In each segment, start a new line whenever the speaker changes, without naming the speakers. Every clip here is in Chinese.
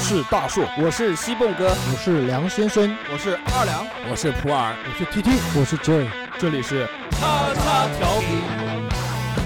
是大树，
我是西蹦哥，
我是梁先生，
我是二梁，
我是普洱，
我是 TT，
我是 Joy，
这里是
叉叉调频。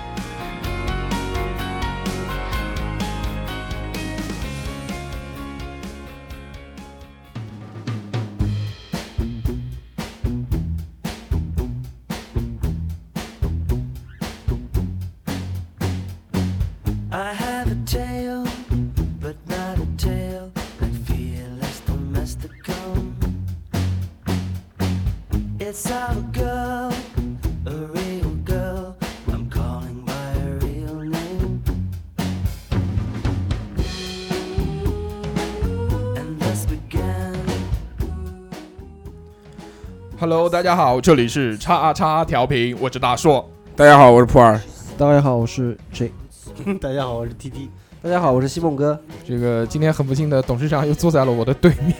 Hello，大家好，这里是叉叉调频，我是大硕。
大家好，我是普洱。
大家好，我是 J。
大家好，我是 TT。
大家好，我是西梦哥。
这个今天很不幸的，董事长又坐在了我的对面。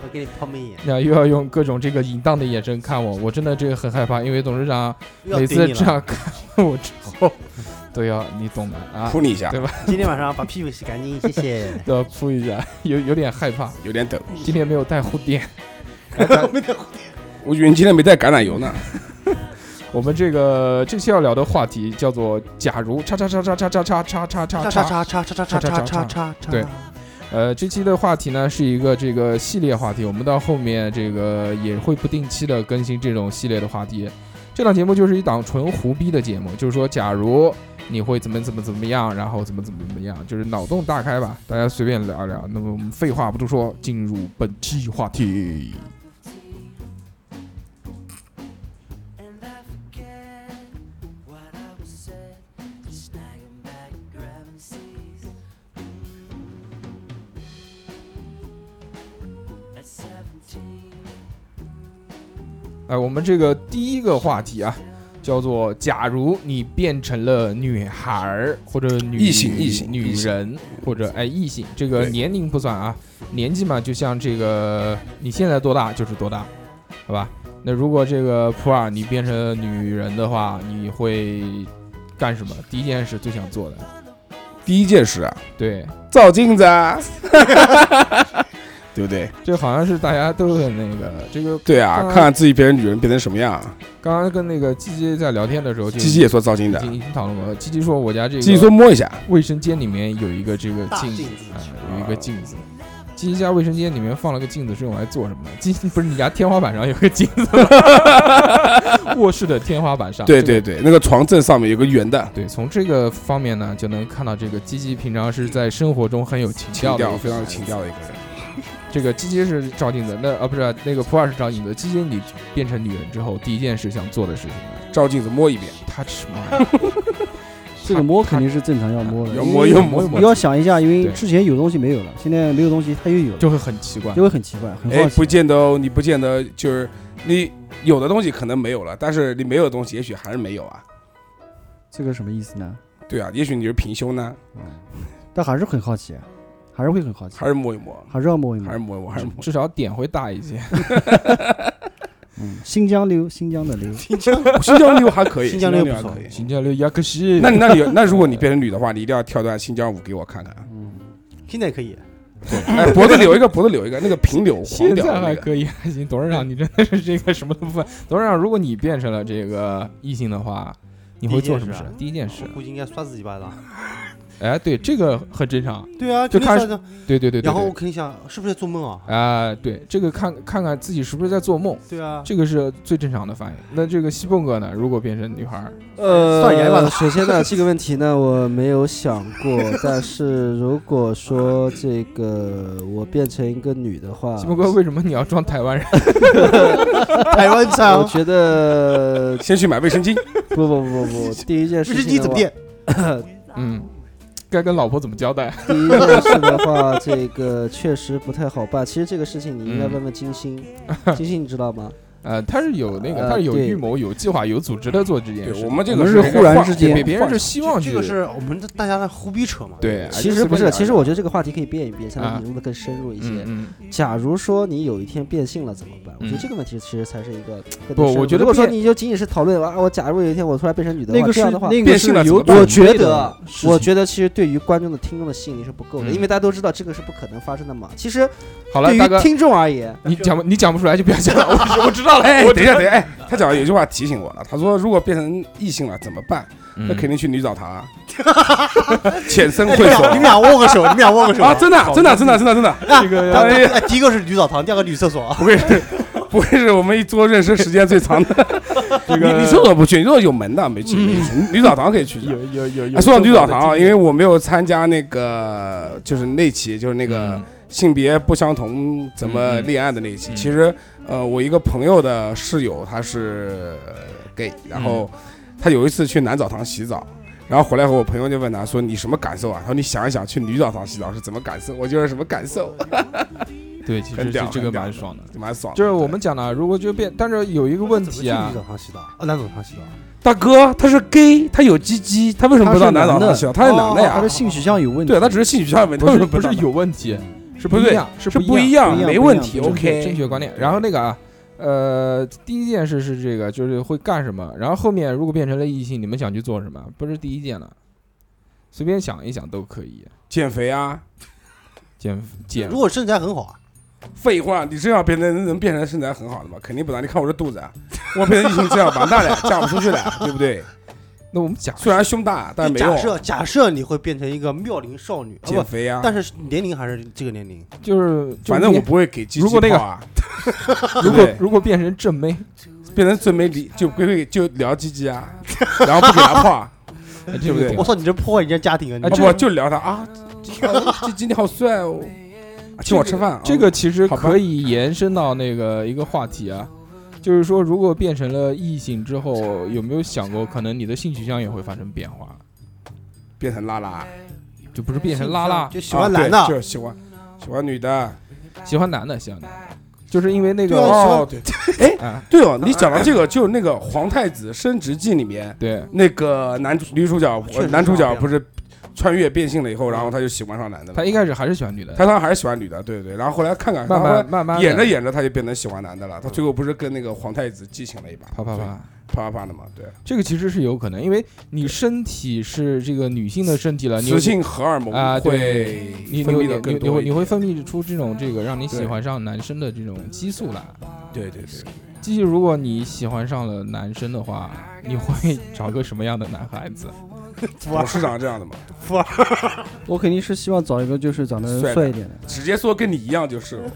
我给你抛媚眼，
那又要用各种这个淫荡的眼神看我，我真的这个很害怕，因为董事长每次这样看我之后，都要你懂的啊，
扑你一下，
对吧？
今天晚上把屁股洗干净，谢谢。
都要扑一下，有有点害怕，
有点抖。
今天没有带护垫，
没带护垫。
我以为你今天没带橄榄油呢。
我们这个这期要聊的话题叫做“假如叉叉叉叉叉叉叉叉叉
叉叉叉
叉
叉叉叉叉叉”。
对，呃，这期的话题呢是一个这个系列话题，我们到后面这个也会不定期的更新这种系列的话题。这档节目就是一档纯胡逼的节目，就是说，假如你会怎么怎么怎么样，然后怎么怎么怎么样，就是脑洞大开吧，大家随便聊一聊。那么我们废话不多说，进入本期话题。哎，我们这个第一个话题啊，叫做“假如你变成了女孩儿或者女
异性异性
女人或者哎异性，这个年龄不算啊，年纪嘛，就像这个你现在多大就是多大，好吧？那如果这个普洱你变成女人的话，你会干什么？第一件事最想做的？
第一件事啊，
对，
照镜子啊。对不对？
这好像是大家都很那个，这个
对啊，看看自己变成女人变成什么样、啊。
刚刚跟那个鸡鸡在聊天的时候，
鸡鸡也说照镜的，
已经讨论过。鸡鸡说我家这个，
鸡鸡说摸一下，
卫生间里面有一个这个镜
子，
啊、有一个镜子。鸡鸡家卫生间里面放了个镜子，是用来做什 么的？鸡不是你家天花板上有个镜 子，卧室的天花板上。
对对对，那个床正上面有个圆的。
对，从这个方面呢，就能看到这个鸡鸡平常是在生活中很有情
调
的，
非常有情调的一个人。
这个鸡鸡是照镜子，那啊不是、啊、那个普洱是照镜子。鸡鸡你变成女人之后，第一件事想做的事情，
照镜子摸一遍。
他吃摸，
这个摸肯定是正常要摸的，
要摸要摸
你要想一下，因为之前有东西没有了，现在没有东西它又 有，
就会很 奇怪，
就会很奇啊怪，很
哎，不见得哦，你不见得就是你有的东西可能没有了，但是你没有的东西也许还是没有啊。
这个什么意思呢？
对啊，也许你是平胸呢，嗯、
但还是很好奇、啊。还是会很好奇，
还是摸一摸，
还是要摸一摸，
还是摸一摸，还是摸，
至少点会大一些。
嗯，新疆溜，新疆的溜，
新疆新疆溜还可以，
新疆溜
还可以，
新疆溜亚克西。
那那你那如果你变成女的话，你一定要跳段新疆舞给我看看。
嗯，现在可以。
哎，脖子留一个，脖子留一个，那个平柳黄
现在还可以，还行。董事长，你真的是这个什么都不。董事长，如果你变成了这个异性的话，你会做什么事？第一件事，
估计应该摔自己一巴掌。
哎，对，这个很正常。
对啊，
就看，对对对,对对对。
然后我肯定想，是不是在做梦啊？
啊、呃，对，这个看看看自己是不是在做梦。
对啊，
这个是最正常的反应。那这个西蹦哥呢？如果变成女孩，
呃，
首先呢，这个问题呢，我没有想过。 但是如果说这个我变成一个女的话，
西蹦哥，为什么你要装台湾人？
台湾腔。
我觉得
先去买卫生巾。
不不不不不，第一件事情，
卫生巾怎么变？
嗯。该跟老婆怎么交代？
第一件事的话，这个确实不太好办。其实这个事情你应该问问金星，金星你知道吗？
呃，他是有那个，
呃
他是有
对
预谋、有计划、有组织的做这件
对
事。
我们这
我
个
们
是
是
一个
忽然
话
之间
给别人是希望
这
去
个是我们这大家在胡逼扯嘛？
对，哎
其实不是，其实我觉得这个话题可以变一变，才
啊
能引入的更深入一些。
嗯嗯，
假如说你有一天变性了怎么办？我觉得
嗯
这个问题其实才是一个更
不
深入
我觉得
如果说
变
你就仅仅是讨论啊，我假如有一天我突然变成女的话，
那个
这
是
样的话，
那个
变性
是
了怎
有
么办
准
我觉
备的
得
事，情
我觉得其实对于观众的听众的吸引力是不够的，
嗯
因为大家都知道这个是不可能发生的嘛。其实
好了，
对
大哥
于，听众而言，
你讲不你讲不出来就不要讲了，我我知道了。
哎，
我
等一下，等一下，哎，他讲有句话提醒我了，他说如果变成异性了怎么办？
嗯
那肯定去女澡堂 啊，浅僧
哎
会
你们俩你们
所
俩握个手，你们俩握个手
啊，真的，真的，真的，真的，真的，
这个
当然哎第一个是女澡堂，第二个女厕所啊。
不会是，不会是我们一桌认识时间最长的。
这
你
个
你厕所不去，你厕所有门的，没
嗯
去，没去女澡堂可以去。
有有有有。
哎，说到女澡堂啊，因为
为
我没有参加那个，就是那期，就是那
嗯
个性别不相同怎么恋爱的那一期。
嗯嗯
其实，呃，我一个朋友的室友他是呃 gay，然后
嗯
他有一次去男澡堂洗澡，然后回来后我朋友就问他说：“你什么感受啊？”他说：“你想一想，去女澡堂洗澡是怎么感受？我就是什么感受，
对，其
很
实
屌
这个
很屌
蛮爽的。
蛮爽。”
就是我们讲了，啊如果就变，但是有一个问题
怎么
啊
去女，澡堂洗澡啊，男澡堂洗澡。
大哥，他是 gay，他有鸡鸡，他为什么不到男澡堂洗澡？他是男
哦
哦
的
他
呀
的，性取向有问题。
对他只是性取向问题，
不
他为
是
什么
不
到
是有问题，是
不
一
对
样，是
是
不
一
样，
样，
不一样
没
不一
问
样
题
不一样
，OK，
正确观念。然后那个啊，呃，第一件事是这个，就是会干什么。然后后面如果变成了异性，你们想去做什么？不是第一件了，随便想一想都可以。
减肥啊，
减减
如果身材很好啊，
废话，你这样变成能变成身材很好的吗？肯定不能。你看我这肚子，啊， 我变成异性这样完蛋了，嫁不出去了， 对不对？
那我们讲
虽然胸大，但是没
假
用。
呃
设假设你会变成一个妙龄少女，啊
减
不，
肥啊，
但是年龄还是这个年龄，
就是，就是
反正我
变
不会给鸡
如果
鸡
那个
泡啊。
如
对
果如果变成正妹，
变成最美理，就不会就聊鸡鸡啊， 然后不给他泡 啊，
哎
对
这
不
个
对
挺
我操，你这破坏人家家庭啊！
哎
你
啊
这
不就聊他啊，鸡鸡你好帅哦，啊请我吃饭啊。
这个其实
好吧
可以延伸到那个一个话题啊，就是说，如果变成了异性之后，有没有想过，可能你的性取向也会发生变化？
变成拉拉，
就不是变成拉拉，
就喜欢
啊
男
对
的，
就是喜欢喜欢女的。
喜欢男的，喜欢男的，就是因为那
对
个
啊
哦，对
啊，
对哦，你讲到这个，就是那个《皇太子升职记》里面。
对，
那个男主女主角
确实
男主角
是
不是穿越变性了以后，然后他就喜欢上男的
他
了。
一开始还是喜欢女的，
他他还是喜欢女的，对对。然后后来看看，
慢
他后
慢
来
慢慢地
演着演着他就变成喜欢男的了。他最后不是跟那个皇太子激情了一把，
啪啪啪，
啪啪啪的嘛，对。
这个其实是有可能，因为你身体是这个女性的身体了，呃你有
雌性荷尔蒙
啊对
会
你你
分
会
泌
你
的更
你
多
会
一
你会
点
分泌出这种这个让你喜
对
欢上男生的这种激素来。
对对对，
继续，如果你喜欢上了男生的话，你会找个什么样的男孩子？
董事长这样的嘛，
我肯定是希望找一个就是长得
帅的
帅一点的。
直接说跟你一样就是了，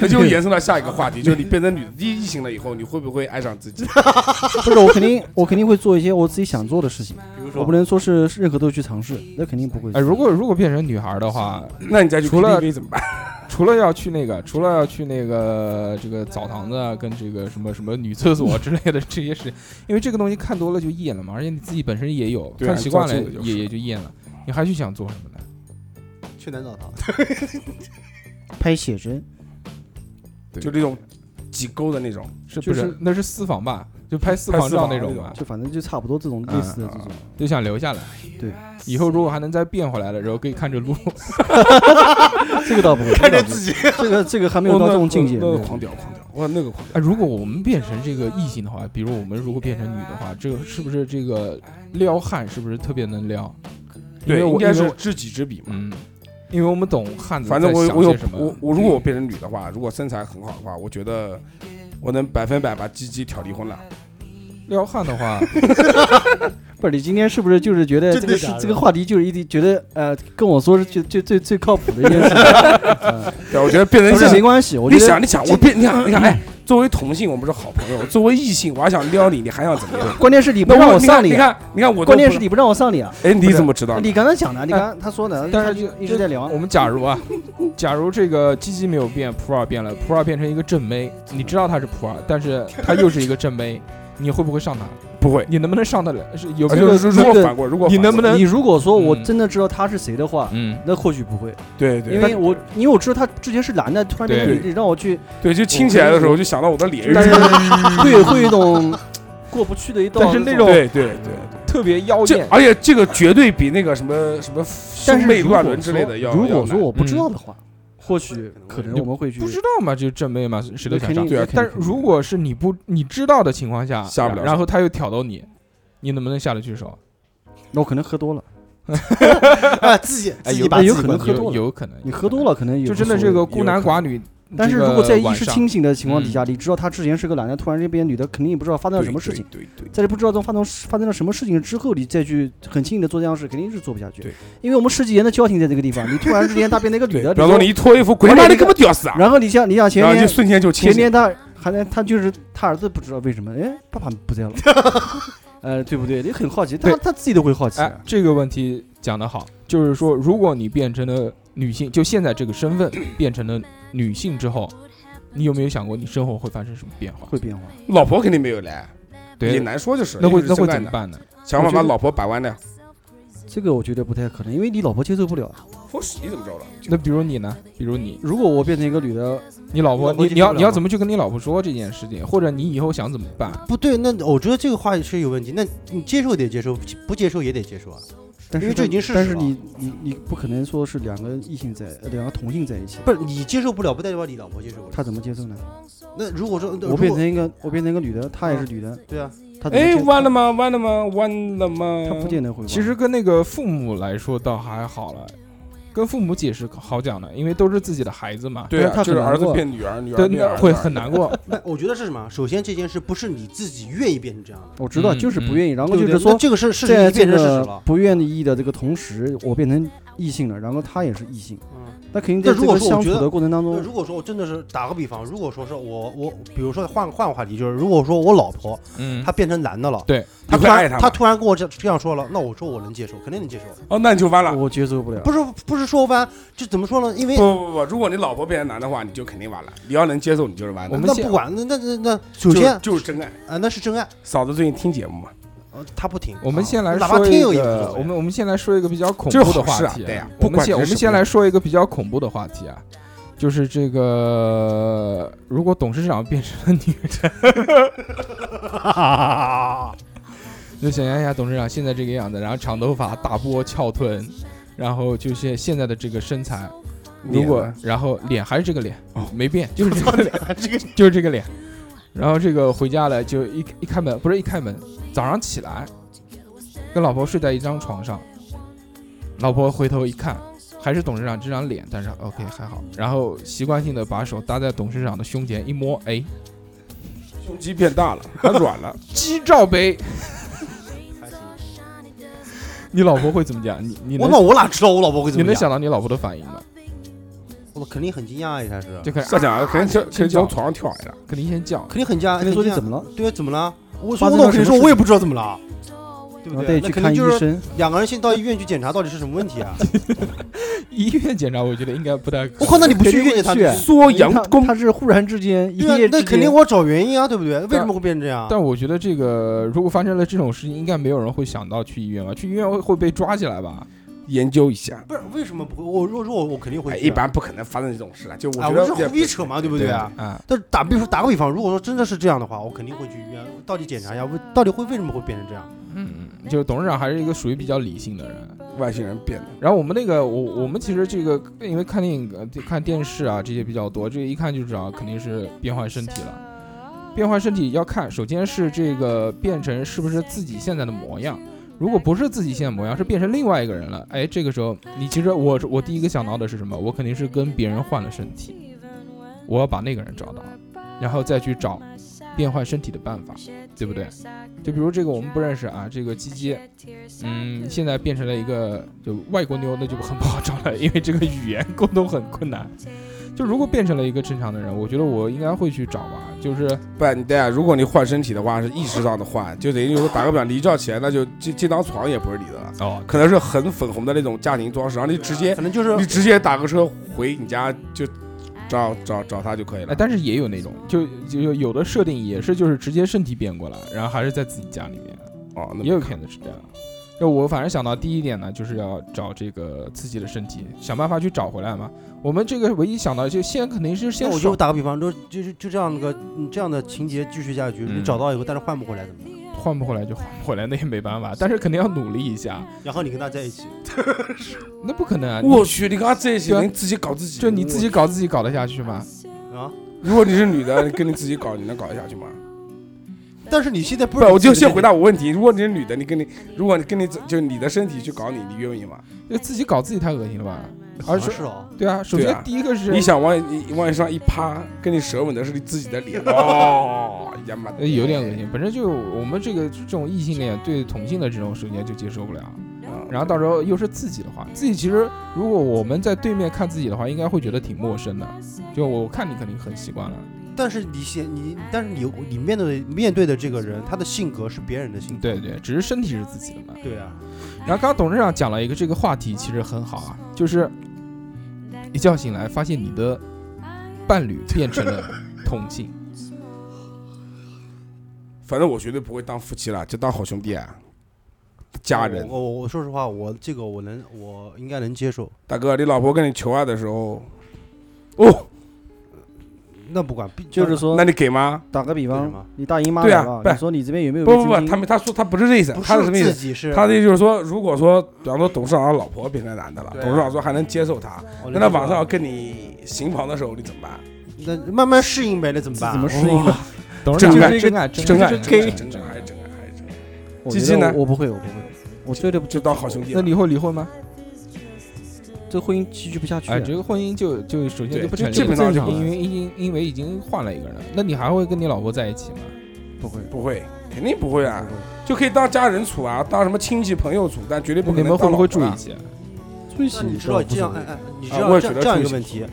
那就延伸到下一个话 题，就是你变成女的异性了以后，你会不会爱上自己？
不是，我肯定我肯定会做一些我自己想做的事情，
比如
我
说
不能说是任何都去尝试，那肯定不会。
哎，如果如果变成女孩的话，
那你再去
除了
KTV 怎么办？
除了要去那个，除了要去那个这个澡堂子啊，跟这个什么什么女厕所之类的这些事，因为这个东西看多了就厌了嘛，而且你自己本身也有，
对啊
看习惯
照
了
镜子就是
也也就厌了，你还去想做什么呢？
去男澡堂，
拍写真，
对
就这种挤沟的那种，
是不
就是是
那是私房吧？就拍私
拍
房
私
照
房
那
那
种
种
嘛，
就反正就差不多这种类似的这种。
就想留下来。
对，
以后如果还能再变回来的时候，可以看着录。
这个倒不会，
看着自己，
这个这个还没有到这种境界。
哦那那
没
个
有
狂屌狂屌，哇，那个狂屌
啊，如果我们变成这个异性的话，比如我们如果变成女的话，这个是不是这个撩汉是不是特别能撩？因
对，
为我
应该
因为
是
我
知己知彼嘛。
嗯，因为我们懂汉子
反正我
在
我
想
有
些什么
我我如果我变成女的话，如果身材很好的话，我觉得我能百分百把鸡鸡挑离婚了。
撩汉的话，
不是你今天是不是就是觉得
真
这
的
个
假
是
的
这个话题就是一定觉得呃跟我说是最最最最靠谱的一件事，嗯
对，我觉得变成
不是
像
没关系，我
你
觉
想
得嗯
你想我变你想你想哎，作为同性我们是好朋友，作为异性我还想撩你，你还想怎么样？
关键是你不
那
让我
你
上
看你
你，啊
看你看我都
关键
不
是你不让我上你啊！
哎你怎么知道的？
你刚才讲的，你刚他说的，
但
他
是就
一直在聊
我，们假如啊，假如这个鸡鸡没有变，普洱变了，普洱变成一个正妹，你知道她是普洱，但是她又是一个正妹，你会不会上他？
不会。
你能不能上得来？是有
啊
没
就
有？
是
这
如果
个
反过，如果
你
反
能不
过
能
你如果说我
嗯
真的知道他是谁的话，
嗯，
那或许不会，
对对，
因
但
为我因为我知道他之前是男的，突然变成
对
女的，让我去，
对就亲起来的时候就想到我的脸，
但是会会有一种过不去的一道，
但是那种
对对对，
特别妖
这
艳。
而且这个绝对比那个什么什么
但
兄
是
妹
如果
乱伦之类的要
说如
要
果
难
说我不知
嗯
道的话，或许可能我们会去
不知道嘛，就是正妹嘛，谁都想
肯定
上。
对啊
但是如果是你不你知道的情况下，
下不了手
然后他又挑逗你，你能不能下得去手？
那我可能喝多了，
啊，自己自己
有
把
哎
自己
有可能
灌
喝
醉
多了
有可能
你喝多，了可能也
就
无
真的
所
是
谓
个孤男寡女。
但是
这个
如果在意
晚
识
上嗯
清醒的情况底下，你知道他之前是个男的，突然间变女的，肯定也不知道发生了
对
什么事情。
对对
在这不知道中发生发生了什么事情之后，你再去很轻易的做这样的事，肯定是做不下去。
对，
因为我们十几年的交情在这个地方，你突然之间他变成一个
对
女的，
对，比方说你一脱衣服，滚他
而且
妈的
那个
根本屌丝啊！
然后你像你像前
然后就
天
瞬间就清
前
醒，
天他还能他就是他儿子不知道为什么，哎，爸爸不 在了，呃，对不对？你很好奇，他
对
他自己都会好奇。啊
哎，这个问题讲得好，就是说，如果你变成了女性，就现在这个身份变成了女性之后，你有没有想过你生活会发生什么变化？
会变化，
老婆肯定没有来，也
对，
难说就是。
那会
一直
那会
在
怎
呢
么？办呢？
想办法
我
把
觉得
老婆摆弯的。
这个我觉得不太可能，因为你老婆接受不了。
我你怎么着了？
那比如你呢？比如你，
如果我变成一个女的，
你老婆，
老婆
你
接
你
受
要
不
你
了
要
吗
怎么去跟你老婆说这件事情，或者你以后想怎么办？
不对，那我觉得这个话是有问题。那你接受得接受，不接受也得接受啊。
但是
因为这已经是
但
事
是
了
你你你不可能说是两个异性在，呃两个同性在一起，
不是你接受不了，不代表你老婆接受不了。
他怎么接受呢？
那如果说
我变成一个我变成一个女的，她也是女的，
对啊，
她怎么
哎
接，
弯了吗？弯了吗？弯了吗？
她不见得会弯。
其实跟那个父母来说倒还好了，跟父母解释好讲的，因为都是自己的孩子嘛。
对啊，
但是他
就是
很难
儿子
过
变女儿，女儿
对，
变儿
那
子，
会很难过。
那我觉得是什么？首先这件事不是你自己愿意变成这样的，
我知道，
嗯
就是
嗯
不愿意，然后
对不
就
对
是说
那，这个事事实
在
已经
这
变成事实
个
了。
不愿意的这个同时，我变成异性了，然后她也是异性，
嗯，
那肯定
那
在
如
这
果
个
说我
相
觉
处
得
的过程当
那
中，
如果说我真的是打个比方，如果说是我我比如说换换个话题，就是如果说我老婆
嗯
她，变成男的了，
对，
她
你
突
会爱
然
她吗
她突然跟我这这样说了，那我说我能接受，肯定能接受。
哦，那你就弯了。
我接受不了。
不是不是说弯，就怎么说呢？因为
不不不不，如果你老婆变成男的话，你就肯定弯了。你要能接受，你就是弯
我
的。
们
那
先
不管那那那那，首
就
先
是就是真爱。
啊，那是真爱，
嫂子最近听节目嘛，
呃他不听。啊
我们先
啊
来
哪怕
说
听
一
有也无
个
所，谓
我们我们先来说一个比较恐
这是
怖的
好事
话
啊
题。
对啊
我
不
们
管
先
你
我
是什
们先
么
来说一个比较恐怖的话题啊，就是这个，如果董事长变成了女的，就想象一下董事长现在这个样子，然后长头发、大波、翘臀，然后就是现在的这个身材，如果
脸呢
然后脸还是这个脸
哦，
没变，就是这个脸， 就是这个脸。然后这个回家了，就一一开门，不是一开门，早上起来跟老婆睡在一张床上，老婆回头一看，还是董事长这张脸，但是 OK 还好。然后习惯性的把手搭在董事长的胸前一摸，哎，
胸肌变大 了，还软了，
鸡罩杯。你老婆会怎么讲？你你
我
能
那我哪知道我老婆会
你
怎么
能
想？
想到你老婆的反应吗？
我肯定很惊讶呀，他是，
就开始啊
下讲肯定就肯定
叫
啊从床上跳下来了。
肯定先叫，
肯定很惊讶。
肯定说
很
你
惊讶
怎么了，
对啊，怎么了？我
发
说我
生了
老肯定
什
说，
么事
我也不知道怎么了，对
然
不
后
对？啊
再
那
去
肯定
看医
就是
生，
两个人先到医院去检查到底是什么问题啊！
医院检查，我觉得应该不太可能。
我靠，啊那你不去医院检查
肯定会去
缩阳
他
功
他是忽然之间一
对啊
夜，
那
之
肯定
间
我要找原因啊，对不对？为什么会变成这样？
但我觉得这个如果发生了这种事情，应该没有人会想到去医院吧？去医院会会被抓起来吧？
研究一下，
不是为什么不会？我如果说我我肯定会
哎，
去啊。
一般不可能发生这种事了。就我
啊，
觉
我
得
是
也
胡逼扯嘛，对不对啊？
啊，
但是打比如说打个比方，如果说真的是这样的话，我肯定会去医院，到底检查一下，为到底会为什么会变成这样？
嗯，就是董事长还是一个属于比较理性的人。
外星人变的。
然后我们那个，我我们其实这个，因为看电影、呃看电视啊这些比较多，这一看就知道肯定是变换身体了。变换身体要看，首先是这个变成是不是自己现在的模样。如果不是自己现在模样，是变成另外一个人了，哎，这个时候你其实我我第一个想到的是什么？我肯定是跟别人换了身体，我要把那个人找到，然后再去找变换身体的办法，对不对？就比如这个我们不认识啊，这个鸡鸡，嗯，现在变成了一个就外国妞，那就很不好找了，因为这个语言沟通很困难。就如果变成了一个正常的人，我觉得我应该会去找吧，就是
不然你对啊，如果你换身体的话，是意识上的换，就等于说打个比方，你一觉起来，那啊就这这张床也不是你的了，
哦，
可能是
啊
很粉红的那种家庭装饰，然后你直接
可能就是
你直接打个车回你家就找找找他就可以
哎，
了。
但是也有那种，就就有的设定也是就是直接身体变过来，然后还是在自己家里面，
哦，那
也有
不
可能哎是这样。就我反正想到第一点呢，就是要找这个自己的身体，想办法去找回来嘛。我们这个唯一想到就先肯定是
那
先
我
爽
就打个比方，就就是就这样那个嗯这样的情节继续下去，
嗯
你找到以后，但是换不回来怎么办？
换不回来就换不回来，那也没办法，但是肯定要努力一下，
然后你跟他在一起，
那不可能啊！你
我去，你跟他在一起
对啊
能自己搞自己？
就你自己搞自己搞得下去吗？
啊，
如果你是女的，你跟你自己搞，你能搞得下去吗？
但是你现在不
不
是
是，我
你自己
就
的
先
身
回
体，
答我问题。如果你是女的，你跟你，如果你跟你就你的身体去搞你，你愿意吗？
就自己搞自己太恶心了吧？
好
而
像
是
是哦，
对啊，首
对
先
啊
第一个是
你想往你往你上一趴，跟你舌吻的是你自己的脸，哦，呀妈的
呃，有点恶心。本身就我们这个这种异性恋对同性的这种，首先就接受不了。
啊
然后到时候又是自己的话，自己其实如果我们在对面看自己的话，应该会觉得挺陌生的。就我看你肯定很习惯了，
但是你现你，但是你你面对的面对的这个人，他的性格是别人的性格，
对对，只是身体是自己的嘛。
对啊，
然后刚刚董事长讲了一个这个话题，其实很好啊，就是一觉醒来发现你的伴侣变成了同性，
反正我绝对不会当夫妻了，就当好兄弟啊，家人。
我我我说实话，我这个我能我应该能接受，
大哥，你老婆跟你求爱的时候，哦，
那不管，毕
就是说
那，你给吗？
打个比
为什
方
么，
你大姨妈
对啊
来了，
不
你说你这边有没有
不
被
不不，
精
他
精
没他说他不是这意思，
不
他是什么意
自
思？
己是
他的意思就是说，如果说，比方说董事长的老婆变成男的了，
对啊
董事长说还能接受他，
我能
那他
接受
晚上要跟你行房的时候，你怎么办？
那慢慢适应呗，那怎么办？
怎么适应的？
董事长
真
就
爱
是真爱，
真爱，
真爱，
真爱，真爱，还是真爱，
我
鸡
觉
鸡
得
呢
我我不会，我不会，我绝对不
就当好兄弟啊
那
了。
离婚离婚吗？
这婚姻继续不下去
哎，
啊。
这个婚姻就就首先
对
就不
就
成立
基
了，
本上就
因为因因为已经换了一个人了，那你还会跟你老婆在一起吗？
不会，
不会，肯定不会啊
不，会
就可以当家人处啊，当什么亲戚朋友处，但绝对不可
你
能
们
当
会不
老婆
会住一
啊
起？
最
那
起
你
你
知道这样，哎哎，你知
啊我
道
也
这
觉得
样
这
这样一个
个
问题，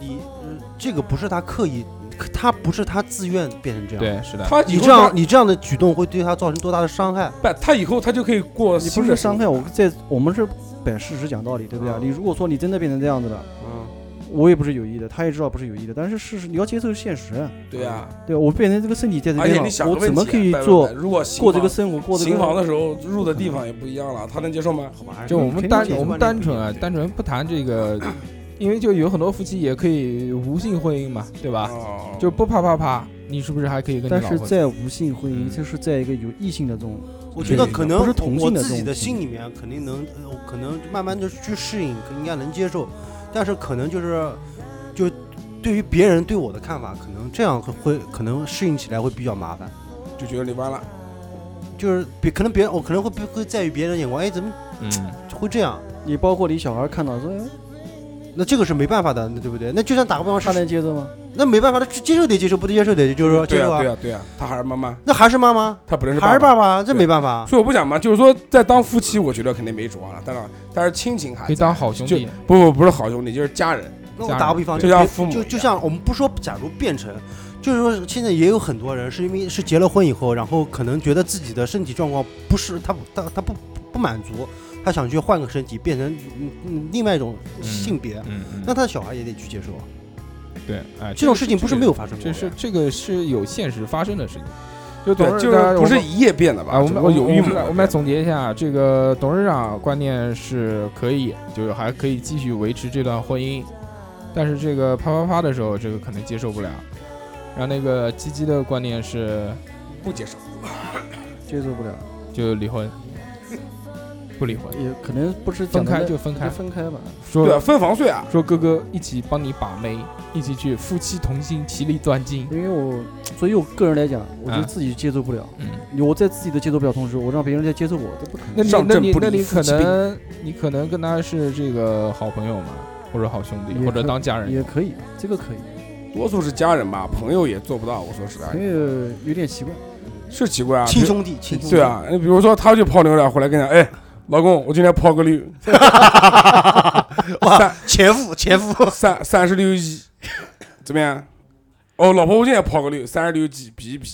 你呃这个不是他刻意，他不是他自愿变成这样，，
对，是的。
啊他以
你
后
这样你这样的举动会对他造成多大的伤害？
不，他以后他就可以
哎
过
你不
新
是
的
伤害
生活
我，在我们是摆事实讲道理，对不对啊？
嗯
你如果说你真的变成这样子了，
嗯，
我也不是有意的，他也知道不是有意的，但是事实你要接受现实啊，
对啊，
对吧我变成这个身体在这
而且
边
啊你想
了，我
个问
怎么
题
可以
不不
做
不如果新
过这个
房
生活，过这
行房
个？
的时候入的地方也不一样了，他能接受 吗？
好吧，
就我们
肯定
单
是
我们单纯啊，单纯不谈这个，因为就有很多夫妻也可以无性婚姻嘛，对
啊
吧？
哦
就不啪啪啪，你是不是还可以跟你
但
老
是
婆？
在无性婚姻，就是在一个有异性的这种，
我觉得可能
不是同
我
性的
自己
这种
的
情
心里面肯定能，呃我可能慢慢的去适应，应该能接受，但是可能就是，就对于别人对我的看法，可能这样会可能适应起来会比较麻烦，
就觉得你完了，
就是别可能别人我可能会不会在意别人的眼光，哎，怎么
嗯，
啊
会这样？
你包括你小孩看到说，哎
那这个是没办法的，那对不对？那就算打个比方
他
是，
能接受吗？
那没办法，他接受得接受，不得接受得就是说接
对
受
啊对啊对啊，他还是妈妈，
那还是妈妈，
他本身是
还是
爸
爸。爸，这没办法。
所以我不讲嘛，就是说在当夫妻，我觉得肯定没指望了，但是但是亲情还
可以当好兄弟。
不不不是好兄弟，就是家人。
那我打个比方，
就像父母
就
一
就
样
像我们不说，假如变成，就是说现在也有很多人是因为是结了婚以后，然后可能觉得自己的身体状况不是他不他他不不满足，他想去换个身体，变成嗯嗯另外一种性别，
嗯，嗯
那他的小孩也得去接受啊。
对，哎，
这种事情不是没有，发生过
这
的，
是这个是有现实发生的事情。就
对
董，事
就
长
是不
我
是
们
一夜变的吧？
啊，我们
我有预
我
谋
们来我们来总结一下，这个董事长观念是可以，就是还可以继续维持这段婚姻，但是这个啪啪啪的时候，这个可能接受不了。然后那个鸡鸡的观念是
不接受，
接受不了，
就离婚，不离婚，
也可能不是
分
讲
开
的
就分
那
开
就，分开吧。
对啊，
说
分房睡啊，
说哥哥一起帮你把妹，一起去夫妻同心，其利断金。
因为我，所以我个人来讲，我觉得
啊
自己接受不了。
嗯，
我在自己的接受不了同时，我让别人在接受我，这不可能。
那你
上
那
阵
你
不
那
离
你
夫
可
妻病
能你可能跟他是这个好朋友嘛，或者好兄弟，
也
或者
可
当家人
也可以，这个可以，
多数是家人吧，朋友也做不到。我说实在
啊
因，
嗯
为有点奇怪。
是奇怪啊，
亲兄弟，亲兄弟。
对，啊，你比如说他去泡妞了，回来跟你讲，哎，老公，我今天泡个绿，
哇， 前夫前夫，
三三十六计，怎么样？哦，老婆，我今天也泡个绿，三十六计比一比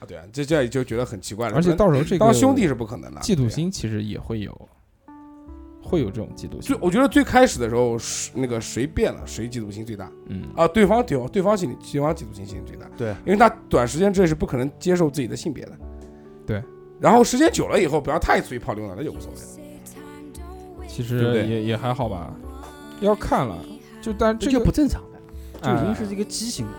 啊，对啊，这这就觉得很奇怪了。
而且到时候这个
啊当兄弟是不可能的，
嫉妒
对啊
心其实也会有，会有这种嫉妒心
就。我觉得最开始的时候，谁那个谁变了，谁嫉妒心最大
嗯，
啊？对方对方对方心里对方嫉妒心心最大，
对，
因为他短时间之内是不可能接受自己的性别的，
对。
然后时间久了以后，比方他也出去泡妞了，那就无所谓了。
其
对
实
不对
也也还好吧，要看了。就但
这
这
就
个
不正常了，就已
哎
经是一个畸形了。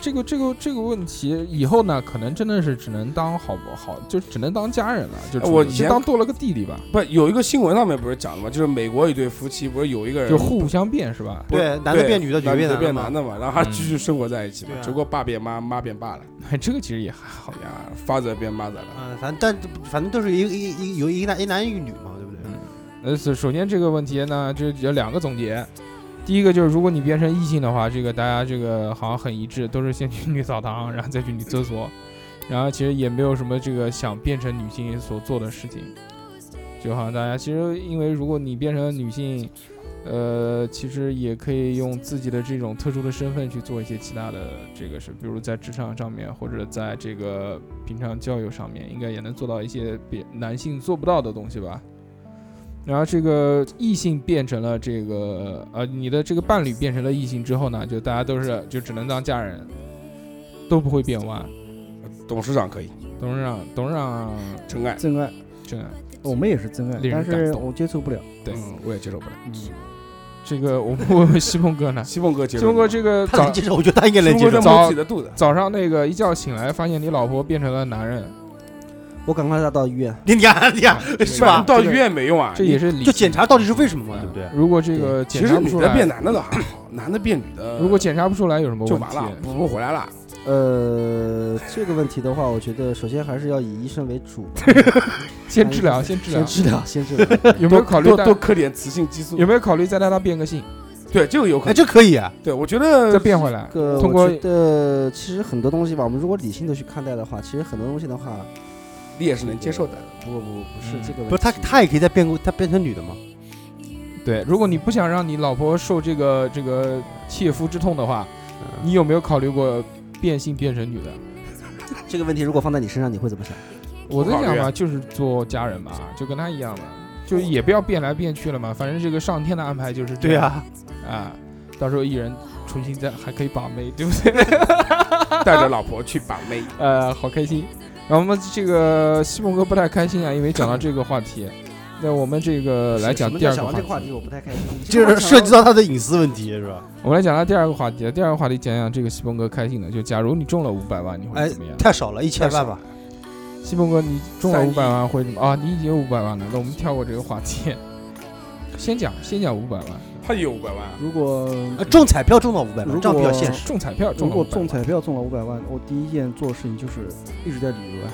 这个这个这个问题，以后呢，可能真的是只能当好不好，就只能当家人了，就
哎我
就
以前
当多了个弟弟吧，
不，有一个新闻上面不是讲了吗？就是美国一对夫妻，不是有一个人
就互相变是吧？
不是
对男的变女的女的
男
变男的
变
嘛
男的嘛，然后还继续生活在一起嘛
嗯，对啊
只不过爸变妈，妈变爸了，
这个其实也还
好，
好
呀，father 变 mother 了，
嗯，反正但反正都是一一一有一男一男一女嘛，对不对？
呃，首首先这个问题呢，就有两个总结。第一个就是，如果你变成异性的话，这个大家这个好像很一致，都是先去女澡堂，然后再去女厕所，然后其实也没有什么这个想变成女性所做的事情，就好像大家其实因为如果你变成女性，呃，其实也可以用自己的这种特殊的身份去做一些其他的这个事，比如在职场上面或者在这个平常交友上面，应该也能做到一些别男性做不到的东西吧。然后这个异性变成了这个呃，你的这个伴侣变成了异性之后呢，就大家都是就只能当家人，都不会变弯。
董事长可以，
董事长，董事长，
真爱，
真爱，
这
我们也是真爱
令，人
但
感
是
动
我接受不了。
对
嗯，我也接受不了。
这个我们问问西风 哥呢？
西凤哥接
西
受
风
不
哥
了，
这个
他能
早
接受，我觉得他应该
西
能
凤
接
哥在
受。
摸自己的肚子，
早上那个一觉醒来，发现你老婆变成了男人，
我赶快带到医院。
你看，你看， 是
不然
吧
你？到医
这个
院没用啊，
这也是理嗯
就检查到底是为什么嘛，对不对？
如果这个
其
检
实
查不
女
出
的
来
变，男的倒还好，男的变女的，
如果检查不出来有什么
就
问
完
题？
了，补不回来了。
呃，这个问题的话，我觉得首先还是要以医生为主，
先治疗，先治疗
先，治疗，先治疗。
有没有考虑
多
带
多磕点雌性激素
有？没有考虑再带他变个性，
对，这个有可
哎，
能。
这可以啊，
对，我觉
再
得
变回来？
这个
通过
我觉得其实很多东西吧，我们如果理性的去看待的话，其实很多东西的话，
你也是能接受 的。
不不不不是
嗯
这个问题。
不是他，他也可以再变过，他变成女的嘛？
对，如果你不想让你老婆受这个这个切肤之痛的话，
嗯
你有没有考虑过变性变成女的？
这个问题如果放在你身上，你会怎么想？
我的
考虑
啊
想法就是做家人嘛，就跟她一样嘛，
哦
就也不要变来变去了嘛，反正这个上天的安排就是这样
啊，
啊。到时候一人重新再还可以把妹，对不对？
带着老婆去把妹，
呃，好开心。然后我们这个西蒙哥不太开心啊，因为讲到这个话题，那我们这个呃来讲
什么
第
叫
二
想
个
到
话
这个话
题
题，。我不太开心。
就是涉及到他的隐私问题，是吧？
我们来讲到第二个话题，第二个话题讲讲这个西蒙哥开心的，就假如你中了五百万，你会
哎
怎么样？
太少了，一千万吧。
西蒙哥，你中了
三
五
亿
百万会怎么啊？你已经有五百万了，那我们跳过这个话题，先讲先讲五百万，
他也有五百万啊。
如果
啊，中彩票中到五百
如
万，这样比较
果
现实。
中彩票
如
中了
果
500万
中彩票中了五百万，我第一件做的事情就是一直在旅游啊，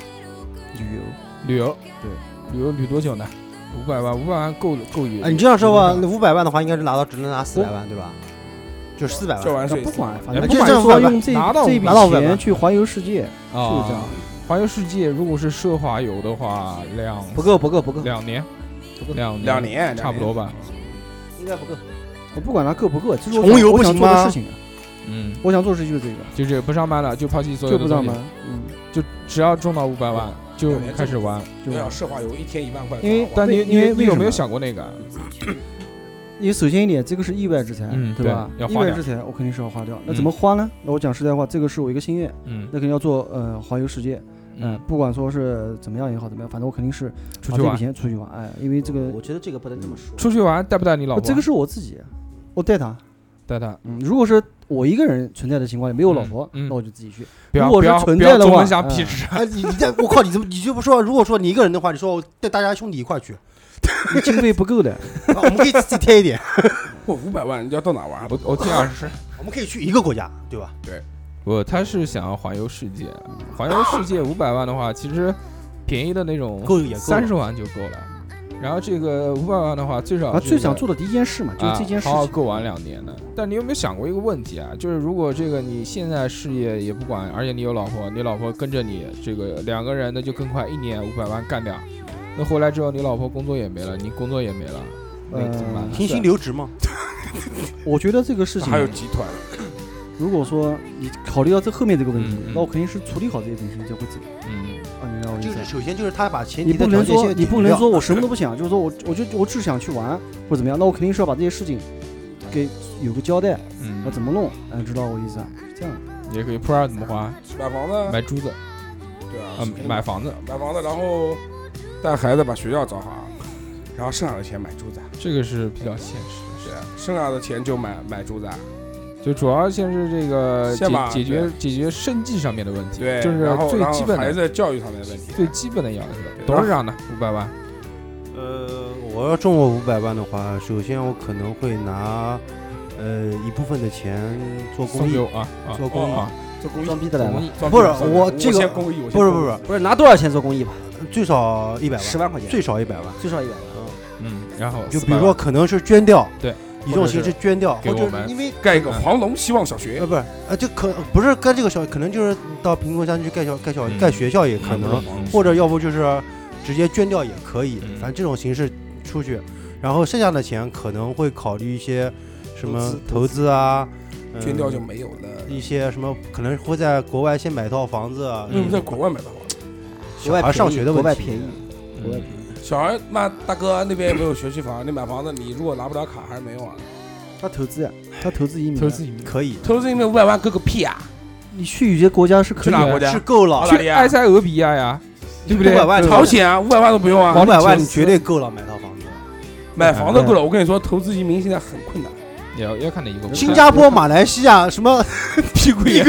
旅游。
旅游，对，旅游旅多久呢？五百万，五百万够了够有。
哎，你这样说吧，
有
那
的
五百万的话，应该是拿到只能拿四百万，对吧？就是四百
交
万。
完税
不管，反
哎
正
不
就
管
是说
是吧
用这
拿到
这
五
笔
拿到五百
钱
万
去环游世界，
啊，
是这样
环游世界，如果是奢华游的话，两
不够不够不够，
两年，两年
两年
差不多吧。
应该不够。
我不管它够不够，这是我
穷
想
游
我
不
想
行
做的
吗
事情啊。
嗯，
我想做的事情就是这个，
就这个不上班了，就抛弃所有
就
的
不上
东
班
西，，
嗯，
就只要中到五百万就
两年
开始玩。
就
要奢华游一天一万块，
因为
但你
对
你
因为
你
为
有
什
没有
么
想过那个？
你首先一点，这个是意外之财，
嗯
对
对
吧？
要花
意外
掉
之财，我肯定是要花掉。那
嗯
怎么花呢？那我讲实在话，这个是我一个心愿，
嗯
那肯定要做呃环游世界，嗯、
嗯，
不管说是怎么样也好，怎么样，反正我肯定是
出去
把这笔
玩，
钱出去玩，哎，因为这个
我觉得这个不能这么说。
出去玩带不带你老
不
婆？
这个是我自己，我带他。
带她，
嗯，如果是我一个人存在的情况下，没有老婆，
嗯嗯
那我就自己去。
不要
如果
不
是
要
存
不要
在的
总
话
分享
嗯
屁事。啊
哎，你你这，我靠，你怎么你就不说？如果说你一个人的话，你说我带大家兄弟一块去，
你经费不 够的，
啊我们可以自己贴一点，
我五百万，你要到哪玩？
我我这样 是，
我们可以去一个国家，对吧？
我他是想要环游世界，环游世界五百万的话，其实便宜的那种
够也够了
嗯三十万就够了。然后这个五百万的话，最少
啊，
这
最
个
想做的第一件事嘛，就是这件事
啊、好好
情。
够玩两年的。但你有没有想过一个问题啊？就是如果这个你现在事业也不管，而且你有老婆，你老婆跟着你，这个两个人那就更快，一年五百万干掉。那回来之后，你老婆工作也没了，你工作也没了，那
呃
怎么办呢？
停薪留职嘛，
我觉得这个事情
还有集团，
如果说你考虑到这后面这个问题
嗯嗯，
那我肯定是处理好这些东西就会走。
嗯
啊，你明白我意
就
思
是
吧？
首先就是他把前
你
提
不
的
能
条件
说
先
你不
定
能
掉
说我什么都不想，就是说我我就我只想去玩或者怎么样，那我肯定是要把这些事情给有个交代，我
嗯，
怎么弄，嗯，知道我意思啊？是这样的，
也可以铺二怎么花？
买房子，
买珠子，
对啊
呃，，买房子，
买房子，然后带孩子把学校找好，然后剩下的钱买住宅，
这个是比较现实
对，啊剩下的钱就买买住宅，
的，就主要先是这个
先把
解解决解决生计上面的问题，
对，
就是
然后
最
然后
基本
孩
的
子教育上面的问题，啊
最基本的要求
对。
董事长呢？五百万，
呃，我要中我五百万的话，首先我可能会拿呃一部分的钱做公
送
益
给，我啊啊
做公益
啊，
做公益，
装逼的来
做
了
公，益，
装逼
不是
装逼
我
我
这个
先公益，我先
不是
公
不
益
是不是，
不是拿多少钱做公益吧？
最少一百
十
万，
万块钱，
最少一百万。
最少一百万。
嗯，然后
就
400
比如说
万
可能是捐掉，
对，
以这种形式捐掉，
给
或
我
者
们
因为
盖一
嗯
个黄龙希望小学
呃，不是呃就可不是跟这个小，可能就是到贫困山区盖小盖小盖学校也可能，或者要不就是直接捐掉也可以，
嗯
反正这种形式出去，然后剩下的钱可能会考虑一些什么投资啊，
嗯
呃
捐掉就没有了。
一些什么可能会在国外先买套房子啊，
为什么
嗯
在国外买的房子？
小
国外
孩
便宜
上学的
国
问
外
题，
便宜，国
嗯
外便宜。
小孩妈大哥那边也没有学区房，你买房子你如果拿不了卡还是没用啊。
他投资呀，
哎
他投资移民
投
啊，
资移民，
嗯可以
投资移民五百万够个屁啊！
你去有些国家是可
去
以
哪
的
个国家
是？够了
澳，大利啊
去
亚
埃、塞俄比亚呀，对不对？
500万
朝鲜啊，五百万都不用啊
五，百
往
万
里
你
求
绝对够了买套房子。
买房
嗯
子够了。我跟你说，投资移民现在很困难。
也要要看哪一个国家。
新加坡、马来西亚什么 屁股也，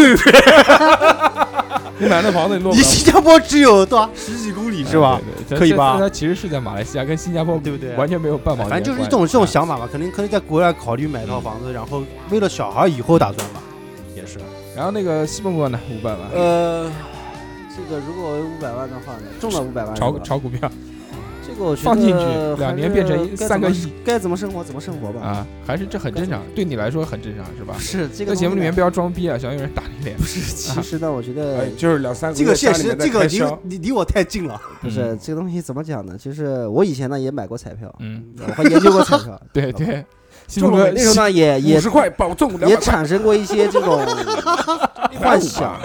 你买那房子你落不
离
了
新加坡只有多少 哎十几公里是吧？
对？对对
可以吧
这这它其实是在马来西亚，跟新加坡
对不对
完全没有半毛
反
钱关
正
系。
就
啊
是一种这种想法吧，肯定可以在国外考虑买套房子，然后为了小孩以后打算吧，也是。
然后那个西蒙哥呢，五百万，
呃，这个如果我有五百万的话呢，中了五百万是
炒
吧，
炒股票
这个我觉得
放进去
还，
两年变成
是
一
该
三个
怎么
亿
该怎么生活怎么生活吧。
啊，还是这很正常，对你来说很正常是吧？
是这
这
个
个节目
东
里
西
面
呢
不要装逼啊，小心有人打你脸。
不是，其实呢，我觉得
哎，就是两三个
这
月
个现
家里
实
面，在
这个
开
离
销
你离我太近了。
不是这个东西怎么讲呢？就是我以前呢也买过彩票，
嗯，，
我还研究过彩票
对对，西蒙
中
哥
了那时候呢也
五
也
十块保中两百
也
块，
产生过一些这种幻想，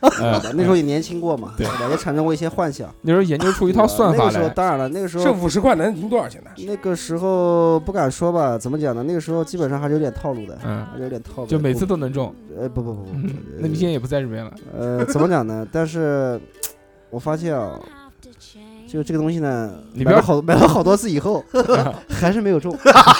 呃
那时候也年轻过嘛，
对
对吧？也产生过一些幻想。
那时候研究出一套算
那
法
个时候
来，
当然了，那个时
这
候
五十块能赢多少钱呢？
那个时候不敢说吧，怎么讲呢？那个时候基本上还是有点套路的，
嗯
还是有点套路的。
就每次
不
都能中。
呃不不不不，
嗯那你现在也不在这边了，
呃怎么讲呢？但是我发现啊，就这个东西呢，
你不
买
要
了好买了好多次以后，还是没有中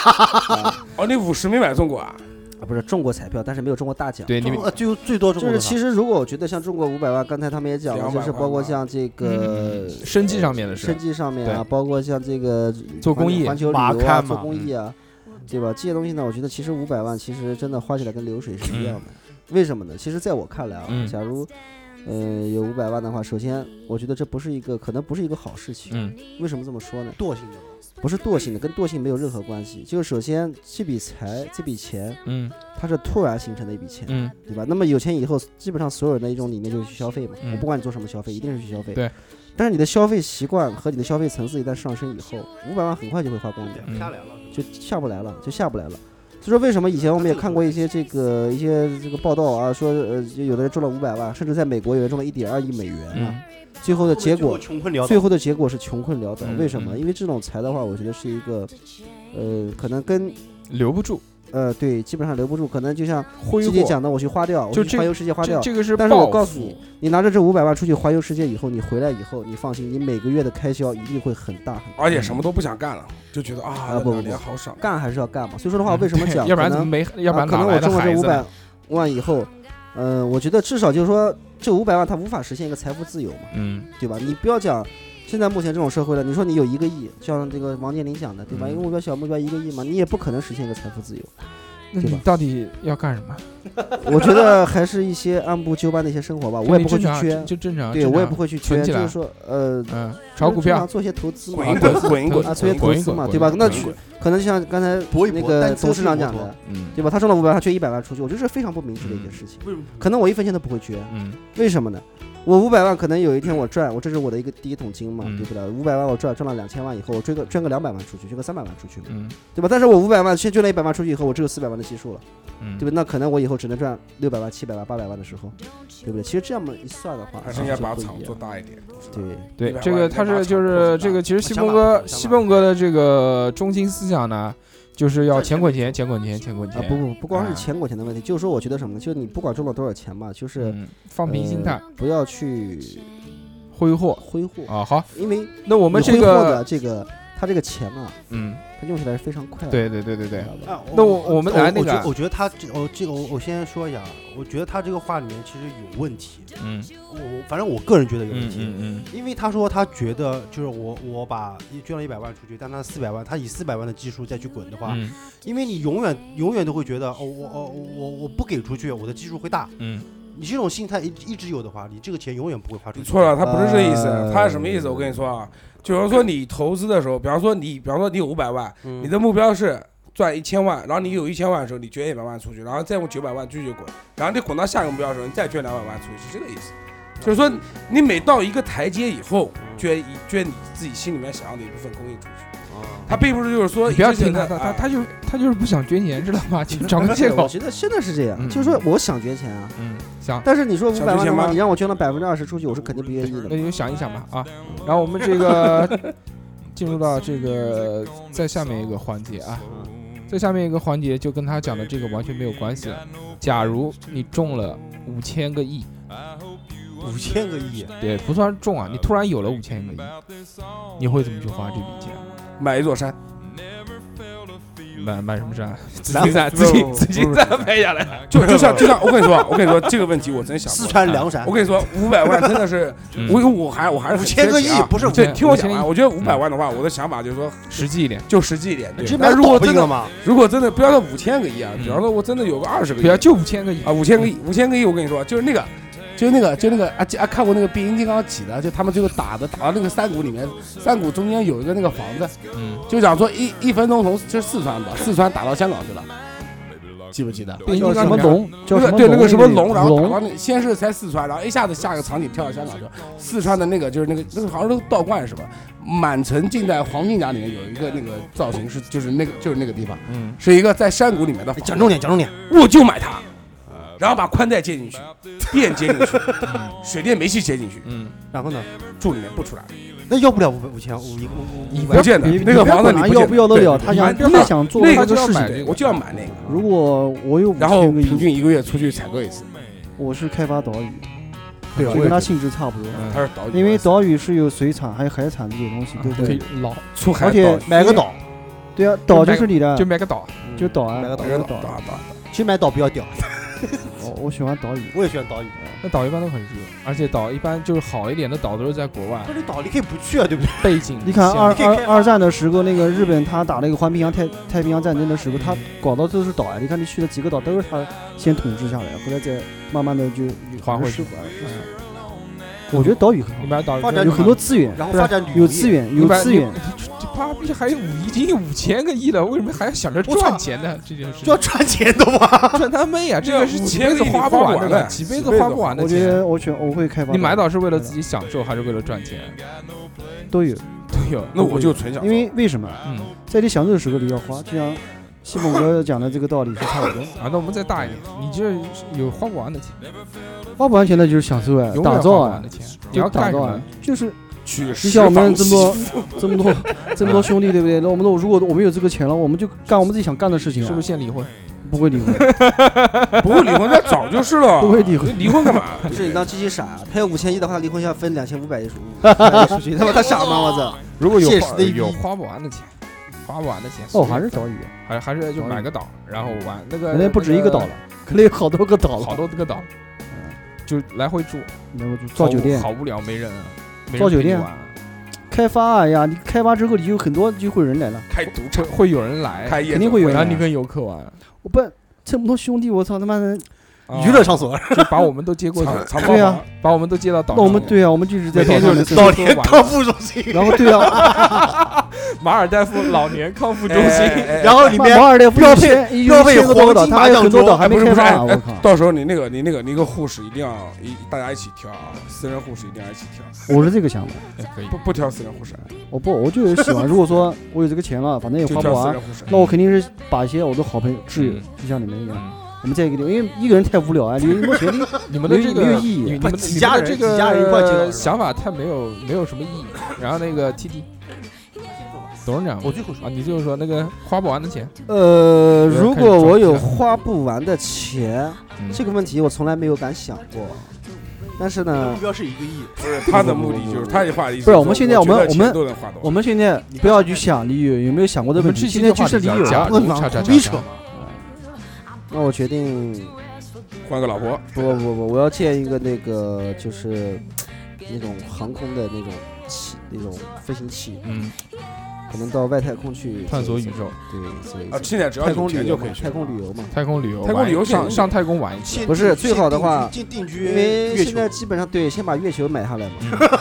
啊
哦，你五十没买中过啊？
啊不是中过彩票，但是没有中过大奖。
对你们
中呃最最多中
就
国
是
的
其实如果我觉得像中国五百万，刚才他们也讲了，
200
就是包括像这个
嗯生计上面的事
生，计上面啊，
对
包括像这个
做公益
环球旅
马
游啊，
看嘛
做公益啊，
嗯
对吧？这些东西呢，我觉得其实五百万其实真的花起来跟流水是一样的。为什么呢？其实在我看来啊，
嗯
假如呃有五百万的话，首先我觉得这不是一个可能不是一个好事情。
嗯
为什么这么说呢？
惰性的，
不是惰性的，跟惰性没有任何关系。就是首先这笔财这笔钱
嗯
它是突然形成的一笔钱，
嗯
对吧？那么有钱以后，基本上所有人的一种理念就是去消费嘛。
嗯
我不管你做什么消费，一定是去消费。
对。
但是你的消费习惯和你的消费层次一旦上升以后，五百万很快就会花光的，
嗯
下来了。
就下不来了，就下不来了。所以说，为什么以前我们也看过一些这个一些这个报道啊，说呃就有的人中了五百万，甚至在美国有人中了一点二亿美元啊，
嗯
最后的结
最后
果。
穷困潦
最
倒，
后的结果是穷困潦倒，
嗯
为什么？
嗯
因为这种财的话，我觉得是一个，呃，可能跟
留不住，
呃对，基本上留不住，可能就像
挥
之前
霍。
讲的，我去花掉，我
就
去
这
环游世界花
这
掉，
这个是
但是我
报
告
复
诉你，，你拿着这五百万出去环游世界以后，你回来以后，你放心，你每个月的开销一定会很大很大。
而且什么都不想干了，就觉得啊，
嗯啊不不
两年好爽。
干还是要干嘛？所以说的话，为什么
嗯对
讲？
要不然
可
怎么
能
没？要不然
啊可
哪
能
来
我
的
中了
孩
这五
子
百
呢？
万以后，呃，我觉得至少就是说，这五百万它无法实现一个财富自由嘛，
嗯
对吧？你不要讲。现在目前这种社会了，你说你有一个亿，像这个王健林讲的，对吧？
嗯
一个目标小目标一个亿嘛，你也不可能实现一个财富自由。
那
对
你
吧啊
到底要干什么？
我觉得还是一些按部就班的一些生活吧，我也不
就
会去
你正
缺
常，就正常。
对
正
我也
常
不会去缺，
存起
就
来
是说，呃，
嗯，炒股票，
做一些投资嘛
滚，一滚，滚一滚，
啊，做一些投
滚一
资
滚
嘛，
滚
对
一
吧？
滚
那
滚一滚
可能就像刚才
搏一
那
搏
个
单车
董事
是
长
摩
讲
托
的，
嗯
对吧？他
嗯
中了五百万，他缺一百万出去，我觉得这是非常不明智的一件事情。可能我一分钱都不会缺，
嗯
为什么呢？我五百万可能有一天我赚，我这是我的一个第一桶金嘛，
嗯
对不对？五百万我赚赚了两千万以后，我追个捐个两百万出去，捐个三百万出去嘛，
嗯
对吧？但是我五百万先捐了一百万出去以后，我只有四百万的基数了，
嗯，
对吧？那可能我以后只能赚六百万、七百万、八百万的时候，对不对？其实这样一算的话，啊
还是应该把
不一样
厂做大一点。
对。
100，
对这个
万
他
再拿
是就
厂铺
是
子
这
干
个，其实西
想
凤
法
哥
想
西
法
凤哥的这个中心思想呢，就是要钱滚钱，钱滚钱，钱滚
啊
钱，
不不不光
啊
是钱滚钱的问题，就是说我觉得什么呢？就是你不管挣了多少钱嘛，就是
嗯，放平心态
呃，不要去
挥霍
挥霍，
啊。好，
因为
那我
我
们这个，
这个他这个钱啊，
嗯，
他用起来是非常快的。
对对对对对
知，道
啊
吧，
那我我们来那
我觉
个啊
得我觉得他这我这个我我先说一下，啊，我觉得他这个话里面其实有问题，
嗯
我我反正我个人觉得有问
嗯
题，
嗯
因为他说他觉得就是我我把捐了一百万出去，但他四百万，他以四百万的基数再去滚的话，
嗯
因为你永远永远都会觉得哦我哦我我不给出去，我的基数会大，
嗯
你这种心态一一直有的话，你这个钱永远不会花出
你
去。
错了，啊他不是这意思，
呃
他是什么意
嗯
思？我跟你说啊，就是说你投资的时候，比方说你，比方说你有五百万，
嗯，
你的目标是赚一千万，然后你有一千万的时候，你捐一百万出去，然后再用九百万继续滚，然后你滚到下一个目标的时候，你再捐两百万出去，是这个意思。就是说，
嗯
你每到一个台阶以后，捐一捐你自己心里面想要的一部分供应出去。
哦
他并不是就是说
你不要
一直
听
觉
他，
得，
他他
哎
他就是他就是不想捐钱，知道吗？就找个借
我
口。
觉得真的是这样，
嗯
就是说我想捐钱啊，
嗯，想，
但是你说五
想
百
捐
万
钱
的
吗
话，你让我捐了百分之二十出去，我是肯定不愿意的
那
嘛。
你就想一想吧 啊。然后我们这 个进入到这个在下面一个环节啊，在下面一个环节就跟他讲的这个完全没有关系了。假如你中了五千个亿，
五千个亿，
对，不算中啊，你突然有了五千个亿，你会怎么去花这笔钱？
买一座 山，
买买什么山？自
然
己
后
攒，自己
不
自己
不
攒买下来。
就就像就像我跟你说啊，我跟你说这个问题我真想
四
过。
川凉山
我，跟你说，五百万真的是，我我还我还是
五千个亿
啊
不是
对
听我讲
五千
啊，
亿
我觉得五百万的话，我的想法就是说
实际一点，
就实际一点。对
这不
但
是
如果
倒
真
闭了
的，
吗？
如果真的不要说五千个亿啊，
嗯
比方说我真的有个二十个
不
亿
要就五千个亿
啊，五千个亿，五千个亿，我跟你说，就是那个。就是那个，就那个啊，啊，看过那个《变形金刚几的，就他们最后打的，打到那个山谷里面，山谷中间有一个那个房子，
嗯，
就讲说一一分钟从就是四川吧，四川打到香港去了，记不记得？
变
叫
形
什
什么
么
龙？叫
那
什
个
么
对那个什么
龙
龙，
那
然
个
后打
龙
到那先是才四川，然后一下子下个场景跳到香港去了。四川的那个就是那个那个好像是道观是吧？满城尽带黄金甲里面有一个那个造型是就是那个就是那个地方，
嗯，
是一个在山谷里面的房
哎讲
子
重点，讲重点。
我就买它，然后把宽带接进去，电接进去，水电煤气接进去，
嗯，
然后呢？
住里面不出来，
那要不了五五千五一个五
你
五
不
百
不，见得
你你
那个房子
不要管
你
他要不要得了？
对
他
对
想
对
他想做
那
他
个就
这个
要
事
买
情。
这个，我就要买那个，
如果我有五
然后
千个
平
亿，
均一个月出去采购一次，
我是开发岛屿，
对
啊
就跟他性质差不
嗯
多。
他是岛屿，
因为岛屿是有水产还有海产这些东西，对
嗯
不
可
对
以？老
出海
而且
岛
买个岛，
对啊，岛就是你的
嗯
就，买个岛，
就岛啊
买个，岛
买
买
个
个
岛岛
岛。
岛岛。
其实买岛比较屌，
我我喜欢岛屿，
我也喜欢岛屿。
那岛一般都很热，而且岛一般就是好一点的岛都是在国外
但，是岛你可以不去啊，对不对？
背景
你看
像
二
可以开
二
发
二战的时候，那个日本他打那个环平洋太太平洋战争的时候，他搞的都是岛啊。你看你去的几个岛都是他先统治下来，后来再慢慢的就
还回去。
去
哎
我觉得岛屿很好
你，买岛
发展
有很多资源，
然后
不是
发展旅游业
有资，源，有资源。
这妈逼还有五已经有五千个亿了，为什么还要想着
我操
赚钱呢？这件事
就要赚钱的嘛。
赚他妹呀！这个是
这
几辈子
5000个亿
不
花
完
不完
的，
的
几
几
辈子
辈子
花不完的
我觉
钱。
得我选我会开发。
你买岛是为
啊
了自己享受，还是为了赚钱？
都有，
都有。
那我就纯享受
因为为什么？
嗯
在你享受的时候你要花，就像西蒙哥讲的这个道理是差不多。
啊，那我们再大一点，你这有花不完的钱，
花不完钱的就是享受啊
永，远
打
花
造
不完
啊
的，钱。你
就
要
打
干什
造啊
么？，
就是
去
你像我们这么多 这么多这么多兄弟，对不对？那我们都如果我们有这个钱了，我们就干我们自己想干的事情啊，
是不是先离 婚？
不会离婚，
不会离婚，那早就是了。
不会离婚
离婚干 嘛？
不是你当机器傻啊，他要五千亿的话，离婚要分两千五百亿出去，出去，他 妈他傻吗？我操！
如果有
现
花呃
实的意义
有花不完的钱，花不完的钱。
哦，还是岛屿，
还还是就买个岛，然后玩那个。
可能不止一个岛了，可能有好多个岛
好
了，嗯
多个岛，就来回住，
那我就造酒店
好，无聊，没人啊，没人
造酒
陪你
店
玩
开发啊呀，你开发之后，你有很多就会有人来了，
开赌
会
场，
会有人来，
开夜
肯定会有
然
人
后
来
你。跟游客玩
我不这么多兄弟，我操他妈的，
啊
娱乐场所，
就把我们都接过去，
藏藏
对
呀
啊，
把我们都接到岛
那
上。
我们对啊，我们一直在
每天
岛上
就
面
是
做
到
老年康复中心，
然后对啊，
马尔代夫老年康复中心。
哎
然后里面
马尔代夫
标
一
配
千一
标配
千个多个岛，
黄金
它还有
麻
很
将
多
桌
岛还
哎
没
不是
开
不是，
发
哎
啊！我
哎
靠，
到时候你那个你那个你那个护士一定要一大家一起挑啊，私人护士一定要一起挑，
我是这个想法。
可以
不不挑私人护士，
我哦不，我就喜欢。如果说我有这个钱了，反正也
就
花不
啊
挑私
完
人，护士。
那我肯定是把一些我的好朋友、挚友
嗯，
就像你们一样，
嗯
我们在一个地方，因为一个人太无聊啊，你没 有权利。
你们的这个
没有意义
你你
不
们
几家人
你们的
几家人一块
这
去搞是
个
吧
想法太没有没有什么意义。然后那个 T T 董事长，
我最后说
啊，你就是说那个花不完的钱，
嗯
呃，
有人
如
开始
果
装
我有
逼了
花不完的钱，
嗯
这个问题我从来没有敢想过。但是呢
目，标是一个亿，
不是他的目的就是他的话的意思就是
不
是，
我们现在
我觉得
我们
钱
我们
都能花多少
我们现在不要去想理由，有没有想过这
我
个
们
问题？
这期
现
的
在
话
就
题
是
叫
理由
假
啊，
如
问
叉
房
叉
逼
叉
扯
叉，
那我决定
换个老婆，
不不不不，我要建一个那个就是那种航空的那种器，那种飞行器，
嗯，
可能到外太空去
探索宇宙，
对，所以
啊，现在只要
太
有
空
钱
旅
就
游
可以
嘛，
去
太空旅游嘛。
太空旅游玩一，
太空旅游
上
是
上太空玩一次，
先
不是
定
最好的话
先定居
因为
月
现
球
在基本上对，先把月球买下来嘛，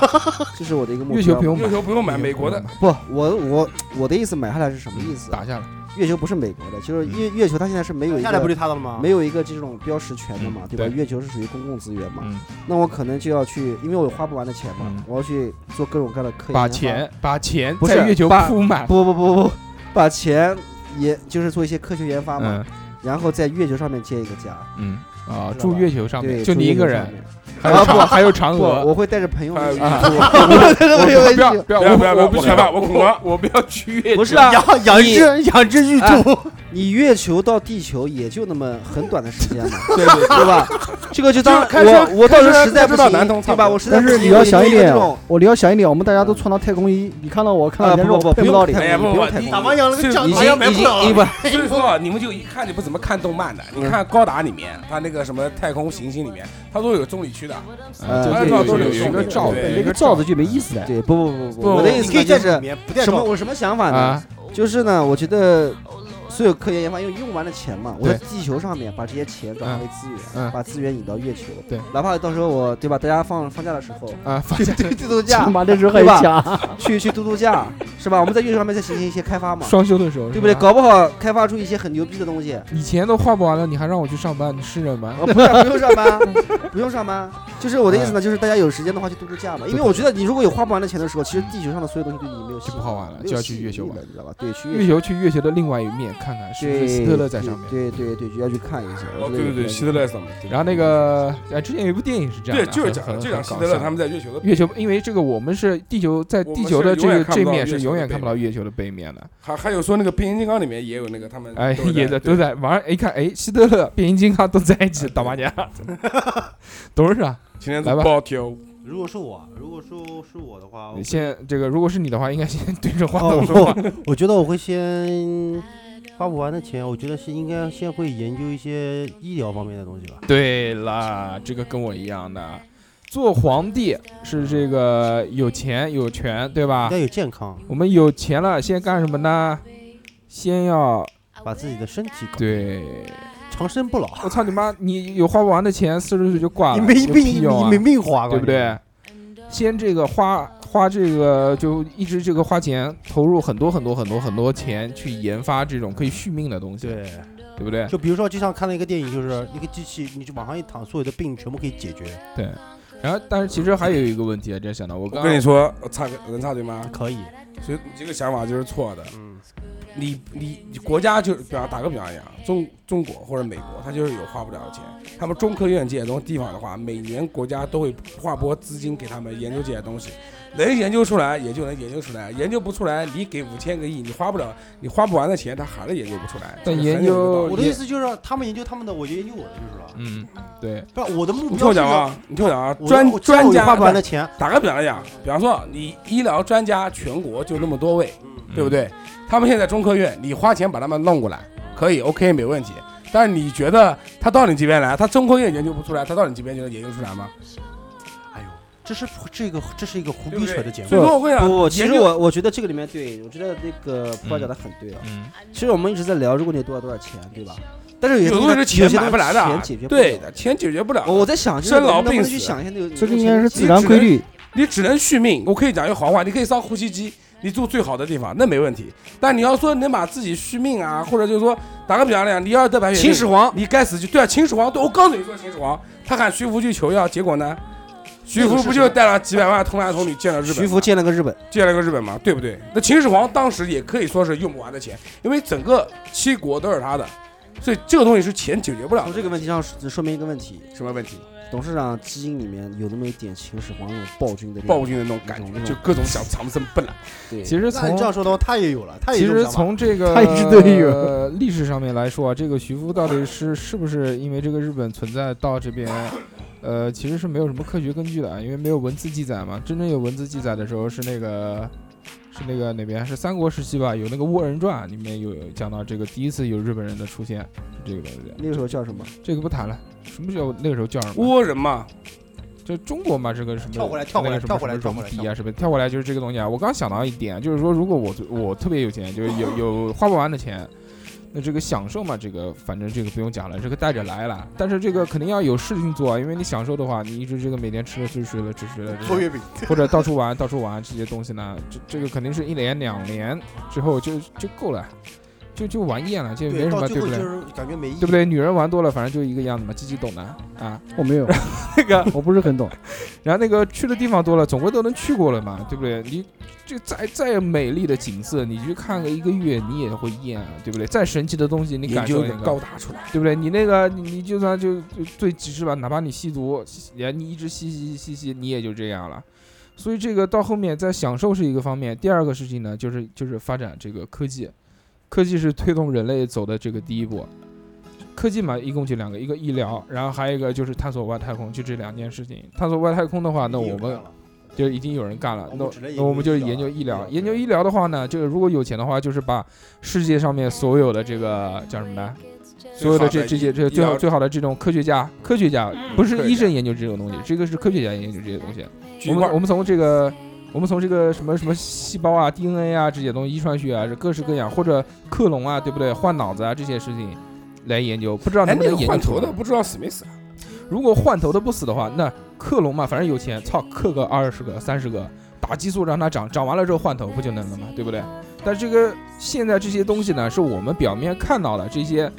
这是我的一个目
嗯
标。
月球不用买
月，球不用买美国的，
不，我我我的意思买下来是什么意思？啊
打下来，
月球不是美国的，就是
嗯
月月球它现在是没有一
下来不
个
就他的了吗？
没有一个这种标识权的嘛
嗯，
对吧？
对
月球是属于公共资源嘛，
嗯，
那我可能就要去，因为我有花不完的钱嘛
嗯，
我要去做各种各样的科研。
把，钱把钱
不
在
是
月球
把
铺满，
不不不不不，把钱也就是做一些科学研发嘛，
嗯
然后在月球上面建一个家，
嗯啊，
知道
住
吧
月球上面
对，
就你一个人
住月，球上面。
还有
啊
嫦
不
还有嫦
不，
娥，
我会带着朋友
还有
一
月
起。
球不要不要
不要不要我
不要
不
我害怕我恐慌
我不要去月球，
不是啊，
养养一只养一只玉
哎
兔，
你月球到地球也就那么很短的时间嘛，
对对
对吧？这个就当
就是开车
我我到时
开
候
车
实在不
开车到南通
行，
差不多
对吧？我实在
但
不
是
行
你要想一
我就
点
这种，
我你要想一点，我们大家都穿到太空衣，你看到我看到
啊
人家
不
我
不不
看
不
到
用
你
太，
哎呀，不
不
不
用
不，
太
你
恐
打麻将那
是
个
已
酱
经
麻将买不到
已经
了。
不
所以说啊你们就一看就不怎么看动漫的，你看高达里面，他那个什么太空行星里面，他都有中理区的，
啊
呃
就
按
是
照
有
都
有
有
有一个罩
罩
子
对
对
那个罩子就没意思了。
对，不不不不
不
不，我的意思
你可以
呢就
在这里
是
面不带
什么？
装
我什么想法呢
啊？，
就是呢，我觉得所有科研研发，因为用完了钱嘛，我在地球上面把这些钱转化为资
嗯
源，把资源引到月球，
对，
哪怕到时候我对吧，大家放放假的时 候
啊，发
去
现
去度度假
他，妈的人很
对吧
假，
去去度度假，是 吧？我们在月球上面再进行一些开发嘛，
双休的时候，
对不对？
是吧
搞不好开发出一些很牛逼的东西，
以前都画不完了，你还让我去上班，你是人吗？
啊，不 是啊不用上班，不用上班。就是我的意思
嗯
呢，就是大家有时间的话去度度假嘛。因为我觉得你如果有花不完的钱的时候，其实地球上的所有东西对你没有吸
就
引
不好玩了
没有
就要
吸
去
引
月球
力
玩
了你知道吧？对，去
月
球，
球去月球的另外一面看看，是不
对，
是希特勒在上面？
对对对，就要去看一下。
哦
我觉得
对对对，
有
希特勒什么？
然后那个，哎，之前有一部电影是这样
对，
的，
就是讲
很
的，
很
就讲
很
希
搞
特勒
笑
他们在月球的，
月球，因为这个我们是地球，在
我
地
们
球
是
的
永
这
远
个
看
这
不到
面
月
是
球
永
的
远
背
看不
面
到月球的背面的，
还还有说那个变形金刚里面也有那个他们，
哎，也
嗯在
在都在玩，一看，哎，希特勒、变形金刚都在一
嗯
起打麻将，啊董事长，
今天
来吧
包邮，
如果是我，如果说是我的话，我
先这个，如果是你的话，应该先 对着话筒说话，
哦我我觉得我会先花不完的钱，我觉得是应该先会研究一些医疗方面的东西吧。
对啦，这个跟我一样的，做皇帝是这个有钱有权，对吧
应该？有健康，
我们有钱了，先干什么呢？先要
把自己的身体搞
对，
长生不老。
我操你妈！你有花不完的钱，四十岁就挂了，
你没
有
病，
屁用
你
啊
没命花过，
对不对？先这个花花这个就一直这个花钱，投入很多很多很多很多钱去研发这种可以续命的东西，
对，
对不对？
就比如说，就像看了一个电影，就是一个机器，你就往上一躺，所有的病全部可以解决，
对。然后，但是其实还有一个问题啊，这想到我
我
刚
跟你说，我插个能插嘴吗？
可以。
所以你这个想法就是错的。
嗯，
你你你国家就是，比方打个比方讲，中中国或者美国，它就是有花不了的钱。他们中科院这些东地方的话，每年国家都会划拨资金给他们研究这些东西，能研究出来也就能研究出来，研究不出来，你给五千个亿，你花不了，你花不完的钱，他还是研究不出来。
但
这个很
研究
有道理
我的意思就是让他们研究他们的，我就研究我的，就是了。
嗯，对，
不是我的目
你
标。
听我讲，啊，你听我讲啊，
我
专
我知道
专
我
家
花不完的钱，
打个比方讲，比方说你医疗专家全国就那么多位，
嗯
对不对？他们现在中科院，你花钱把他们弄过来，可以，OK，没问题。但是你觉得他到你这边来，他中科院研究不出来，他到你这边就能研究出来吗？
哎呦，这是这个这是一个胡
对
逼
不
扯
对
的节目
所以。说我跟你
不
讲，
不，其
研
实
究
我我觉得这个里面对，我觉得那个普洱讲的很对啊。
嗯，
其实我们一直在聊，如果你有多少多少钱，对吧？但是有些
有
东
的
西
时候是
它有
钱
些东
买
西
不来的啊
钱解决，不了
对的，钱解决不了。
我我在想，就是
生老
我们能不
病
能去
死
想一下那个，
这个应该是自然
只
规
能
律。
你只能续命。我可以讲句好话，你可以上呼吸机，你住最好的地方，那没问题。但你要说能把自己续命啊，或者就是说，打个比方来讲，你要是得白血病，
秦始 皇
你该死就对啊，秦始皇，对我告诉你说秦始皇，他喊徐福去求药，结果呢，徐福不就带了几百万童男童女见了日本吗，
徐福建了个日本，
建了个日本嘛，对不对？那秦始皇当时也可以说是用不完的钱，因为整个七国都是他的，所以这个东西是钱解决不了
从
的。
这个问题上说明一个问题：
什么问题？
董事长基因里面有那么一点秦始皇那种暴君的力量
暴君的那种感
那
觉，
种
就各种想长生不老。
对，
其实
那你
从
这样说的话，他也有了，他也
其
有这
实
种想法
从这个
他一直都有
历史上面来说啊，这个徐福到底是是不是因为这个日本存在到这边，呃，其实是没有什么科学根据的啊，因为没有文字记载嘛。真正有文字记载的时候是那个。是那个哪边？啊是三国时期吧？有那个《倭人传》里面有讲到这个第一次有日本人的出现，是这个东西。
那个时候叫什么？
这个不谈了。什么叫那个时候叫什么？
倭人嘛，
就中国嘛，这个什么
跳过来跳过来
那个什
跳
么
过来
什
跳过
么
来
什么笔啊，什么跳过来就是这个东西啊。我刚想到一点，就是说如果我我特别 有钱，就是有有花不完的钱，那这个享受嘛，这个反正这个不用讲了，这个带着来了。但是这个肯定要有事情做啊，因为你享受的话，你一直这个每天吃了睡睡了吃睡了，
做月饼，
或者到处玩到处玩这些东西呢，这这个肯定是一年两年之后就就够了，就就玩厌了，这也没什
到
么
最
对
后
不
就
对？
是感觉没意义，
对不对？女人玩多了，反正就一个样子嘛，鸡鸡懂的啊。
我哦没有，
那个
我不是很懂。
然后那个去的地方多了，总归都能去过了嘛，对不对？你这再再美丽的景色，你去看个一个月，你也会厌，啊对不对？再神奇的东西，你
研
感
究
受
一
一
个
个，
高达出来。
对不对？你那个你你就算就就最极致吧，哪怕你吸毒，也你一直吸吸吸吸，你也就这样了。所以这个到后面在享受是一个方面，第二个事情呢，就是就是发展这个科技，科技是推动人类走的这个第一步。科技嘛，一共就两个，一个医疗，然后还有一个就是探索外太空，就这两件事情。探索外太空的话，那我们就已经有人干了。
我
那
们只能
那我们就是研
研
究
究
医
医
疗
疗，
研究医疗的话呢，就是如果有钱的话，就是把世界上面所有的这个叫什么呢？所有的这这些这最好最好的这种科学家，科学家不
科
是
学
医
家
生研究这种东西，这个是科学家研究这些东西。
菊
我
花
们我们从这个，我们从这个什么什么细胞啊、DNA 啊这些东西、遗传学啊，这各式各样，或者克隆啊，对不对？换脑子啊这些事情来研究，不知道
哎，
能不
那
能
个
研究
换
出
头
来
的不知道死没死啊？
如果换头的不死的话，那克隆嘛，反正有钱，操，克个二十个、三十个，打激素让它长，长完了之后换头不就能了嘛，对不对？但这个现在这些东西呢，是我们表面看到的这些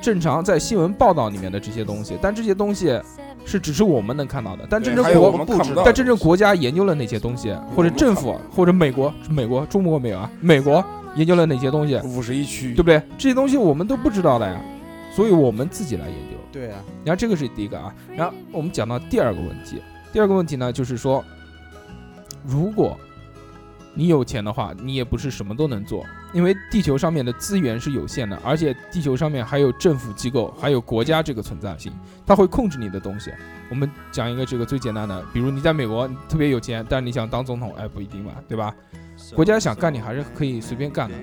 正常在新闻报道里面的这些东西，但这些东西是只是我们能看到的，但真
对
正
还有
国
我们看不到的
但真正国家研究了哪些东西，或者政府或者美国，美国中国没有啊，美国研究了哪些东西，
五十一区
对不对？这些东西我们都不知道的呀，所以我们自己来研究。
对啊，
然后这个是第一个啊，然后我们讲到第二个问题，第二个问题呢就是说，如果你有钱的话，你也不是什么都能做，因为地球上面的资源是有限的，而且地球上面还有政府机构，还有国家这个存在性，它会控制你的东西。我们讲一个这个最简单的，比如你在美国你特别有钱，但你想当总统，哎，不一定嘛，对吧？国家想干你还是可以随便干的。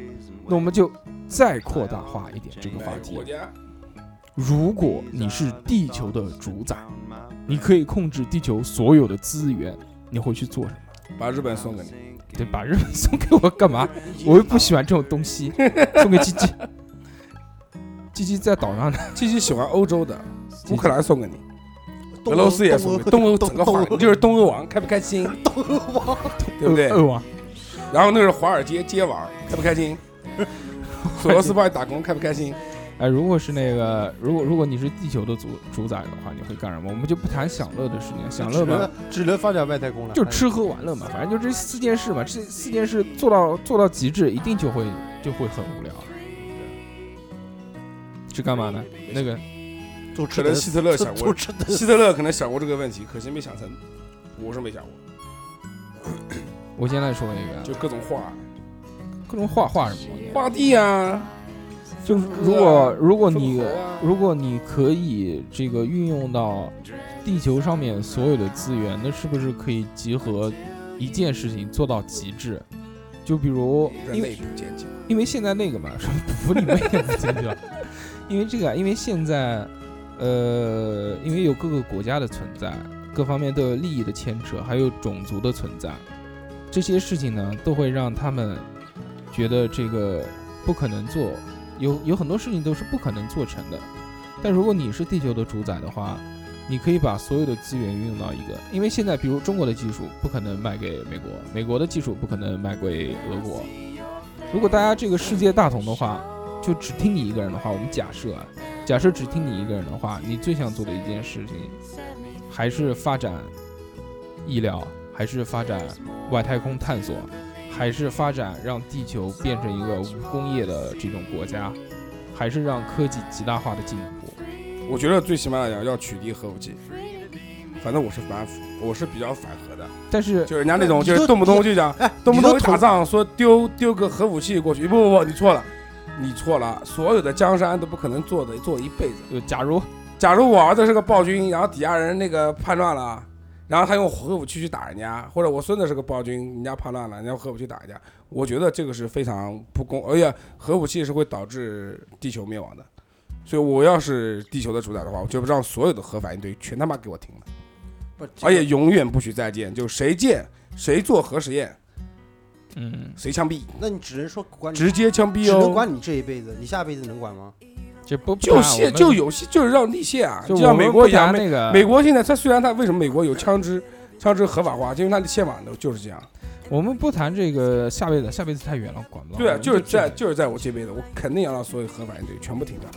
那我们就再扩大化一点这个话题
哎国，家
如果你是地球的主宰，你可以控制地球所有的资源，你会去做什么？
把日本送给你，
对，把日本送给我干嘛？我又不喜欢这种 东西，送给鸡鸡。鸡鸡在岛上呢，
继续喜欢欧洲的，
鸡
乌克兰送给你，
东
俄
欧
罗斯也送给你，东欧
东
整个
东
华
欧，
你就是东欧王，开不开 心？东欧王，对 不对？
嗯
呃哇
然后那是华尔街街王，开不开心？索罗斯帮你打工，开不开心？
哎，如果是那个，如果如果你是地球的主主宰的话，你会干什么？我们就不谈享乐的事情，享
只
乐嘛，
能只能发展外太空了，哎
就吃喝玩乐嘛，反正就这四件事嘛，这四件事做到做到极致，一定就会就会很无聊了。是干嘛呢？那个
就
可
吃
能
的
希特勒 想
就
过，
吃的
希特勒可能想过这个问题，可惜没想成。我是没想过，
我先来说一个啊，
就各种画，
各种画画什么的。
画地啊，
就是如果如果
烽
你
火啊
如果你可以这个运用到地球上面所有的资源，那是不是可以集合一件事情做到极致？就比如
人
因为
类不见解，
因为现在那个嘛， 什么普里妹不进去了，因为这个啊，因为现在，呃，因为有各个国家的存在，各方面都有利益的牵扯，还有种族的存在，这些事情呢，都会让他们觉得这个不可能做，有有很多事情都是不可能做成的。但如果你是地球的主宰的话，你可以把所有的资源运用到一个，因为现在比如中国的技术不可能卖给美国，美国的技术不可能卖给俄国。如果大家这个世界大同的话，就只听你一个人的话，我们假设啊，假设只听你一个人的话，你最想做的一件事情，还是发展医疗，还是发展外太空探索，还是发展让地球变成一个无工业的这种国家，还是让科技极大化的进步？
我觉得最起码来讲要取缔核武器，反正我是反，我是比较反核的，
但是
就人家那种
你
就是
就
动不动就讲，
哎，
动不动
你
一
说统
打仗说丢丢个核武器过去，不不不，你错了，你错了，所有的江山都不可能做的做一辈子。
呃，假如
假如我儿子是个暴君，然后底下人那个叛乱了，然后他用核武器去打人家，或者我孙子是个暴君，人家叛乱了，人家用核武器打人家，我觉得这个是非常不公，而且核武器是会导致地球灭亡的。所以我要是地球的主宰的话，我就让所有的核反应堆全他妈给我停了，
不
而且永远不哎许再见，就谁见谁做核实验，
嗯，
谁枪毙，
那你只能说管你，
直接枪毙
只能
哦。
管你这一辈子，你下辈子能管吗？
这不不
就
谈我
限
们
就有些就是让立宪啊，
嗯就我
像美
们不
国一样，
谈
美
那个
美国现在它虽然它为什么美国有枪支，枪支合法化，就因为它的宪法都就是这样。
我们不谈这个下辈子，下辈子太远了，管不了。
对啊，
我们
就是
这
在就是在我这辈子，我肯定要让所有合法应对全部停掉。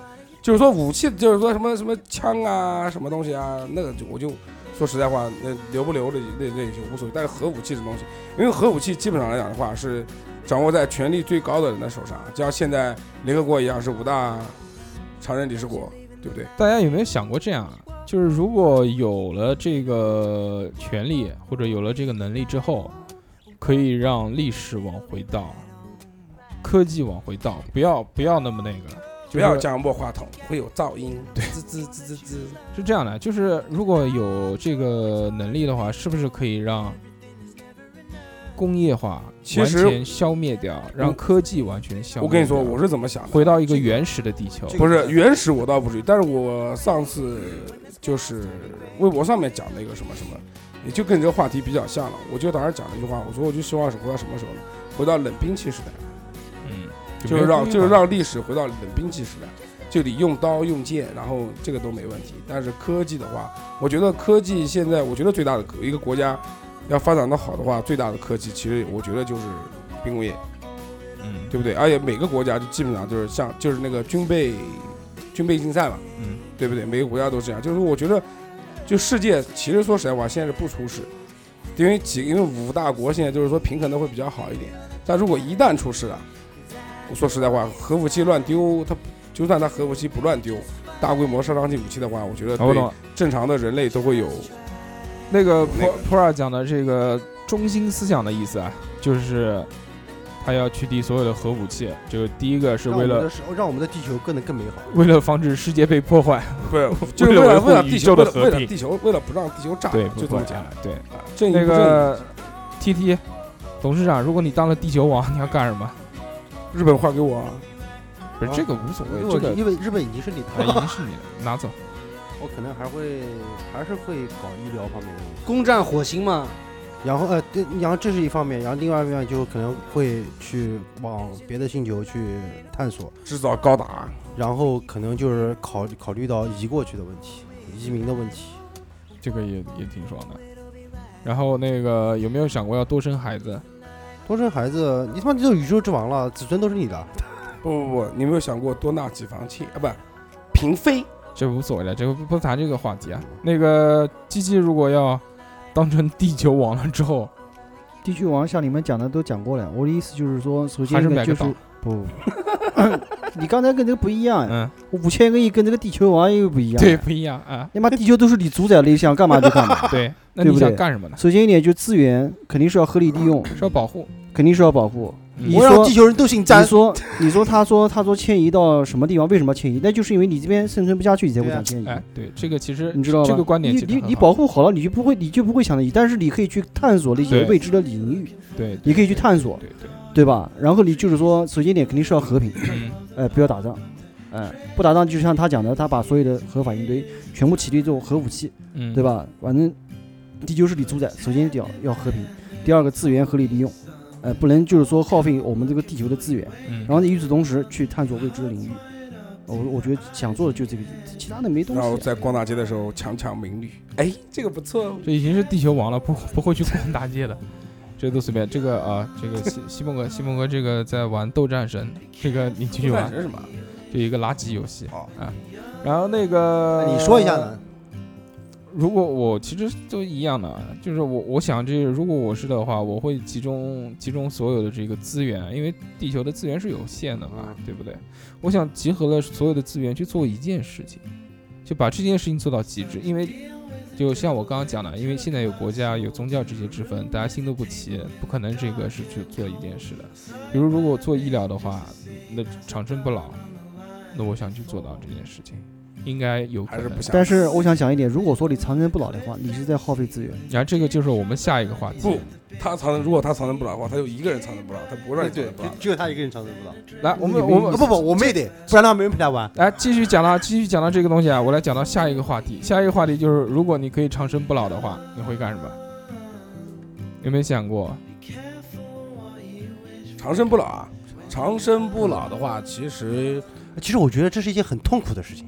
就是说武器，就是说什么什么枪啊，什么东西啊，那个就我就说实在话，那留不留的那那也就无所谓。但是核武器这东西，因为核武器基本上来讲的话是掌握在权力最高的人的手上，就像现在联合国一样是五大常任理事国，对不对？
大家有没有想过这样啊？就是如果有了这个权利或者有了这个能力之后，可以让历史往回倒，科技往回倒，不要不要那么那个，
不要讲握话筒，会有噪音。
滋滋滋滋滋，
是这样的，就是如果有这个能力的话，是不是可以让工业化
其
完
实
全消灭掉，让科技完全消灭
啊我跟你说，
掉
我是怎么想的？
回到一个原始的地球，
不是原始我倒不至于，但是我上次就是微博上面讲了一个什么什么，也就跟这个话题比较像了。我就当时讲了一句话，我说我就希望是回到什么时候呢？回到冷兵器时代，
嗯，
就
没
是
有
让
工业
就是
化
让历史回到冷兵器时代，就你用刀用剑，然后这个都没问题。但是科技的话，我觉得科技现在，我觉得最大的一个国家要发展的好的话，最大的科技其实我觉得就是兵工业。
嗯
对不对？而且每个国家就基本上就是像就是那个军备军备竞赛嘛，
嗯，
对不对？每个国家都这样。就是我觉得，就世界其实说实在话，现在是不出事，因为几因为五大国现在就是说平衡的会比较好一点。但如果一旦出事了，我说实在话，核武器乱丢，它就算它核武器不乱丢，大规模杀伤性武器的话，我觉得
啊我懂
对
了。
正常的人类都 会有
那个
那
普
个
普尔讲的这个中心思想的意思啊，就是他要取缔所有的核武器。这个第一个是
让
为
我们
了
的让我们的地球更得更美好。
为了防止世界被破坏，啊
不是，就是为
维
了
护
为了
宇
地
宙
球为
的
了
和
为了
平
地球为了不让地球炸，
对，
就这
破
么
坏
简单。。
对，
啊正义
那
不正义
个 T T 董事长，如果你当了地球王，你要干什么？
日本话给我啊，
不是
啊
这个无所谓，
因
这
为
个
因为日本已经是领头
哎已经是你的，拿走。
我可能还会还是会搞医疗方面的东西，攻占火星嘛。然后呃，对，然后这是一方面，然后另外一方面就可能会去往别的星球去探索，
制造高啊达，
然后可能就是考考虑到移过去的问题、移民的问题。
这个也也挺爽的。然后那个有没有想过要多生孩子？
多生孩子，你他妈就是宇宙之王了，子孙都是你的。
不不不，你有没有想过多纳几房妾啊？不，嫔妃。
这无所谓了，这个不不谈这个话题啊。那个鸡鸡如果要当成地球王了之后，
地区王像你们讲的都讲过了，我的意思就是说，首先
还
一
是买个
个就是
岛
不，不不你刚才跟这个不一样呀，
嗯，
五千个亿跟这个地球王又不一样。
对，，不一样 啊。
你妈地球都是你主宰了，你想干嘛就 干嘛。
对，那
对
你
不
想
对嗯
干什么呢？
首先一点就是资源肯定是要合理利用，
是要保护。
肯定是要保护。
嗯
你
我让
说
地球人都姓
你
詹。
说，你说，他说，他说迁移到什么地方？为什么要迁移？那就是因为你这边生存不下去，你才会
对啊
想迁移，
哎，对，这个其实
你知道吧？
这个观点
你
其实
你
很
你
好
保护好了，你就不会，你就不会想迁移，但是你可以去探索那些
对
未知的领域，
对，对
你可以去探索
对对，对
对吧？然后你就是说，首先一点肯定是要和平，
嗯
哎，不要打仗，哎，不打仗，就像他讲的，他把所有的核反应堆全部起立这种核武器，
嗯，
对？吧？反正地球治理主宰，首先要要和平，第二个资源合理利用，呃，不能就是说耗费我们这个地球的资源，
嗯
然后与此同时去探索未知的领域。我我觉得想做的就这个，其他的没东
然后
西。啊
在逛大街的时候强抢民女，哎，这个不错哦。
这已经是地球王了，不不会去逛大街的，这都随便。这个啊，这个西西蒙哥，西蒙哥这个在玩斗战神，这个你继续
这
玩，
是什么？
这一个垃圾游戏
哦
啊。然后那个
你说一下呢？
如果我其实都一样的，啊就是我我想这如果我是的话，我会集中集中所有的这个资源，因为地球的资源是有限的嘛，对不对？我想集合了所有的资源去做一件事情，就把这件事情做到极致，因为。就像我刚刚讲的，因为现在有国家有宗教这些之分，大家心都不齐，不可能这个是去做一件事的。比如，如果做医疗的话，那长生不老，那我想去做到这件事情，应该有可
还是
能。
不想？
但是我想讲一点，如果说你长生不老的话，你是在耗费资源。
然后这个就是我们下一个话题。
不，他藏，如果他藏生不老的话，他就一个人藏生不老，他不会让你藏
对
生不老。，
只有他一个人长生不老。
来，我们我
啊
们
不不，我们也得，不然的话没人陪他玩。
来继续讲到继续讲到这个东西啊，我来讲到下一个话题。下一个话题就是，如果你可以长生不老的话，你会干什么？有没有想过？
长生不老啊，长生不老的话，其实，
其实我觉得这是一件很痛苦的事情。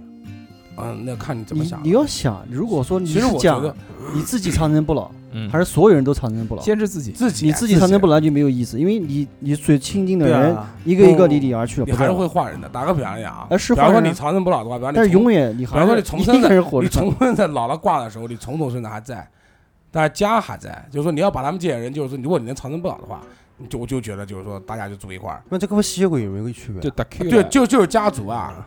嗯，那看你怎么
你
想
你。要想，如果说你
其实
是
我觉
讲
得嗯
你自己长生不老，
嗯
还是所有人都长生不老，
限制自己。
自己啊
你自己长生不老就没有意思，因为你你最亲近的人
啊，
一个一个
不
离你而去了，
你
不
还是
在了
会换人的。打个比方讲啊，
哎是
比方
换
说
人
你
啊
长生不老的话，比方你
但是
从
永远你还
比方说
是
你重
一
生的
个人活
你
着，
重孙在老了挂的时候，你重重孙子还在，但是家还在，就是说你要把他们这些人，就是说如果你能长生不老的话，你就我就觉得就是说大家就住一块儿，
那这跟吸血鬼有没有区别？啊
就打 Q 啊
对，
了
就就是家族啊，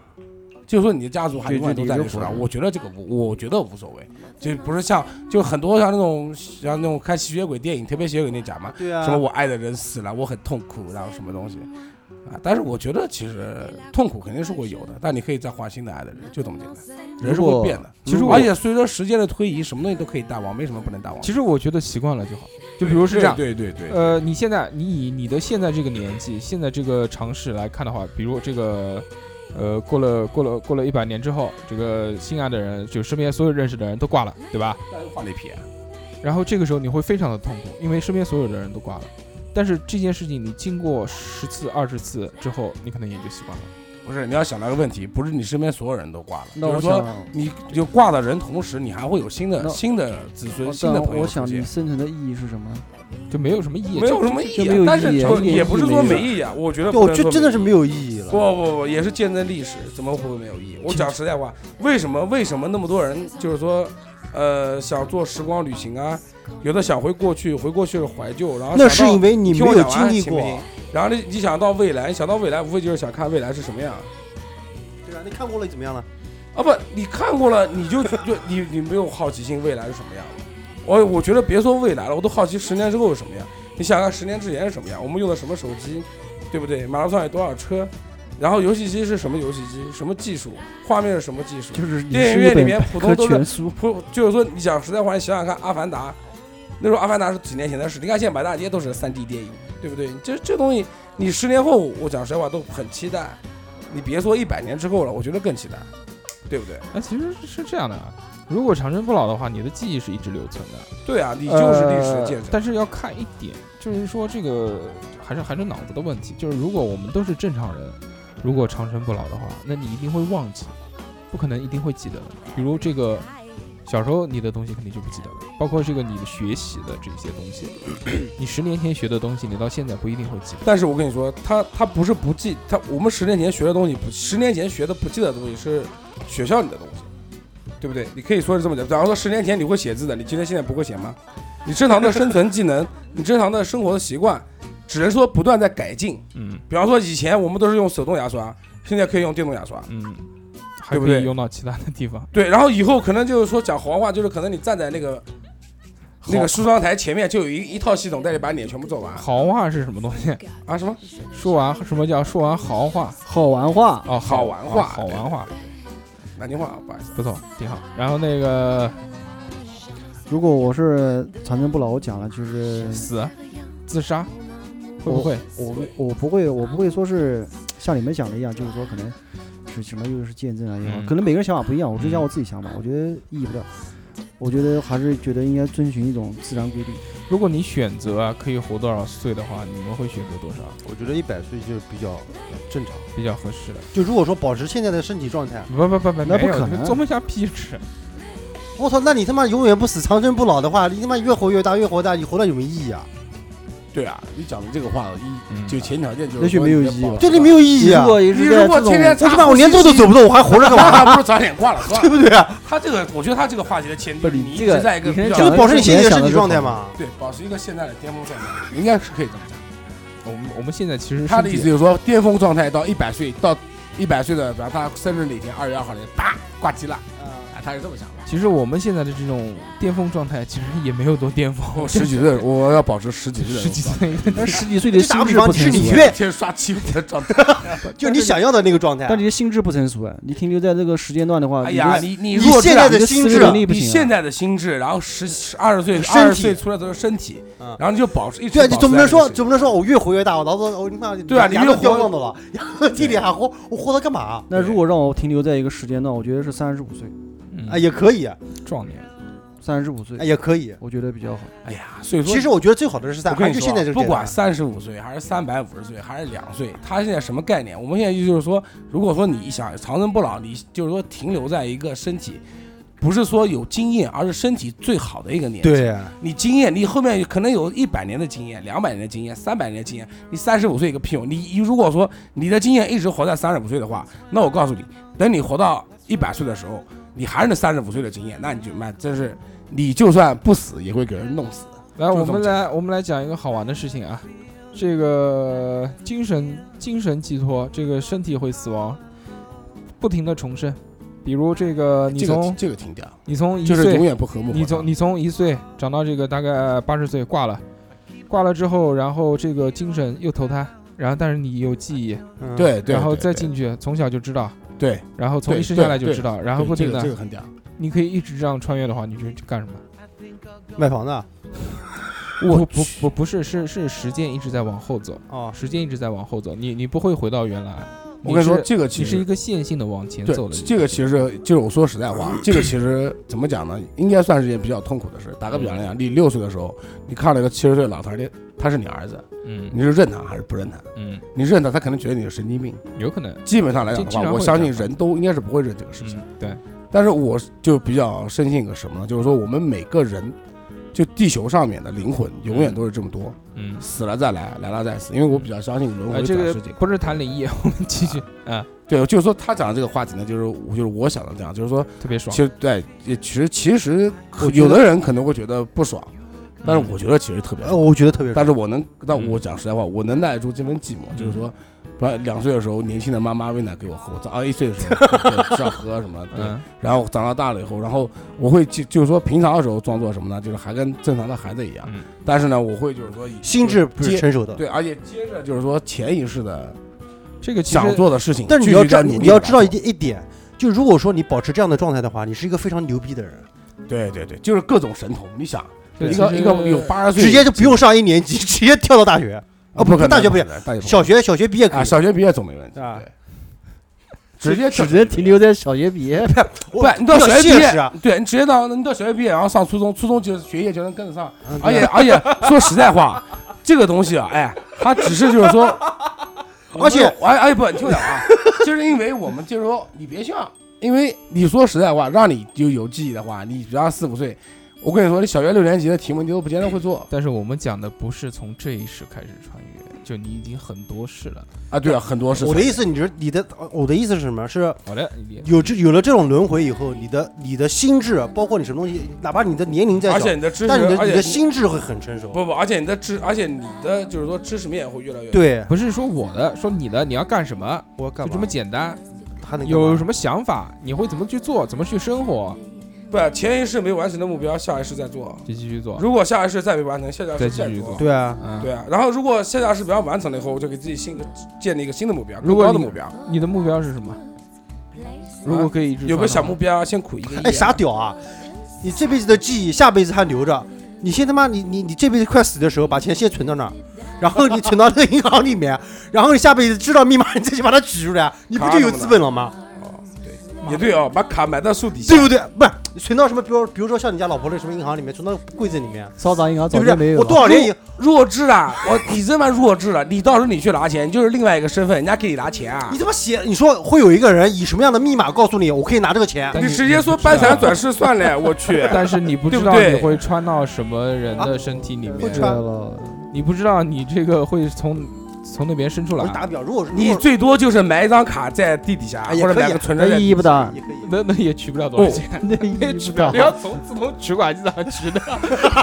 就是说你的家族还
对
永远
就
都
你
在
就
你手
活
上，
着
我觉得这个无，我觉得无所谓，就不是像就很多像那种像那种看吸血鬼电影，特别吸血鬼那讲嘛，
对啊
什么我爱的人死了，我很痛苦，然后什么东西。啊，但是我觉得其实痛苦肯定是会有的，但你可以再换新的爱的人，就这么简单。人是
如
会
果
变的，
其实我
而且随着时间的推移，什么东西都可以淡忘，没什么不能淡忘。
其
实
实我觉得习惯了就好。就比如是这样，
对对对，
呃，你现在你以你的现在这个年纪，现在这个尝试来看的话，比如这个，呃，过了过了过了一百年之后，这个心爱的人，就身边所有认识的人都挂了，对吧？
那就换了一批。
然后这个时候你会非常的痛苦，因为身边所有的人都挂了。但是这件事情你经过十次、二十次之后，你可能也就习惯了。
不是，你要想到一个问题，不是你身边所有人都挂了，
那
就
我
是说
想。
你就挂的人，同时你还会有新的
那
新的子孙、
哦
新的
但
朋
我
友
想
出
你
现，
生存的意义是什么？
就没有什么意义。
没有
就
什么意
就
义
没
啊
有。
但
意
是
义啊
就
一
也
点意义
不是
没
说
有
没意义啊，我觉得
对
不
我
能
觉
说
得真的是
没
没有意义
意义。
了。
不不不，也是见证历史，怎么会没有 意义？我讲实在话，为什么为什么那么多人就是说，呃，想做时光旅行啊，有的想回过去，回过去了怀旧，然后
那是
想到
因为你
听
没
我
有
讲完
经历
行不行
过。
然后你你想到未来，想到未来，无非就是想看未来是什么样
对啊，你看过了怎么样了？
啊？不，你看过了，你就就你你没有好奇心，未来是什么样的？我我觉得别说未来了，我都好奇十年之后是什么样。你想看十年之前是什么样？我们用的什么手机，对不对？马拉松有多少车？然后游戏机是什么游戏机？什么技术？画面是什么技术？
就是你
电影
是
院
一
里面
本
普通
百科
都是
全书，
不，就是说你讲实在话，你想想看，《阿凡达》，那时候《阿凡达》是几年前的事，你看现在满大街都是3 D 电影，对不对？这这东西，你十年后，我讲实在话都很期待，你别说一百年之后了，我觉得更期待，对不对？
啊，其实是这样的啊。如果长生不老的话，你的记忆是一直留存的，
对啊，你就是历史的
呃
见证。
但是要看一点，就是说这个还是还是脑子的问题。就是如果我们都是正常人，如果长生不老的话，那你一定会忘记，不可能一定会记得的。比如这个小时候你的东西肯定就不记得了，包括这个你的学习的这些东 西，你十年前学的东西，你到现在不一定会记得。
但是我跟你说，他他不是不记，他我们十年前学的东西，不，十年前学的不记得的东西是学校里的东西，对不对？你可以说是这么讲。假如说十年前你会写字的，你今天现在不会写吗？你正常的生存技能，你正常的生活的习惯，只能说不断在改进。
嗯
比方说以前我们都是用手动牙刷，现在可以用电动牙刷。
嗯，还
对不
可以
对
用到其他的地方。
对，然后以后可能就是说讲黄话，就是可能你站在那个那个梳妆台前面，就有一一套系统带你把脸全部做完
行话是什么东西？
啊？什么？
说完什么叫说完行话？
好玩话。
哦，
好玩话
哦好玩话，
南京话，不好意思。
不错，挺好。然后那个
如果我是长生不老，我讲了就是
死、自杀，会不会？
我我不会，我不会说是像你们讲的一样，就是说可能是什么又是见证啊也好，
嗯
可能每个人想法不一样。我只
嗯
讲我自己想法，我觉得意义不大。我觉得还是觉得应该遵循一种自然规律。
如果你选择啊，可以活多少岁的话，你们会选择多少
我觉得一百岁就是比较正常。
比较合适的？
就如果说保持现在的身体状态，
不不不不，没
那不
有
可
你们
能
装不下屁吃。
我操，那你他妈永远不死、长生不老的话，你他妈越活越大，越活大，你活到有没有意义啊？
对啊，你讲的这个话，一
嗯，
就前条件就是
也许
说
没有
你的
意义
保
了
对你没有意义啊！
也
你如果天天
我他妈我连动都走不动，我还活着干
那 还
嘛？
不如早点挂了算
对
了。
不对啊？
他这个，我觉得他这个话题的前提，
不是
你一
这个
直在一个
你先
比较
就
讲
是
的
保持你
是
现在的
想
身
的
体
是
状
好
态
的
嘛。
对保持一个现在的巅峰状态，应该是可以这么讲。
我们我们现在其实
他
身
的
体
意思就是说，巅峰状态到一百岁，到一百岁的，比方他生日哪天，二月二号那天，啪挂机了，啊，他是这么想的。
其实我们现在的这种巅峰状态，其实也没有多巅峰，
我哦十几岁，我要保持十几岁的
十几岁，
但十几岁的
就打个
心
比
智
方，
不
你去
成
你去
熟啊，
每天刷七五的状态。
就你想要的那个状态啊。
但你的心智不成熟啊，你停留在这个时间段的话，
哎
你
呀，
这
你你
你
弱智
现
啊
在
你
的
这
心
思维
智啊
能力不
你
行啊，
现在的心智，然后十十二十岁
身体
二十岁出来之后身体
嗯，
然后你就保持一直
对啊，你
保持
总不能
在
说
这个
总不能说我越活越大，我老子我你妈
对啊你
牙
越
都掉
活
光头了，然后地里还活，我活它干嘛
那如果让我停留在一个时间段，我觉得是三十五岁，
嗯
啊？
哎
也可以，啊，
壮年，
三十五岁，
也可以。
我觉得比较好。
哎呀，所以说
其实我觉得最好的是三，
我跟
还
你
是
说啊，
现在这个
不
阶段
管三十五岁还是三百五十岁还是两岁，他现在什么概念？我们现在就是说，如果说你想长生不老，你就是说停留在一个身体，不是说有经验，而是身体最好的一个年纪。，
对啊，
你经验，你后面可能有一百年的经验、两百年的经验、三百年的经验，你三十五岁一个屁用！你你如果说你的经验一直活在三十五岁的话，那我告诉你，等你活到一百岁的时候，你还是那三十五岁的经验，那你就妈真是，你就算不死也会给人弄死。
来，
就
我
这
们
么讲
来，我们来讲一个好玩的事情啊，这个精神精神寄托，这个身体会死亡，不停的重生，比如这个你
这个
从
这个挺屌。
你从一
就是永
岁，
远不和睦。
你从你从一岁长到这个大概八十岁挂了，挂了之后，然后这个精神又投胎，然后但是你有记忆，
嗯，
对对，
然后
对对
再进去，从小就知道，
对，
然后从
对
一生
对
下来就
对
知道，
对
然后不
这
停
个
的
这，个很屌。
你可以一直这样穿越的话，你就去干什么？
买房子啊
不不不不是是是时间一直在往后走，
哦，
时间一直在往后走，你你不会回到原来。
我跟你说，
是
这个其
你是一
实
个线性的往前
对
走的人。
这个其实就是我说实在 话，这个其实怎么讲呢？应该算是一件比较痛苦的事。打个比方来讲，你六岁的时候，你看了一个七十岁的老头儿，你他是你儿子，
嗯
你是认他还是不认他？
嗯，
你认他，他可能觉得你是神经病。
有可能。
基本上来讲的
经
话，
常会
我相信
这样
人都应该是不会认这个事情。
嗯，对，
但是我就比较深信一个什么呢？就是说我们每个人，就地球上面的灵魂永远都是这么多，
嗯，
死了再来，来了再死。因为我比较相信轮
呃，
回
这
转
个
世这个。
不是谈灵异， 我们继续啊，
对，就是说他讲的这个话题呢，就是我就是我想的这样，就是说，
特别爽
其。实对，也其实其实
我觉
有
得
的人可能会觉得不爽，但是
嗯
我觉得其实特别
呃，
爽。
我觉得特别
但是我能，但我
嗯
讲实在话，我能耐住这份寂
嗯
寞，就是说，不然两岁的时候，年轻的妈妈喂奶给我喝，我长到一岁的时候对吃要喝什么， 对，
嗯
然后长到大了以后，然后我会就就是说平常的时候装作什么呢？就是还跟正常的孩子一样，
嗯
但是呢，我会就是说以
心智不是
接
成熟的。
对，而且接着就是说潜意识的
这个其实
想做的事情，
但是
继
你要
续
知道，
在努力
你要
地
知道
把它
一点一点，就如果说你保持这样的状态的话，你是一个非常牛逼的人，
对对对，就是各种神童。你想，
对
一个
其实
一个有八十岁，
直接就不用上一年级， 直接跳到大学，
啊，
不
可能
大学不行
可能大学不
小学小学毕业
行
可
啊，
以。
小学毕业总没问题
啊
对直接
只能停留在小学毕
啊
业，
不
我，
你到
比
小
较
学毕
现
业
实啊，
对你直接到你到小学毕业，然后上初中，初中就是学业就能跟得上，
啊
嗯
而且而且说实在话，这个东西啊，哎，它只是就是说，
而且
我哎哎不，你听我讲啊，就是因为我们就是说你别像，因为你说实在话，让你就有记忆的话，你比方四五岁，我跟你说，你小学六年级的题目你都不见得会做
但是我们讲的不是从这一世开始穿越，就你已经很多世了。
啊，对啊，很多事情
我的意思，你是你的，我的意思是什么？是
好的，你
有这有了这种轮回以后，你的你的心智，包括你什么东西，哪怕你的年龄再
而
小
且，你的知识，
但你的
而
你
且
的心智会很成熟。
不不，而且你的知，而且你的就是说知识面会越来越
对，
不是说我的，说你的，你要干什么，
我干
就
嘛？
这么简单。
他能干嘛
有什么想法，你会怎么去做，怎么去生活，
不前一世没完成的目标，下一世再做。
就继续做。
如果下一世再没完成，下下
再
世
继
再
续
做。
做
对啊，
嗯，
对啊，然后如果下下世比较完成了以后，我就给自己新的建立一个新的目标，
如果
更高的
你啊
目标。
你的目标是什么？如果可以一直
有个
穿的
小
话
目标，先苦一个亿啊。
哎，傻屌啊！你这辈子的记忆，下辈子还留着。你先他妈，你你你这辈子快死的时候，把钱先存到那儿，然后你存到那个银行里面，然后你下辈子知道密码，你再去把它取出来，你不就有资本了吗？
哦？对，也对哦，把卡埋到树底下
对。不对？不是，存到什么，比如比如说像你家老婆的什么银行里面，存到柜子里面，
骚杂银行
对
早
不
就没
对？
有
我
了。
多少年以
弱智啊！我你这么弱智了，你到时候你去拿钱，你就是另外一个身份，人家给你拿钱啊
你。他妈写，你说会有一个人以什么样的密码告诉你，我可以拿这个钱？
但
你
是
直接说
不知道
搬财转世算了，我去。
但是你不
对
知
不
道
对
你会穿到什么人的身体里
不
面
知，道了，
你不知道你这个会从从那边伸出
我
来，
打个比方，如果是
你最多就是买一张卡在地底下，
哎也
或者
可以
买个存折
那
在
意义不大，
也可以，
那那也取不了多少钱，
那意义不大
你。 要从自动取款机上取的。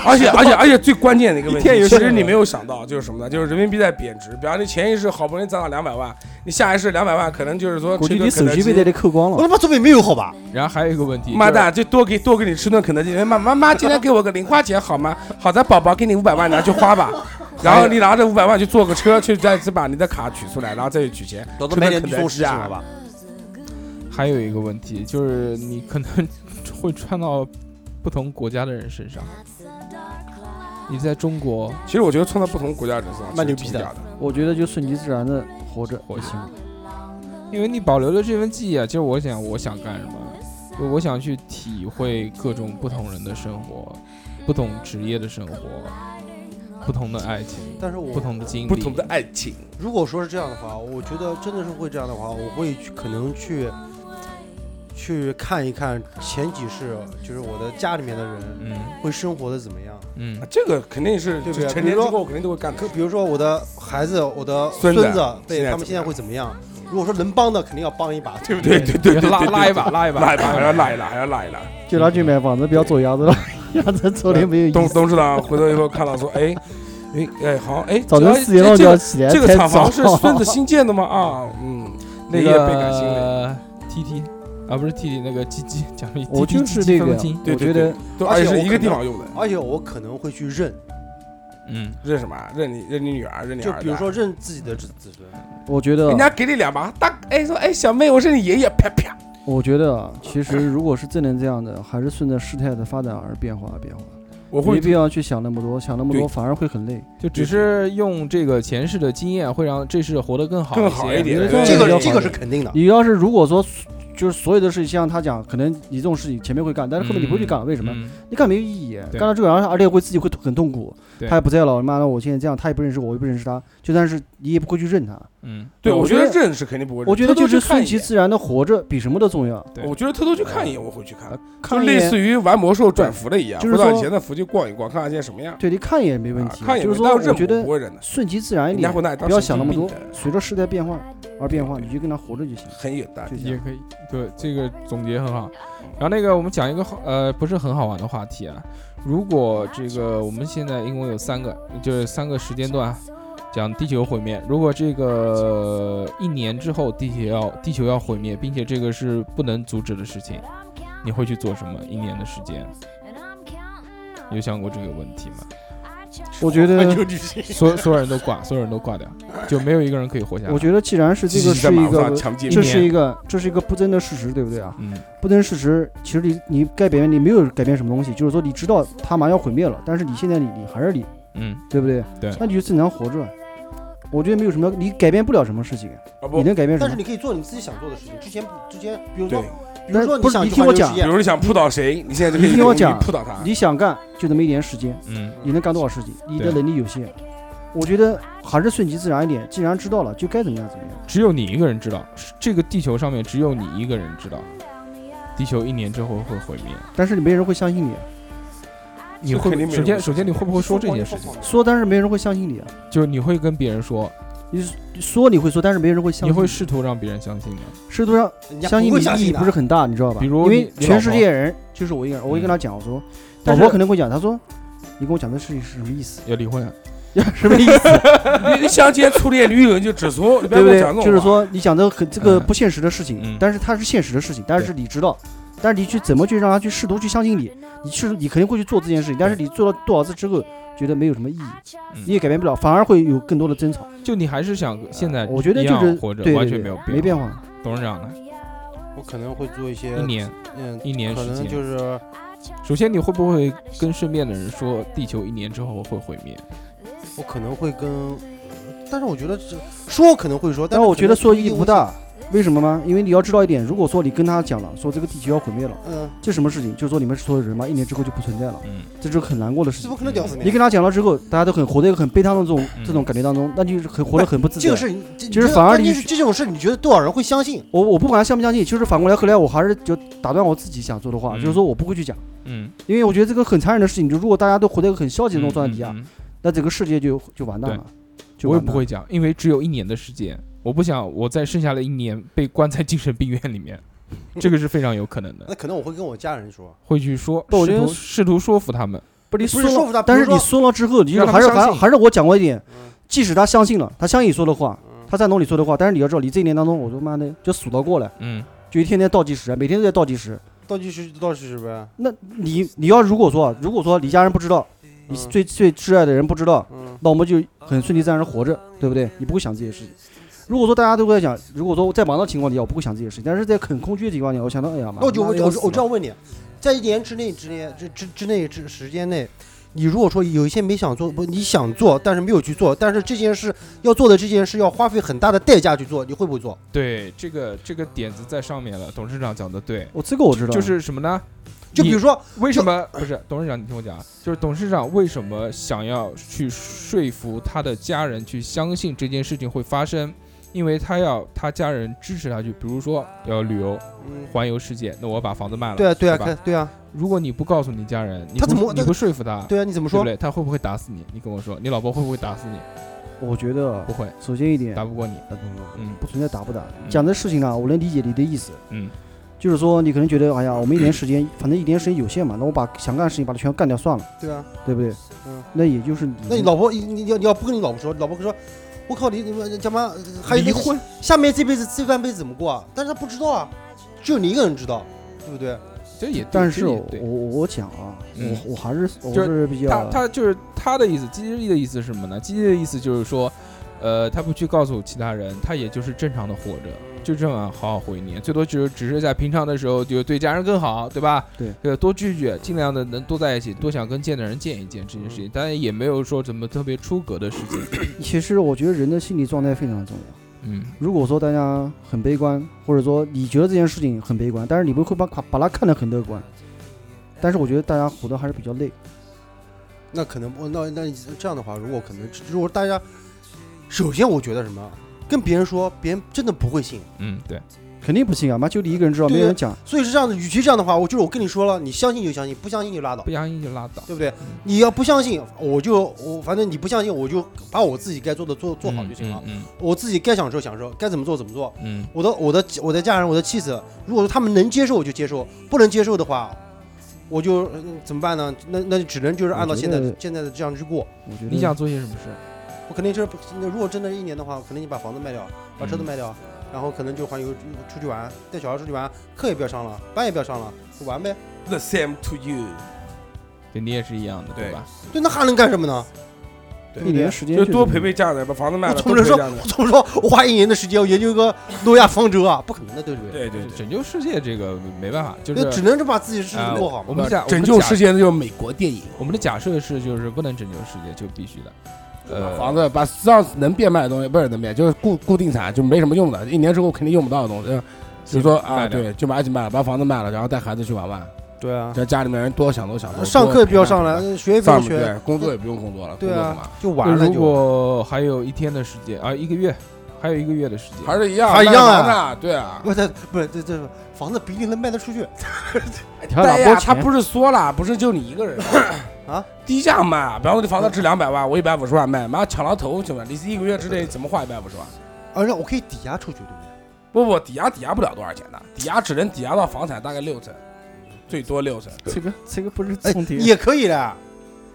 而且而且而且最关键的一个问
一天
题，
有
其
什
实
么
你没有想到就是什么呢？就是人民币在贬值。比方你前一世好不容易攒到两百万，你下一世两百万可能就是说
估
吃
计
一
你
顿肯
手
德
机
基
被那里扣光
我
了。
他妈这边没有好吧？
然后还有一个问题，
妈蛋，就多给多给你吃顿肯德基。妈妈妈，今天给我个零花钱好吗？好的，宝宝，给你五百万，拿去花吧。然后你拿着五百万去坐个车，去再去把你的卡取出来，然后再去取钱。
老子
吃
买
顿
点
肯
地
德
松石
基
行了
啊！
吧？
就是还有一个问题就是你可能会穿到不同国家的人身上。你在中国
其实我觉得穿到不同国家人身上
蛮
其实
牛逼
挺
的
屌的。
我觉得就顺其自然的活着
活
就行。
因为你保留了这份记忆啊，就是我想我想干什么，就我想去体会各种不同人的生活，不同职业的生活，不同的爱情，
但是我
不同的经历，
不同的爱情，
如果说是这样的话，我觉得真的是会这样的话，我会去可能去去看一看前几世，就是我的家里面的人
嗯
会生活的怎么样。
嗯
这个肯定是
对不对
就成
比
年
如
之
说
后肯定都会干的
可。比如说我的孩子，我的
孙子
子，对
现在
他
怎
们现
么
在
样
会怎么样？如果说能帮的，肯定要帮一把，对不对？
对对对对对，
拉
对
拉一把，拉一把，
拉一把，还要拉一拉，还要拉一拉。
就拿去买房子，不要走鸭子了， 鸭子走的没有意
董
思。
董事长啊回头以后看到说，哎，哎哎，好，哎，
早晨
这
四点钟
这
就要
个
起来
这个
才
厂
早
房是孙子新建的吗？啊，嗯，
那
爷爷倍感欣慰。
个 T T 啊，不是 T T 那个鸡鸡，讲什么？
我
鸡鸡
就是
鸡鸡
这个
分
呀
不清
对
我觉得
对，
而
而且
且
是
我
一
可
个地
能
方用的，
而且我可能会去认，
嗯，
认什么啊？认你认你女儿，认你
就
儿子啊。
比如说认自己的子子孙。
我觉得啊
人，家给你两把，大哎说哎小妹，我是你爷爷，啪啪。
我觉得啊，其实如果是真能这样的，还是顺着事态的发展而变化变化，
我
没
会
必要去想那么多，想那么
对
多反而会很累。
就只是用这个前世的经验，会让这世活得更好
更好
些
一点
对
这
比较
个这
好
个是肯
啊
定的。
你要是如果说就是所有的事情像他讲，可能你这种事情前面会干，但是后面你不会去干，为什么？
嗯
你干没有意义，
对
干到这个，然后而且会自己会很痛苦。
对
他也不在了，妈的，我现在这样，他也不认识我，我也不认识他，就算是你也不会去认他。
嗯，
对，
我
我觉
觉
得
得
认是肯定不会认。
我觉得
偷偷
就
去
是
看
顺
一
其
眼，
自然的活着比什么都重要。
对
我觉得偷偷去看一眼，我会去看，就
看一
类
眼
似于玩魔兽转服的一样，
就是
回到以
说
前的服去逛一逛，看看现在什么样。
对你看一眼没问
啊
题，
看一眼
就
没
是
但
说我
认
觉得
不会认的，
顺其自然一
人家
点
会，拿你当
不要
神
想那
经
么
病
多
的，
随着时代变化而变化，你就跟他活着就行。
很有道理。
就这
也
样，
可以，对这个总结很好。然后那个我们讲一个好呃不是很好玩的话题啊，如果这个我们现在一共有三个，就是三个时间段啊。讲地球毁灭，如果这个一年之后地球要地球要毁灭，并且这个是不能阻止的事情，你会去做什么？一年的时间，有想过这个问题吗？
我觉得，
所有所有人都挂，所有人都挂掉，就没有一个人可以活下来。
我觉得既然是这
积
个
极在
是一
马路上啊
个，
强奸
这
一
是
年
一个这是一个不争的事实，对不对啊？
嗯，
不争事实，其实你你改变你没有改变什么东西，就是说你知道他马上要毁灭了，但是你现在你你还是你，
嗯
对不对？
对
那你就正常活着。我觉得没有什么，你改变不了什么事情，
啊不
你，能改变什
但是
么？
你可以做你自己想做的事情。之前之前，比如
对
说，，比
但
如说
不是
想
你
去
听
环
我
球
讲
世
比
界，
如你想扑倒谁，你现在就可以
你听我
用力
讲
扑倒他。
你想干就那么一点时间，
嗯，
你能干多少事情？你的
对
能力有限。我觉得还是顺其自然一点，既然知道了，就该怎么样怎么样。
只有你一个人知道，这个地球上面只有你一个人知道，地球一年之后会毁灭。
但是你没人会相信你，啊
你会
肯定没人
首先
会
首先你会不会说这件事情？
说但是没人会相信你，啊
就是你会跟别人说，
说你会说，但是没人会相
你
信。
会试图让别人相信吗？
试图让
人家
相信
不
你
会
的
相
意义
信的
不是很大，你知道吧？
比如
因
你
为
你
全
老
世
婆
界人就是我一个人，我会跟他讲，我说，老
但
婆
是
肯定会讲，他说，你跟我讲这事情是什么意 思？
要离婚啊？
什么意思？
你你相见初恋女友就指出，你不要
对
跟
不
我
对
讲这种？
就是
话
说，你讲的很这个
嗯
不现实的事情，
嗯
但是它是现实的事情，但是你知道，但是你去怎么去让他去试图去相信你，你去你肯定会去做这件事情，但是你做了多少次之后，觉得没有什么意义，
嗯
你也改变不了，反而会有更多的争吵。
就你还是想现在
我觉得
哎一
就是
样活着，
对
完
对
全
对，
没有
没
变
变
化。
化。
董事长呢？
我可能会做一些
一年，
嗯，
一年
可
时
能
间。
就是
首先你会不会跟身边的人说，地球一年之后会毁灭？
我可能会跟，但是我觉得这说可能会说，
但
是
我觉得
可能不
说
一
意义
定
不
会
大，为什么吗？因为你要知道一点，如果说你跟他讲了，说这个地球要毁灭了，
嗯，
这什么事情？就是说你们所有人嘛，一年之后就不存在了，
嗯
这就是很难过的事
怎
情
么。可能屌死
你
你？啊
跟他讲了之后，大家都很活在一个很悲伤的这种
嗯
这种感觉当中，那就是很活得很不自在。
这个事你，其
其实反而你
是这种事，你觉得多少人会相信？
我我不管他相不相信，就是反过来后来我还是就打断我自己想说的话，
嗯
就是说我不会去讲，
嗯，
因为我觉得这个很残忍的事情，就如果大家都活在一个很消极的这种状态底
啊
下，
嗯，嗯
那整个世界就就完蛋了。就
我也
完蛋
不会讲，因为只有一年的时间，我不想我在剩下的一年被关在精神病院 里面，这个是非常有可能的，
那可能我会跟我家人说，
会去说
不我
试
觉
图
得
试图说服他们，
不是你
不
说
是
了，
说服他
但
比
是
如说
你说了之后，你就是
让他
还
们
是还
相信
还是我讲过一点
嗯，
即使他相信了，他相信说的话，
嗯，
他赞同你说的话，但是你要知道，你这一年当中，我他妈的就数到过了，
嗯，
就一天天倒计时，每天都在倒计时。
倒计时倒计时呗，
那你你要如果说啊如果说你家人不知道，你
嗯
最最挚爱的人不知道，
嗯，
那我们就很顺其自然的活着，对不对？你不会想这些事情。如果说大家都在讲，如果说在忙的情况底下，我不会想这些事情，但是在很空虚的情况底下，我想到，哎呀妈，
那我就
妈
我
的
就
要
我
死
就
了
我这样问你，在一年之内之内之之之内之时间内，你如果说有一些没想做，不你想做但是没有去做，但是这件事要做的这件事要花费很大的代价去做，你会不会做？
对，这个这个点子在上面了。董事长讲的对，
我这个我知道，
就是什么呢？
就比如说，
为什么不是董事长？你听我讲啊，就是董事长为什么想要去说服他的家人去相信这件事情会发生？因为他要他家人支持他去，比如说要旅游
嗯，
环游世界，那我把房子卖了。
对啊对啊，
吧
可对啊
如果你不告诉你家人，你
他
不
怎么
你不说服他，
对啊，你怎么
对
说？
不对？他会不会打死你？你跟我说，你老婆会不会打死你？
我觉得
不会，
首先一点，
打不过你。
呃不不不
嗯
不存在打不打
嗯。
讲的事情啊，我能理解你的意思。
嗯，
就是说你可能觉得，哎呀，我们一年时间，反正一年时间有限嘛，那我把想干的事情把它全干掉算了，
对啊，
对不对？
嗯，
那也就是你，
那你老婆你你要你要不跟你老婆说，老婆会说。我靠你你们他妈还有
离
那个
婚，
下面这辈子这半辈子怎么过啊？但是他不知道啊，只有你一个人知道，对不对？
这也对
但是
这
我
也对
我我讲啊，
嗯
我我还是我
就是
比
他
较，
他就是他的意思，积极的意思是什么呢？积极的意思就是说，呃，他不去告诉其他人，他也就是正常的活着，就这样好好过一年，最多只是只是在平常的时候就对家人更好，对吧？
对，
呃，多聚聚，尽量的能多在一起，多想跟见的人见一见这件事
嗯
情，当然也没有说怎么特别出格的事情。
其实我觉得人的心理状态非常重要。
嗯，
如果说大家很悲观，或者说你觉得这件事情很悲观，但是你们会把把它看得很乐观，但是我觉得大家活得还是比较累。
那可能不，那那这样的话，如果可能，如果大家，首先我觉得什么，跟别人说，别人真的不会信。
嗯，对，
肯定不信啊，妈就你一个人知道，
对
没
啊
有人讲。
所以是这样的，与其这样的话，我就是我跟你说了，你相信就相信，不相信就拉倒
不，相信就拉倒。
对不对？
嗯
你要不相信，我就我反正你不相信，我就把我自己该做的做做好就行了。
嗯
我自己该享受享受，该怎么做怎么做。
嗯
我的我的我的家人，我的妻子，如果说他们能接受，我就接受；不能接受的话，我就、嗯怎么办呢？那那就只能就是按照
我觉
现在的
得
现在的这样去过。
我觉得
你想做些什么事？
我肯定就是不，那如果真的一年的话，我肯定就把房子卖掉，把
嗯
车子卖掉，然后可能就环游出去玩，带小孩出去玩，课也不要上了，班也不要上了，就玩呗。
The same to you，
对你也是一样的，
对
吧？
对，那还能干什么呢？对
一
不对
年？时间
就
确
多
实
陪陪家人，把房子卖了，
我
多陪陪
总不能说，
家人
我。总说我花一年的时间，我研究个诺亚方舟啊，不可能的，对不对？
对对对，
拯救世界这个没办法，就
那只
是。
能是把自己的事情
啊
做好
我
嘛。
们讲
拯救世
界。
界那就是美国电影，
我们的假设是，就是不能拯救世界就必须的，呃，
房子把上能变卖的东西不是能变，就是固固定产，就没什么用的，一年之后肯定用不到的东西。就是说啊，
卖掉
对，就把而且卖了，把房子卖了，然后带孩子去玩玩，
对啊，
让家里面人多享受享受。
上课也不要上
了，
了，学也不
上
用
不
学，
对，工作也不用工作了，
对
工作干嘛
啊，就玩了
如
就。
果还有一天的时间啊，一个月，还有一个月的时间，
还是一样，
还一样啊
卖房子，对啊。
不，这不是这这房子不一定能卖得出去。
你还拿
对
包
呀，他
钱
不是说了，不是就你一个人
啊？
低价卖，比方说你房子值两百万，我一百五十万卖，妈抢到头去了，你一个月之内怎么花一百五十万？
而且我可以抵押出去，对不对？
不不，抵押抵押不了多少钱的，抵押只能抵押到房产大概六成，最多六成。
这个这个不是
哎
重点，
也可以的，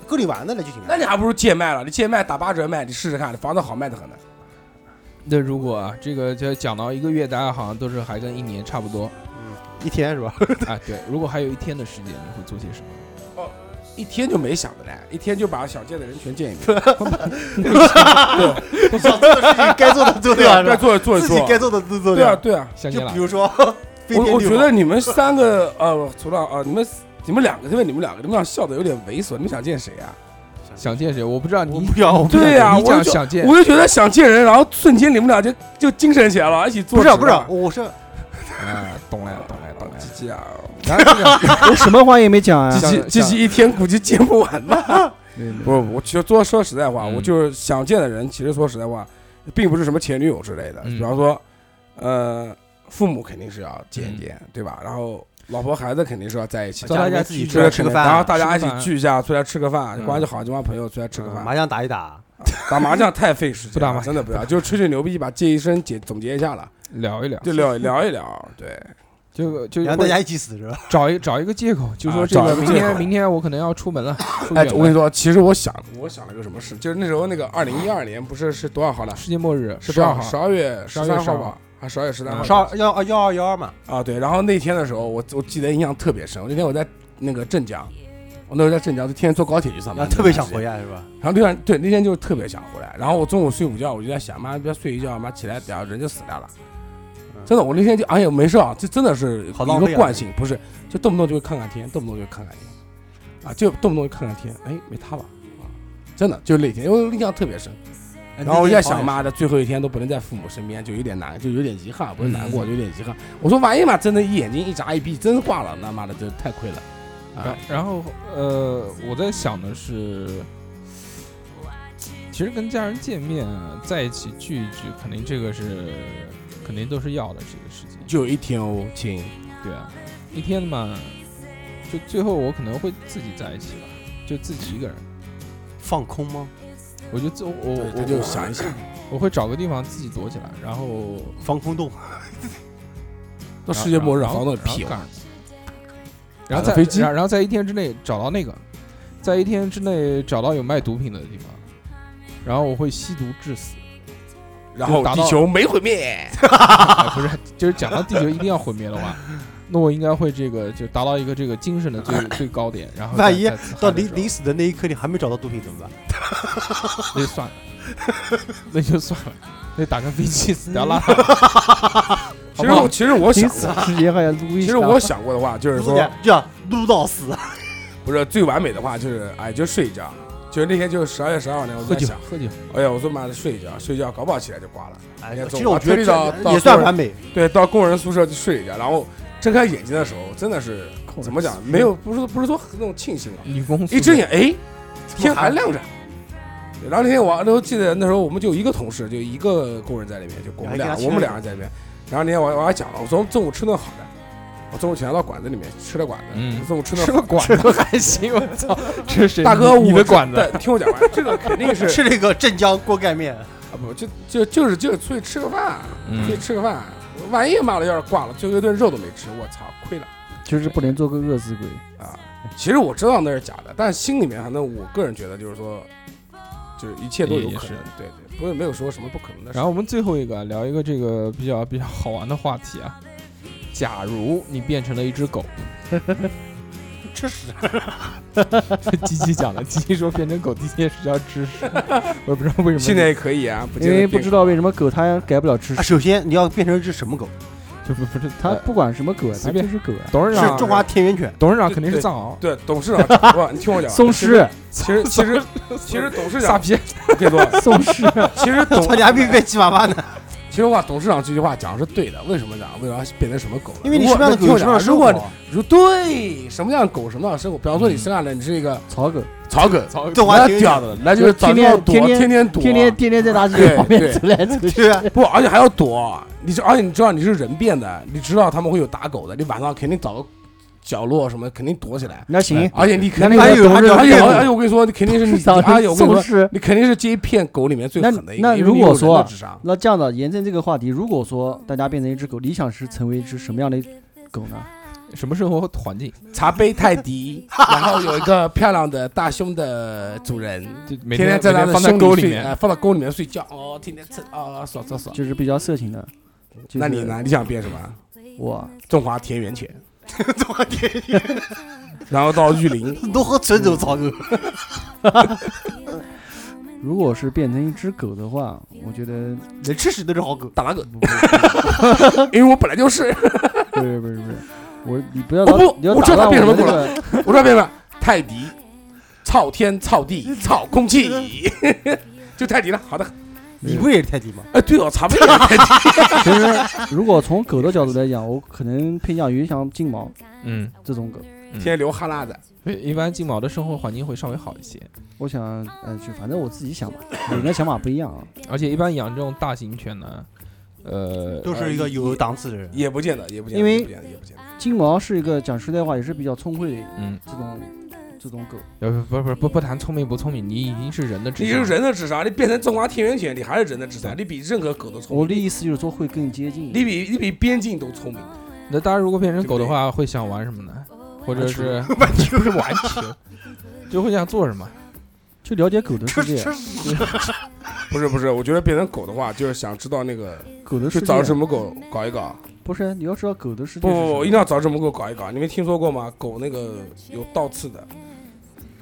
够你玩的了就行
那
了。
你还不如贱卖了，你贱卖打八折卖，你试试看，你房子好卖的很的。
那如果啊，这个就讲到一个月，大家好像都是还跟一年差不多
嗯一天是吧？
啊。对，如果还有一天的时间，你会做些什么？
一天就没想的嘞，一天就把想见的人全见一遍，
想做的事情该做的做
对
掉，
该做的做一
啊自己
做，
该做的都做
对啊
掉。
对啊。
相见
就
了
比，如说，飞
我
天
我
地
觉得你们三呃个呃，除了啊，你们你们两个，因为你们两个，你们俩笑的有点猥琐，你们想见谁啊？
想见谁？我不知道
我
你
不要，我不要
对呀、
你
我
讲
就
想见
我就觉得想见人，然后瞬间你们俩就就精神起来了，一起做
不是
事
不是，啊我是
啊，懂了懂了懂了。
鸡鸡啊，
然后这个
我什么话也没讲呀、
鸡鸡
想
鸡鸡一天估计见不完 吧？不，我其实说说实在话，
嗯
我就是想见的人，其实说实在话，并不是什么前女友之类的。
嗯
比方说，呃，父母肯定是要见一见，对吧？然后老婆孩子肯定是要在一起的，
大家
自己
聚
出
这
来
个
吃
肯
个
定
饭，
然后大家一
吃个
起
饭
聚一下，出来吃个饭，
嗯
关系好这帮朋友出来吃个
嗯
饭，
麻将打一打，
打麻将太费时间了，
不打麻将
真的不要，就是吹吹牛逼把这一生解总结一下了，
聊一聊，
就聊聊一聊，对，
就就
然后大家一起死是吧？
找一找一个借口，就说
啊
这
找
个
一个
明
借
天
口
明天我可能要出门了，出
哎
远，
我跟你
门
说，其实我想我想了个什么事，就是那时候那个二零一二年不是是多少号了？
世界末日
是
十
多少
二
号？十
号，
二月
十
十
二月
三
十
号
二
吧，还是十二月十三号？
十二幺幺二幺嘛，
啊，对。然后那天的时候，我我记得印象特别深。我那天我在那个镇江，我那时候在镇江，就天天坐高铁去上
然
班，
后啊特别想回
来。
来是吧？
然后那天对那天就特别想回来。然后我中午睡午觉，我就在想，妈不要睡一觉，妈起来等下人就死掉了。真的，我那天就哎呀没事啊，这真的是
嗯好
一
浪费
个
啊
惯性，不是就动不动就会看看天，动不动就看看天，啊，就动不动就看看天，哎，没他吧，啊，真的就那天，因为我印象特别深。
哎
然后我就在想，，
那天好像
妈的，最后一天都不能在父母身边，就有点难，就有点遗憾，不是难过，就有点遗憾。我说万一嘛，真的一眼睛一眨一闭，真挂了，那妈的这太亏了。
然
啊，
然后呃，我在想的是，其实跟家人见面啊在一起聚一聚，肯定这个是肯定都是要的这个事情。
就有一天哦，亲，
对啊，一天嘛，就最后我可能会自己在一起吧，就自己一个人。
也放空吗？
我就自我
对，
我
他就想一想，
我会找个地方自己躲起来，然后
防空洞，
到世界末日
然
好
后
弄
然后
屁啊
干
了。
然后
打个
在
飞机
然然后在一天之内找到那个，在一天之内找到有卖毒品的地方，然后我会吸毒致死。
然后地球没毁灭，
哎，不是，就是讲到地球一定要毁灭的话，那我应该会这个就达到一个这个精神的最最高点，然后再
万一
再自嗨
到
的时
临
候
临死的那一刻，你还没找到毒品怎么办？
那就算了，那就算了，那打个飞机死掉拉倒了。
其实我其实我
临
想
死
过，
之前还要撸一
其
下。
实我想过的话就是
撸
说，
点这样撸到死，啊
不是最完美的话就是哎就睡一觉，就是那天就是十二月十二号那天我
喝
在
酒
想，
喝酒，
哎呀我说妈的睡一觉睡一觉，搞不好起来就挂了。
哎
呀
其实我觉得
这到
这
到
也算完美。
对，到工人宿舍去睡一觉，然后睁开眼睛的时候，真的是怎么讲？没有，不是不是说那种庆幸啊，
女工
一睁眼，哎，天还亮着。对然后那天我都记得，那时候我们就一个同事，就一个工人在里面，就我们
你还
俩，
给他
我们
吃
俩在里面。然后那天我我还讲了，我中中午吃顿好的，我中午请他到馆子里面吃了馆子，
嗯
中午吃顿
吃
好
个管子还行，我操， 这是谁？
大哥，
你
我
的管子，
对，听我讲 完，这个肯定是
吃了一个镇江锅盖面，
啊，不就就就是就是出去吃个饭，
嗯
出去吃个饭，万一妈的要是挂了，最后一顿肉都没吃，我操，亏了。
就是不能做个饿死鬼。
啊，其实我知道那是假的，但心里面反正我个人觉得就是说，就是一切都有可
也是
能，对对，不是没有说什么不可能的事。
然后我们最后一个啊聊一个这个比较比较好玩的话题啊，假如你变成了一只狗，
吃屎！
鸡鸡讲的，鸡鸡说变成狗第一件事叫吃屎，我也不知道为什么。
现在也可以啊，不
因
见得
为
变
不知道为什么狗它改不了吃
啊，，首先你要变成一只什么狗？
就不不是
它
他
不管什么狗啊，它
随便
就是狗啊。
董事
是
长，
中华田园 犬。
董事长肯定是藏獒，
对董事长，不，你听我讲，
松狮，
其实其实其实董事
萨
长，
皮，
我跟你说，
松狮，
其实 董
操，你还没变吉娃娃 呢？
其实话董事长这句话讲的是对的，为什么讲？为什么要变成什么狗呢？
因为你
如
什
果
么样的
那
狗，有
你听我
什么样
讲
的
如
生
果
活
你，如对什么样的狗，什么样的生活，比方说你生下来你是一个
草狗，
草狗，
草
中华
那
田园
屌
犬。
的，那就是早
天天
上躲，
天天
天天躲，啊
天天天天在大街
对
旁边
对
走来走去。
对啊，
不，而且还要躲。你知，而且你知道你是人变的，你知道他们会有打狗的，你晚上肯定找个角落什么，肯定躲起来。
那行，
哎
而且你肯
那
定，哎
那
而
个
且
董事
而
长
且
变
哎
而且我跟你说，你肯定是你，而
早
且
上
我跟你
松
说，
狮。
你肯定是这一片狗里面最狠的一个。
那那
因为
如
你
果
有人
说
的智商，
那这样的，延伸这个话题，如果说大家变成一只狗，理想是成为一只什么样的狗呢？
什么生活环境？
茶杯泰 迪，然后有一个漂亮的大胸的主人，
就每
天天在他
那
的
放在
胸
沟
睡
里
哎
面，
放到沟里面睡觉，哦，天天吃，哦，爽爽爽。
就是比较色情的。就是、
那你？呢？你想变什么？
我
中华田园犬，
中华田园
然后到玉林，
犬，都和纯种草 狗。
如果是变成一只狗的话，我觉得
能吃屎都是好狗。
打哪个？ 因为我本来就是，
不是不是不是，我你不要
我
老
哦不
你要
我
打
知道它
断我
变什么
的这
狗
个
我说变吧，泰迪、操天操地操空气， 就泰迪了。好的，
你不也是泰迪吗？
哎，对哦，查不 了泰迪。
其实 如果从狗的角度来讲，我可能偏向于像金毛
嗯，
这种狗。
天天流哈喇子，
所以一般金毛的生活环境会稍微好一些，
我想，嗯、就反正我自己想吧，每个人想法不一样啊。
而且一般养这种大型犬呢，呃，
都是一个有档次的人。
也不见得，也不见得，
因为
也不见得也不见得。
金毛是一个讲实在话，也是比较聪慧的
嗯，
这种这种狗。
呃，不不不不谈聪明不聪明，你已经是人的智
你
商
是
了，
人的智商，你变成中华田园犬，你还是人的智商，你比任何狗都聪
我
明，
的意思就是说会更接近一点。
你比你比边境都聪明。
那大家如果变成
对不
狗的
对
话，会想玩什么呢？或 者是不是玩球， 就会想做什么？
去了解狗的世界，
哎
不是不是，我觉得变成狗的话，就是想知道那个
狗的
去
世
找什
界
么狗搞一搞。
不是你要知道狗的世界
不
是
不
什
不，
么
一定要找什么狗搞一搞。你没听说过吗？狗那个有倒刺的，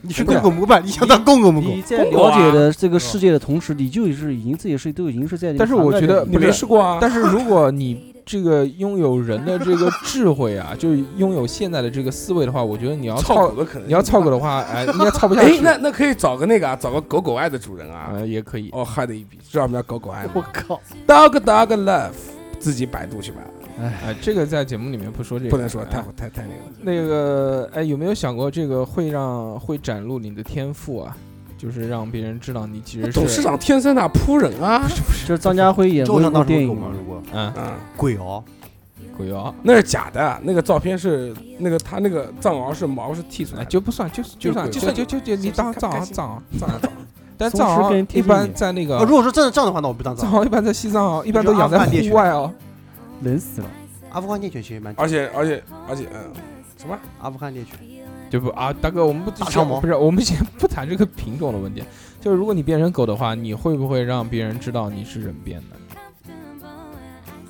你去公狗母吧，你想当公狗母狗
你？在
公狗
了
啊
解的这个世界的同时，你就是已经自己是都已经是在这个
但是我
涵盖
觉得
里
你
呃不
面
是
没试过啊？
但是如果你这个拥有人的这个智慧啊， 就拥有现在的这个思维的话，我觉得你要
操
操
狗的可能
你要操狗的话，哎，应该操不下
哎
去，，
那那可以找个那个啊，找个狗狗爱的主人啊。
呃也可以。
哦，害的一笔，知道我们叫狗狗爱吗
我靠，
？Dog Dog Love，自己百度去吧，
哎，这个在节目里面不说这个，
不能说
哎
太太太那个了。
那个，哎，有没有想过这个会让会展露你的天赋啊？就是让别人知道你其实
董事
是
长天生的扑人啊，
就是张家辉演过
周
一
想
部
当什
电
么
影
狗吗？如果
嗯
啊，
鬼哦，
狗妖，
那是假的，啊那个照片是那个他那个藏獒是毛是剃出来
哎，
的，
就不算，就就算，
就
就
算
就就就你当藏獒藏獒藏獒藏獒，但
松狮
藏
跟
獒一
贴近
般
你
在那
啊，
个
如果是真的这样的话，那我不当
藏
藏。
獒一般在西藏獒一般都养在
阿富汗猎
户
犬
外哦。
冷死了。
阿富汗猎犬其实 蛮，
而且而且而且嗯，什么？
阿富汗猎犬
就不啊，大哥，我们不
大长毛
不是，我们先不谈这个品种的问题。就是如果你变成狗的话，你会不会让别人知道你是人变的？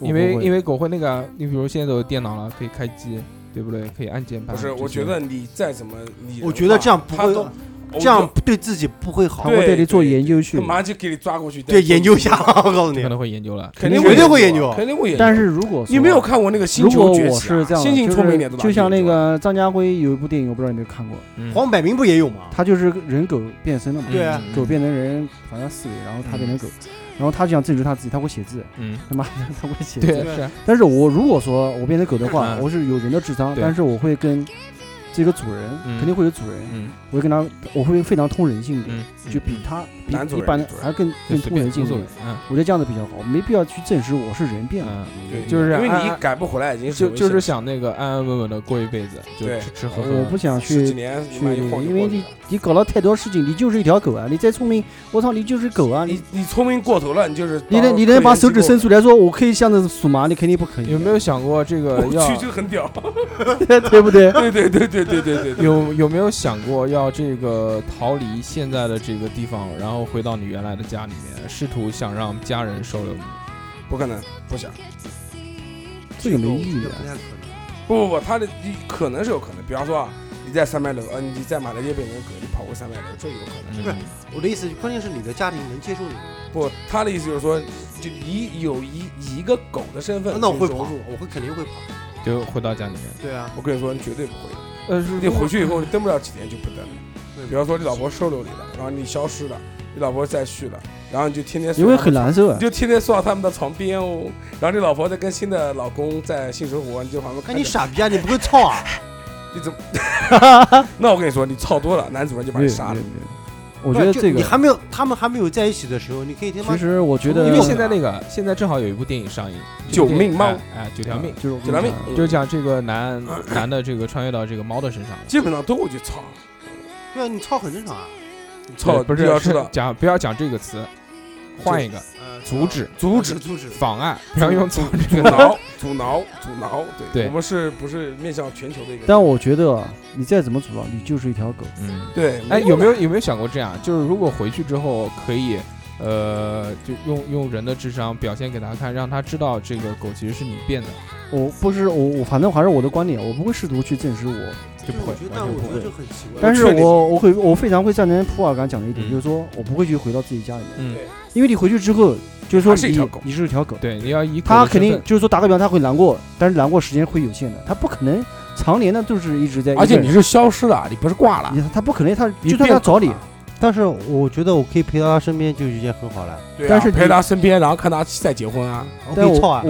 因为因
为
为狗会那个，你比如现在都有电脑了，可以开机，对不对？可以按键盘
不
这
是，
些。
我觉得你再怎么你，
我觉得这样不
他
会
都
这样对自己不会好
韩。国
对
代理做
对
研究去
他，马上就给你抓过去，
对，研究一下，我告诉你
可，能会研究了。
肯定
绝对
会
会研究
肯定会研究。啊
但是如果说
你没有看过那个《星
如果
球崛起》啊
我是这样的，
星星聪明点
就
都
是就像那个张家辉有一部电影，我不知道你有没有看过，
嗯
黄百鸣不也有吗？
他就是人狗变身了嘛，
对啊
狗变成人好像思维，然后他变成狗，然后他就想证实他自己，他会写字，
嗯，
他妈的他会写
对
字。
是啊
但是我如果说我变成狗的话，
嗯
我是有人的智商，
对
但是我会跟这个主人
嗯
肯定会有主人，
嗯
我会跟他，我会非常通人性一点，
嗯，嗯
就比他比
男主
一
人
般的
主人
还更
就
更
随
通
便
人性
无
一
所
点
谓。，嗯
我觉得这样子比较好，没必要去证实我是人变了。
嗯，
对啊
就是
啊
因为
按
你
按
改不回来，已经
就就是
危险
想那个安安稳稳的过一辈子，就
对
吃吃喝喝。
我不想
十几
去
年，
去
你妈一
那个
晃就
因为
过去
你
了
你搞了太多事情，你就是一条狗啊！你再聪明，我操，你就是狗啊！你
你你聪明过头了，你就是
你能你能把手指伸出来说我可以像那数吗？你肯定不可以，
有没有想过这
来
个
我
要
去，这个很屌。
对不对？
对对对对对对对对。
有有没有想过要这个逃离现在的这个地方，然后回到你原来的家里面，试图想让家人收留你？
不可能，不想。
这个没意义
这
啊
不！太可能。
不不不，他的你可能是有可能，比方说啊，你在三百楼，呃，你在马来街变成狗，你跑过三百楼，这有可能。
嗯
不是 我的意思，关键是你的家庭能接受你吗。
不，他的意思就是说，就以有一以一个狗的身份，
那我会
融
跑
入。，
我会肯定会跑。
就回到家里面。
对啊，
我跟你说，你绝对不会。
呃，是
你回去以后，你蹬不了几天就不蹬了。
对
比方说，你老婆收留你了，然后你消失了，你老婆再续了，然后你就天天
因为很难受啊
你！就天天睡到他们的床边哦，然后你老婆在跟新的老公在性生活，你就旁边
那
看着
你，傻逼啊，你不会操啊？
你怎么？那我跟你说，你操多了，男主人就把你杀了。
我觉得
就
这个
你，还没有，他们还没有在一起的时候，你可以他妈
其实我觉得，
因为现在那个现在正好有一部电影上映，
救命猫
哎哎，九条命，
就是我
九条命，
跟你
就讲这个男男的这个穿越到这个猫的身 上了。
基本上都会去操，
对啊，你操很正常啊。
操
对不
你要
是
知
是
道
讲不要讲这个词，换一个
呃，
阻止
阻止、
阻止，
妨碍，不要用阻
阻
止。
挠、阻挠、阻挠。对，
对
我们是不是面向全球的一个？
但我觉得啊你再怎么阻挠，你就是一条狗。
嗯，
对，
哎，有没
有
有有没有想过这样？就是如果回去之后可以，呃，就用用人的智商表现给他看，让他知道这个狗其实是你变的，
我不是我，我反正还是我的观点，我不会试图去证实我。
就不
我
会
觉得，
完
但
全
我
不
觉得
会。
这很奇怪。
但是
确定
我我会我非常会赞成普洱刚讲的一点，
嗯
就是说我不会去回到自己家里面，
嗯，
因为你回去之后，就是说
还是一条
你
狗
你是一条狗，
对，你要以狗
他
的
肯
身
定
份
就是说打个比方，他会难过，但是难过时间会有限的，他不可能常年呢就是一直在一个
而
人，
且你是消失了，你不是挂了。
你他不可能，他
你啊
就算他
变
找你，
但是我觉得我可以陪到他身边就已经很好了，
对啊
但是你
陪他身边，然后看他再结婚啊，
我可
但
以
我
操 啊，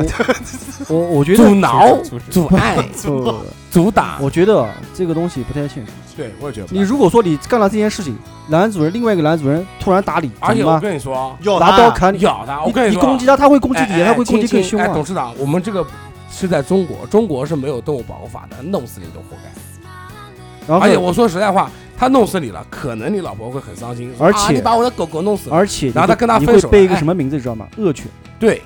我我我觉得
阻挠、
阻止
阻碍、
呃
阻挡。
我觉得啊这个东西不太现实。
对，我也觉得不
你
太。
如果说你干了这件事情，男主人另外一个男主人突然打你，
而
怎
且
么
我
办？
跟你说，啊
要啊
拿刀砍你，
咬他，我
你
跟
你
说，
攻击他，他会攻击
哎
你，
哎
他会攻
亲
击更
亲
凶
哎，
啊
董！事长，我们这个是在中国，中国是没有动物保护法的，弄死你都活
啊
该。
然后
而且我说实在话，他弄死你了，可能你老婆会很伤心，说
而
啊
且
你把我的狗狗弄死了。
而且你
然后他
会
跟他
你
分
会
手
被
了
一个
哎
什么名字你知道吗？恶犬，
对，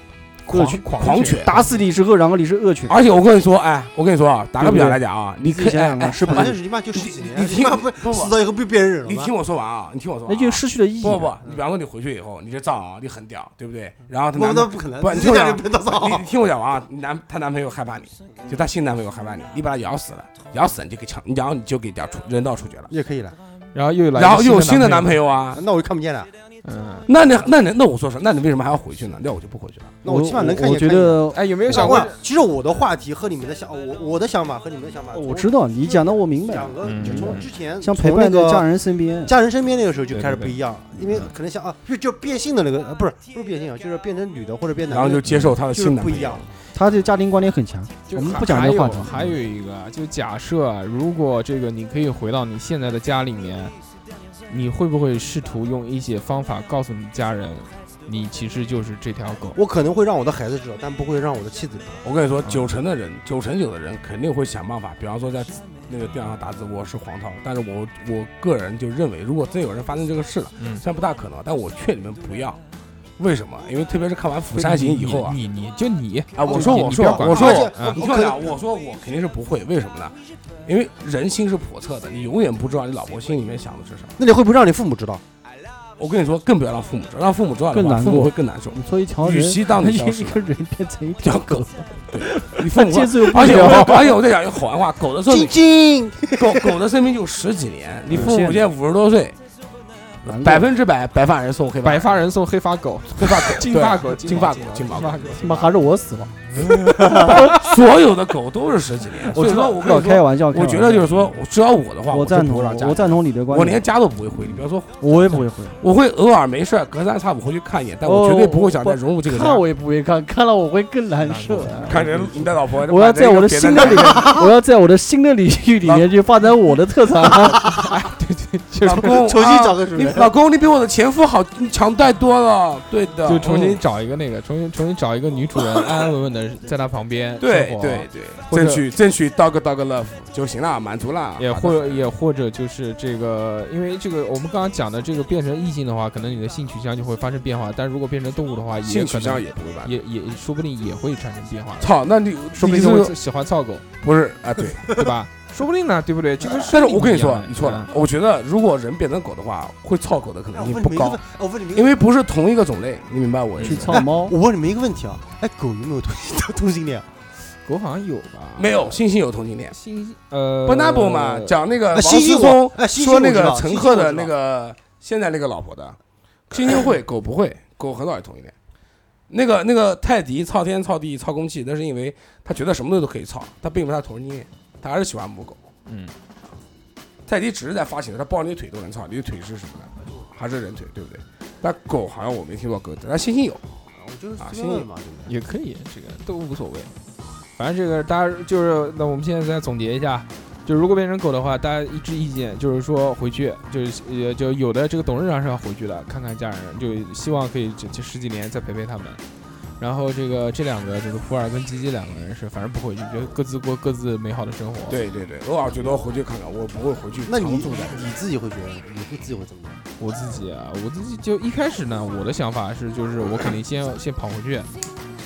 恶
狂
犬，
狂犬。
打死你是恶，然后你是恶犬。
哎而且我跟你说，哎，我跟你说啊，打个比
对不
方
对
来讲啊，
你
你
自
可
己
以
想想
哎
看，
哎，
是不
反
是？
正是你妈就十几年，
你你听
妈不
不不
死到以后被别人惹了
你
吧
听我说完啊，你听我说
那
完啊，
就失去了意义。
不不不，你比方说你回去以后，你这藏獒，你很屌，对不对？然后他
不
男
那不可能，
不你
你
听我
这
讲
人陪到
你
操
你，听我讲完啊，你男她男朋友害怕你，就她新男朋友害怕你，你把他咬死了，咬死了你就给枪，然后你就给掉处人道处决了，
也可以了，
然后又来，
然后又有新的男朋友啊，
那我就看不见了，
嗯，
那你那你那我说是，那你为什么还要回去呢？那我就不回去了。
那我起码能看
我
见
觉得
哎，有没有
我想
想
过
过
来，其实我的话题和你们的想，我我的想法和你们的想法，
我知道你讲的我明白了
两，个
嗯
就从之前
像
从
陪
那
伴在
个
家人身边，
家人身边那个时候就
对
开始
对
不
对
一样，因为可能像啊，就就变性的那个，呃不是不是变性啊，就是变成女的或者变男
然
的，
后就接受她的
就是
新男
不
朋
一
友
样。，
他这家庭观念很强。
就
我们
还
不讲
还
这个话
有
题
还有一个，就假设啊如果这个你可以回到你现在的家里面，你会不会试图用一些方法告诉你家人，你其实就是这条狗？
我可能会让我的孩子知道，但不会让我的妻子知道。
我跟你说，九成的人，九成九的人肯定会想办法，比方说在那个电脑上打字，我是黄涛，但是我我个人就认为，如果真有人发生这个事了，
嗯
虽然不大可能，但我劝你们不要。为什么？因为特别是看完《釜山行》以后啊，
你你就你
啊，我
就
说
哦你
我
你
说
不要管
我说
而
我
且
嗯
你听我
我可能
讲，啊我说我肯定是不会，为什么呢？因为人心是叵测的，你永远不知道你老婆心里面想的是什么。
那你会不会让你父母知道？
我跟你说，更不要让父母知道，让父母知道的
更
话，
难
父母
过
会更难受。
你说一条
与
人，
其 当你消失
一，个人变成一条
叫
狗
狗，， 你父母会
接受不
而且我
了。
而且我在讲一个好玩话，狗的寿命，
晶，
狗狗的生命就十几年，你
有
父母
限
现在五十多岁
完，了
百分之百白发人送黑发
嗯白发人送黑发狗，
黑发 狗，
金
对
发狗，
金
发
发狗
金
金
发
发
狗啊
狗，
他妈还是我死了！
所有的狗都是十几年。所以说，我跟
我
你
开
说，
玩笑，开
我
玩笑
觉得就是说，我只要我的话，
我
我
赞
就
同
不会让，家
我赞同你的观点，
我连家都不会回。你不要说，
我也不会回，
我会偶尔没事儿隔三差五回去看一眼，但我
哦
绝对不会想再融入这个
看
家。
我也不会看，看了我会更难受啊。
看人，你的老婆，
我要在我的新的领域， 我要在我的新的领域里面去发展我的 特长。
老公，
重新
啊
找个主
你
人。
老公，你比我的前夫好你强太多了。对的，
就重新
嗯
找一个那个，重新重新找一个女主人，安安稳稳的在她旁边
对
生活
对，对，
或者
争取争取 dog dog love 就行了，满足了。
也
好的
或也或者就是这个，因为这个我们刚刚讲的这个变成异性的话，可能你的性取向就会发生变化，但如果变成动物的话，也
性
可
取向
能
也不会吧？
也也说不定也会产生变化，
操，那你
说不
你
定
是
就会喜欢操狗，
不是啊？ 对，
对吧？说不定呢，对不对？这个
但是
生理
我跟你
不一
说
样，嗯
你错了。我觉得如果人变成狗的话，会操狗的可
哎
能
我
性
问
不
你们一个
高
问，，哎我问你们一
因
个，
为不是同一个种类，你明白我意
去
思
操
吗？
猫，
我问你们一个问题啊，哎，狗有没有同同性恋？
狗好像有吧？
没有，星星有同性恋。
新呃
b a n a b o 嘛，讲那个
啊
王
星
思
星
聪
我哎星星
说那
我知
个
道
陈
星星
赫
我
的
知
那
道
个现在那个老婆的，星星会，狗不会，狗很少有同性恋。那个那个泰迪操天操地操空气，那是因为他觉得什么东西都可以操，他并不是他同性恋，他还是喜欢母狗。
嗯，
泰迪只是在发情，他抱你的腿都能操，你的腿是什么的？还是人腿，对不对？但狗好像我没听过狗的，但星星有。
我就是
啊
随
星
便问
星
嘛，对不对
也可以，这个都无所谓。反正这个大家就是，那我们现在再总结一下，就如果变成狗的话，大家一致意见就是说回去，就是呃，就有的这个董事长是要回去的，看看家人，就希望可以这这十几年再陪陪他们。然后这个这两个就是普洱跟吉吉两个人是，反正不回去，就各自过各自美好的生活。，
对对对，偶尔觉得回去看看，我不会回去
那
常
你
住的。
你自己会觉得，你会自己会怎么样？
我自己啊，我自己就一开始呢，我的想法是，就是我肯定先先跑回去，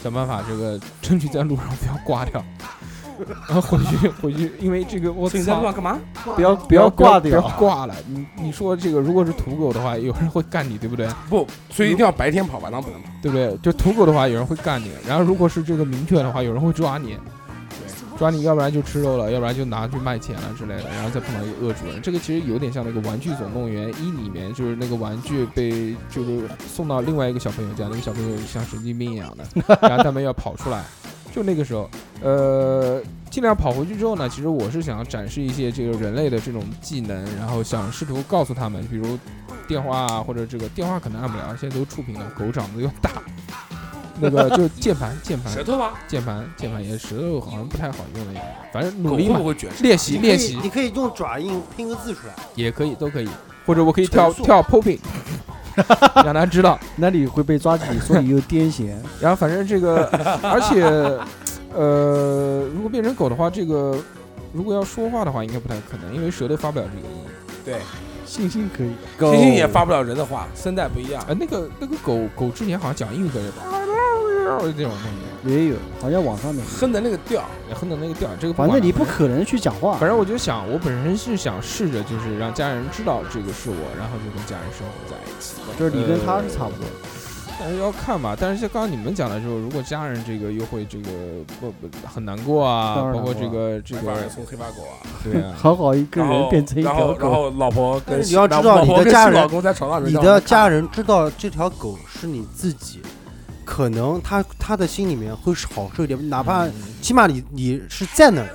想办法这个争取在路上不要挂掉， 然后回去回去，因为这个我
你在路
操
上，干嘛？
不要
不
不
要
要挂
不要
掉。
挂了。你你说这个如果是土狗的话，有人会干你，对不对？
不，所以一定要白天跑，晚上不能跑。
对不对？就土狗的话，有人会干你。然后如果是这个明确的话，有人会抓你，抓你，要不然就吃肉了，要不然就拿去卖钱了之类的。然后再碰到一个恶主人，这个其实有点像那个《玩具总动员一》里面，就是那个玩具被就是送到另外一个小朋友家，那个小朋友像神经病一样的，然后他们要跑出来。就那个时候，呃，尽量跑回去之后呢，其实我是想展示一些这个人类的这种技能，然后想试图告诉他们，比如电话啊，或者这个电话可能按不了，现在都触屏了，狗掌子又大，那个就键盘键盘
舌头啊，
键盘键盘也舌头好像不太好用了也，反正
狗
努
会
力嘛
不，会卷舌？
练习
你可以
练习
你可以用爪印拼个字出来。
也可以，都可以，或者我可以跳
陈述
跳 popping，让大家知道。
那里会被抓起，所以有癫痫。
然后反正这个，而且，呃，如果变成狗的话，这个如果要说话的话，应该不太可能，因为舌头发不了这个音。
星星可以，
星星也发不了人的话，声带不一样
啊、。那个那个狗狗之前好像讲英语歌的，这种东
也有，好像网上的，
哼的那个调，
西，哼的那个调，这个
反正你不
可。
可能去讲话
反。正我就想，我本身是想试着，就是让家人知道这个是我，然后就跟家人生活在一起。
就是你跟他是差不多，
但是要看吧，但是像刚刚你们讲的时候，如果家人这个又会这个不不很难过啊，
当然
包括
难
这
过
个这
白
个
发人送黑发狗啊。
对啊，
好好一个
然
人
后
变成一
然
条
后然
狗，
后老婆跟
但是你要知道
老婆
你的
跟
家
新
人
老公在床上
你的家人知道这条狗是你自己，可能他他的心里面会好受一点，哪怕起码你你是在那儿，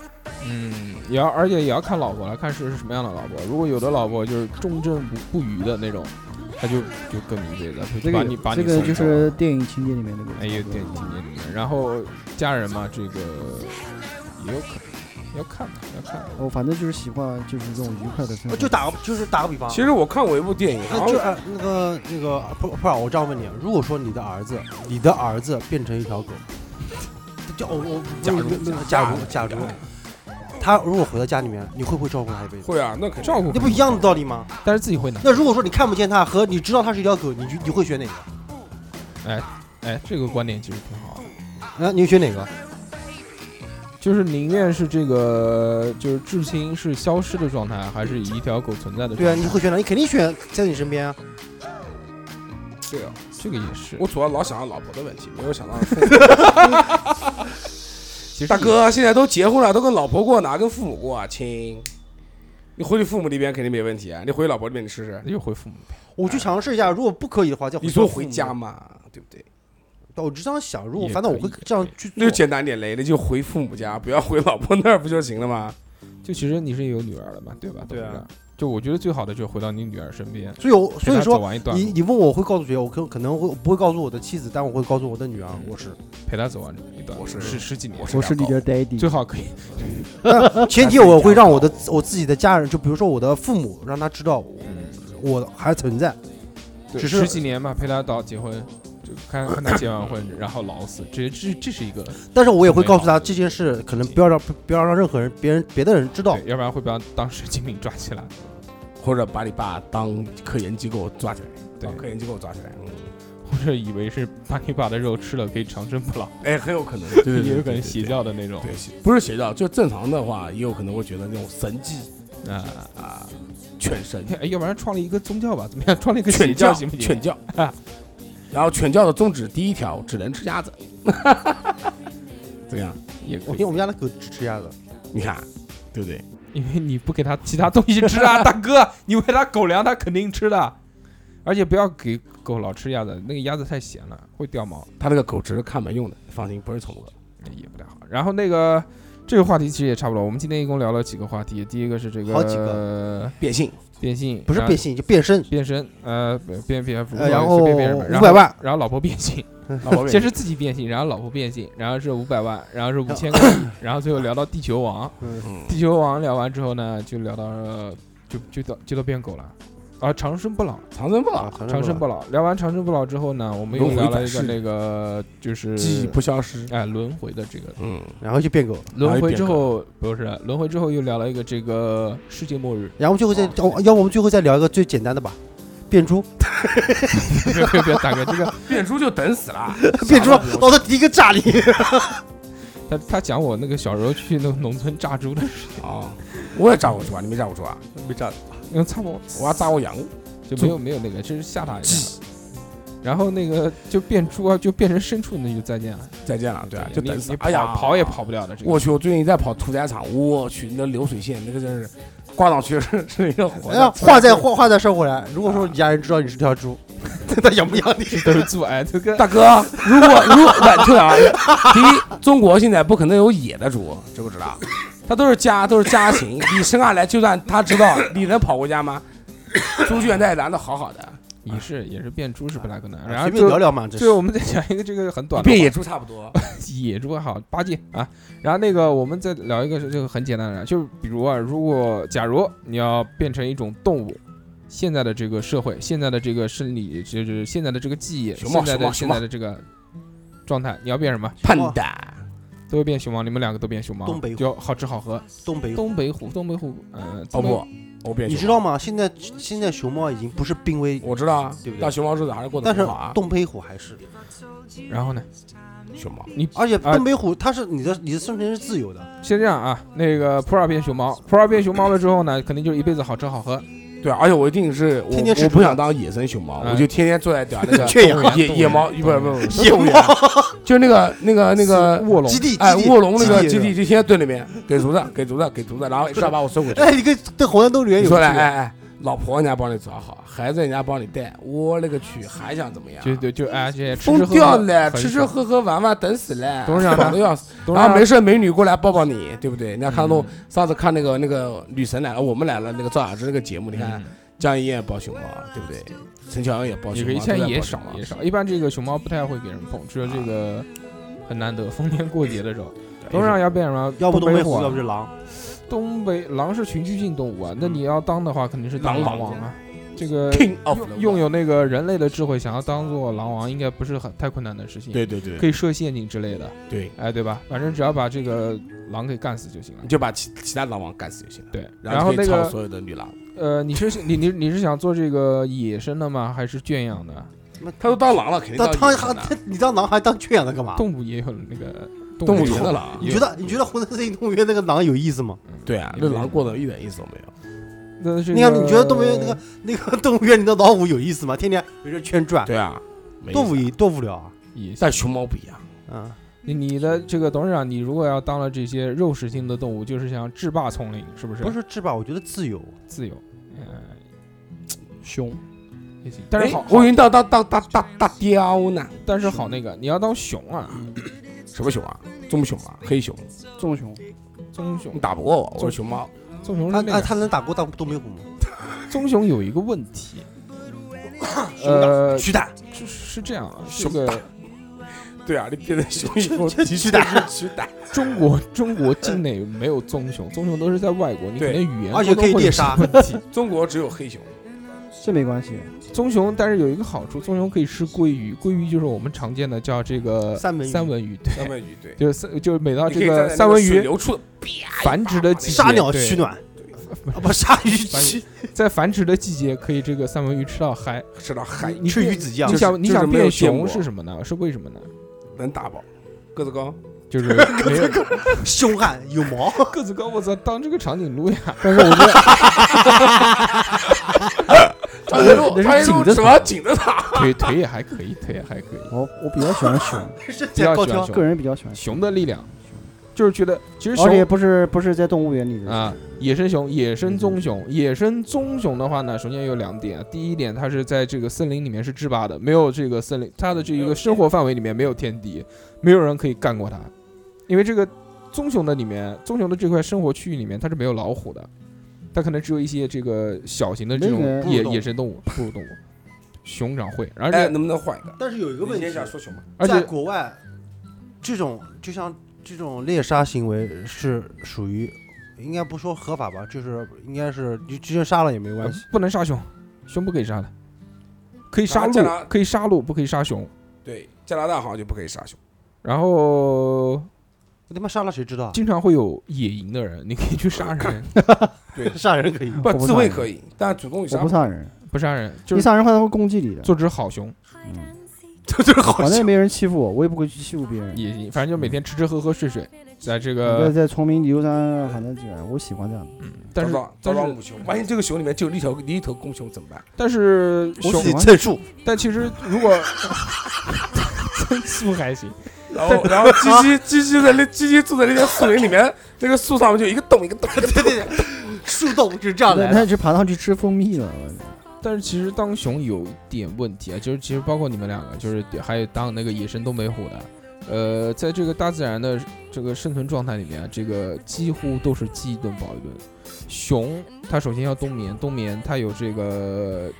嗯，也要而且也要看老婆了，看是是什么样的老婆。如果有的老婆就是忠贞不不渝的那种，他就就更迷这个，
这
就把
个
你把
这
你
个
送
就
走了
是电影情节里面那个。
哎有点经验里面，然后家人嘛，这个也有可能要看吧，要看吧。
我反正就是喜欢就是这种愉快的生
哦
活。
哦就打个就是打个比方，
其实我看过一部电影，然
那
后
就呃那个那个不不是，我这样问你，啊如果说你的儿子，你的儿子变成一条狗，就我我
假如
假如假如，他如果回到家里面，你会不会照顾他一辈子？
会啊，那肯定
照顾
那不一样的道理吗？
但是自己会拿。
那如果说你看不见他和你知道他是一条狗，你就你会选哪个？
哎，这个观点其实挺好的，
啊，你会选哪个？
就是宁愿是这个就是至亲是消失的状态，还是以一条狗存在的状态？
对啊，你会选哪？你肯定选在你身边啊。
这样。
这个也是。
我主要老想到老婆的问题，没有想到父母
其实
大哥现在都结婚了，都跟老婆过，哪跟父母过啊，亲？你回你父母那边肯定没问题啊，你回老婆那边你试试，
又回父母，
我去尝试一下，如果不可以的话，再回
你说
父
回
母
家。嘛，对不对？
我就这样想，如果
也
反正我
可
会
以
这样
也可
去
那就
做。
简单点嘞，那就回父母家，不要回老婆那儿不就行了吗？
就其实你是有女儿了嘛，对吧？
对啊
董事长。就我觉得最好的就是回到你女儿身边，
所以我，
陪
所以
她
说
走，完一段
你
路，
你问我会告诉谁？我可可能会不会告诉我的妻子，但我会告诉我的女儿，
嗯
我是。
陪她走完一段路，
我是
十十几年，
我是你
哦
的 daddy，
最好可以嗯
前提我会让我的我自己的家人，就比如说我的父母，让他知道我我还存在。
嗯对
只是
十几年嘛，陪她到结婚，就看看她结完婚然后老死，这这这是一个，
但是我也会告诉他这件事，可能不要让不要让任何人、别人、别的人知道
对，。要不然会被当神经病抓起来。
或者把你爸当科研机构抓起来，
对
当科研机构抓起来，嗯，
或者以为是把你把的肉吃了可以长生不老，
哎，很有可能，对
也有可能邪。教的那种
对，不是邪教，就正常的话，也有可能会觉得那种神迹
啊。
啊，犬神、
哎要不然创立一个宗教吧，怎么样？ 创立一个
犬
邪
教
教行不行？
犬教。然后犬教的宗旨第一条，只能吃鸭子。怎么样？
也可
我因为
以
我们家的狗只吃鸭子，
你看，对不对？
因为你不给它其他东西吃 啊，大哥，你喂它狗粮，它肯定吃的。而且不要给狗老吃鸭子，那个鸭子太咸了，会掉毛，
他那个狗只是看门用的，放心，不是宠物。
也不太好。然后那个这个话题其实也差不多，我们今天一共聊了几个话题，第一个是这个
好几
变性，
变性，
不是
然后
变性就变身。
变身，呃，不变变，
呃然后
随便变什么然后
500万
然后老婆变性，
老婆
先
变性
是自己变性，然后老婆变性，然后是五百万，然后是五千个亿，然后最后聊到地球王，
嗯
地球王聊完之后呢，就聊到呃就就到就到变狗了，啊，长生不老，
长生不老，
啊
长生不老。聊完长生不老之后呢，我们又
轮回
聊了
转
一个
世
那个就是
记忆不消失。
哎轮回的这个
嗯，
然后就变狗了，
轮回
变
之
革
后不是轮回之后又聊了一个这个世界末日，
然后最后再，哦要不我们最后再聊一个最简单的吧，变猪，
别别别，大哥，这个
变猪就等死 了，
变猪，老子第一个炸你。
他他讲我那个小时候去那个农村炸猪的事情，
啊！我也炸过猪啊，你没炸过猪啊？没炸，
因为差不多
我还炸过羊。
就没有没有那个，这是吓他一下。然后那个就变猪啊，就变成牲畜，那就再见了。
再见了，对啊，
你
就等死
你
了。哎呀，
跑跑也跑不了的。这个
我去，我最近在跑屠宰场，我去，那流水线那个真是 挂上去是是一个火
哎
哎呀，话再话话再说回来，如果说你家人知道你是条猪， 他养不养你？
都是阻碍这个。
大哥，如果如果 晚退啊，第一，中国现在不可能有野的猪，知不知道？它都是家，都是家 禽。你生下来，就算他知道，你能跑回家吗？猪圈在拦的好好的，
也是也是变猪是不太可能。啊
啊
然后
哎随便聊
就
聊嘛，这是
最后我们再讲一个这个很短的
变
话
野猪差不多。
野猪好八戒啊，然后那个我们再聊一个这个很简单的，就是比如啊，如果假如啊你要变成一种动物，现在的这个社会，现在的这个生理，就是现在的这个记忆，
熊猫
现在
熊
的
猫
现
熊猫
在的这个状态，你要变什么？
胖蛋，
都会变熊猫，你们两个都变熊猫，
东北虎
就好吃好喝。
东北虎。
东北虎，东北虎，呃，
哦
东北
不，我变熊猫。
你知道吗？现在现在熊猫已经不是濒危，
我知道啊，
对不对
但熊猫日子还是过得
但
很
是
好啊。
东北虎还是，
然后呢？
熊猫，
而且
啊
东北虎它是你的你的生存是自由的，
先这样啊，那个普洱变熊猫，普洱变熊猫了之后呢，肯定就是一辈子好吃好喝。
对，啊而且我一定是我
天天吃
我
猪
不想当野生熊猫，
哎
我就天天坐在屌 那个
圈
动物
养
嗯野
园动物
野
园
猫，
动
不是
物
不
园
是 不是，
野
动物园
猫
就是那个那个那个。
卧龙
基地
哎，
基地
卧龙那个
基
基
地
地，就天天蹲里面，给竹子，给竹子，给竹子，然后一下把我收回去。
哎，你跟跟红山动物园
你
有
说
区
了，
别
哎哎，老婆人家帮你找好，孩子人家帮你带，我勒个去，还想怎么样？啊
就就就哎，这些吃吃
疯
喝
掉
喝
了，
很
吃吃
爽
喝喝啊玩玩，等死了，
董事长呢
爽的要死。
董事
然后
长
没事，美女过来抱抱你，对不对？你看看弄上次看那个那个女神来了，我们来了那个赵雅芝那个节目，你看
嗯
江一燕抱熊猫，对不对？陈乔恩也抱
也
熊
可
猫，都
以，
在
现在也
抱
少
熊猫
也少，一般这个熊猫不太会给人碰，只有这个很难得，逢年过节的时候。董事长要变什么？
要不
东
东
北
北
虎
虎，
啊，
要不是狼。
东北狼是群居性动物啊，那你要当的话，肯定是当
狼
狼
王
王啊。这个
King of
拥
the
拥
world
有那个人类的智慧，想要当做狼王，应该不是很太困难的事情。，
对对对
可以设陷阱之类的，
对，
哎，对吧？反正只要把这个狼给干死就行了
你。就把其其他狼王干死就行了。
对，
然
后
就可
那
以操
个
所有的女狼，
呃，你是你你你是想做这个野生的吗？还是圈养的？
他都当狼了，肯定
当
当
当
野生的
还你当狼还当圈养的干嘛？
动物也有那个
动物
园嗯
园的狼。
你觉得你觉得湖南森林动物园那个狼有意思吗？
对啊，那狼过得一点意思都没有。
那这
你看
个
你觉得动物园那个那个动物园里的老虎有意思吗？天天围着圈转，
对啊，没意思
多无意多无聊啊！
也行
但熊猫不一样，
嗯，
你你的这个董事长，你如果要当了这些肉食性的动物，就是想制霸丛林，是不是？
不是说制霸，我觉得自由。
自由，嗯，
熊，
也行。但是好，
哎我以为当当当当当当雕呢。
但是好那个，你要当熊啊，
什么熊啊？棕熊啊？黑熊？
棕熊，
棕
你
熊，
打不过我，我是熊猫。
棕熊
他
是那
他
个
他能打过大东北虎吗？
棕熊有一个问题，呃，
巨蛋。
是是这样啊，这
熊
个
对啊，你变成熊以后，
这
的确
巨蛋
是巨蛋。
中国中国境内没有棕熊，棕熊都是在外国，你可
对
能语言
而且可以猎杀
沟通会有什么问
中国只有黑熊。
这没关系。
题。棕熊，但是有一个好处，棕熊可以吃鲑鱼，鲑鱼就是我们常见的叫这个
三文鱼
三文鱼，对，
三文鱼对。
就是三就是每到
你可
这
以在那
个
个
三文
水
鱼
流出的
繁殖的季节，
杀鸟
对
取暖啊，不杀鱼取
在繁殖的季节可以这个三文鱼吃到嗨。
吃到海，
你
吃
变
鱼子酱
你，想你
就是
想
没有
变
见
熊
过
是什么呢？是为什么呢？
能打爆，个子高。
就是没有
凶悍有毛。
个子高，我操，当这个长颈鹿呀！但是我 觉得
长颈鹿，
那
长颈
是紧
鹿
着
哎什么紧着它？
腿 腿也还可以，腿也还可以。
我我比较喜欢熊，
身
比
材
较
高
喜欢
挑，
个
熊，
人比较喜欢熊，
熊的力量，就是觉得其实
而且
熊
不是不是在动物园里的
啊，野生熊、野生棕熊、野生棕熊的话呢，首先有两点啊，第一点，它是在这个森林里面是制霸的，没有这个森林，它的这一个生活范围里面没有天敌，没有人可以干过它，因为这个棕熊的里面，棕熊的这块生活区域里面，它是没有老虎的，它可能只有一些这个小型的这种
那个
哺乳
野
动物
野生动物、哺乳动物。熊掌会，而
哎，
且
能不能换一个？
但是有一个问
你
题
先，想说熊猫，
而
在
且
国外，这种就像这种猎杀行为是属于，应该不说合法吧，就是应该是你直接杀了也没
呃
关系。
不能杀熊，熊不可以杀的，可以杀
啊
鹿
这哪，
可以杀鹿，不可以杀熊。
对，加拿大好像就不可以杀熊。
然后
我他妈杀了谁知道啊？
经常会有野营的人，你可以去杀人，
杀人可以，
不，
我不
自卫
杀
可以，但主动
我
杀
不杀人，
不杀人啊就
你
是
杀人的话他会攻击你的，嗯
做只好熊
这就是好
反正也
笑。
没人欺负我，我也不会去欺负别人。
野营，反正就每天吃吃喝喝睡睡，在这
在
个
在丛林游山反正这个，我喜欢这样的。
但是
找找
但
找找
是
母熊，万一这个熊里面就有一头一头公熊怎么办？
但是
我
熊
自己，蹭树，
但其实如果 增速还行，
然后然后鸡鸡鸡鸡在那鸡鸡住在那个树林里面，那个树上面就一个洞一个洞。
对对对，树洞就是这样
那
来
那
的。
就爬上去吃蜂蜜了，
但是其实当熊有一点问题啊，就是其实包括你们两个，就是还有当那个野生东北虎的，呃，在这个大自然的这个生存状态里面啊，这个几乎都是饥一顿饱一顿。熊它首先要冬眠，冬眠它有这个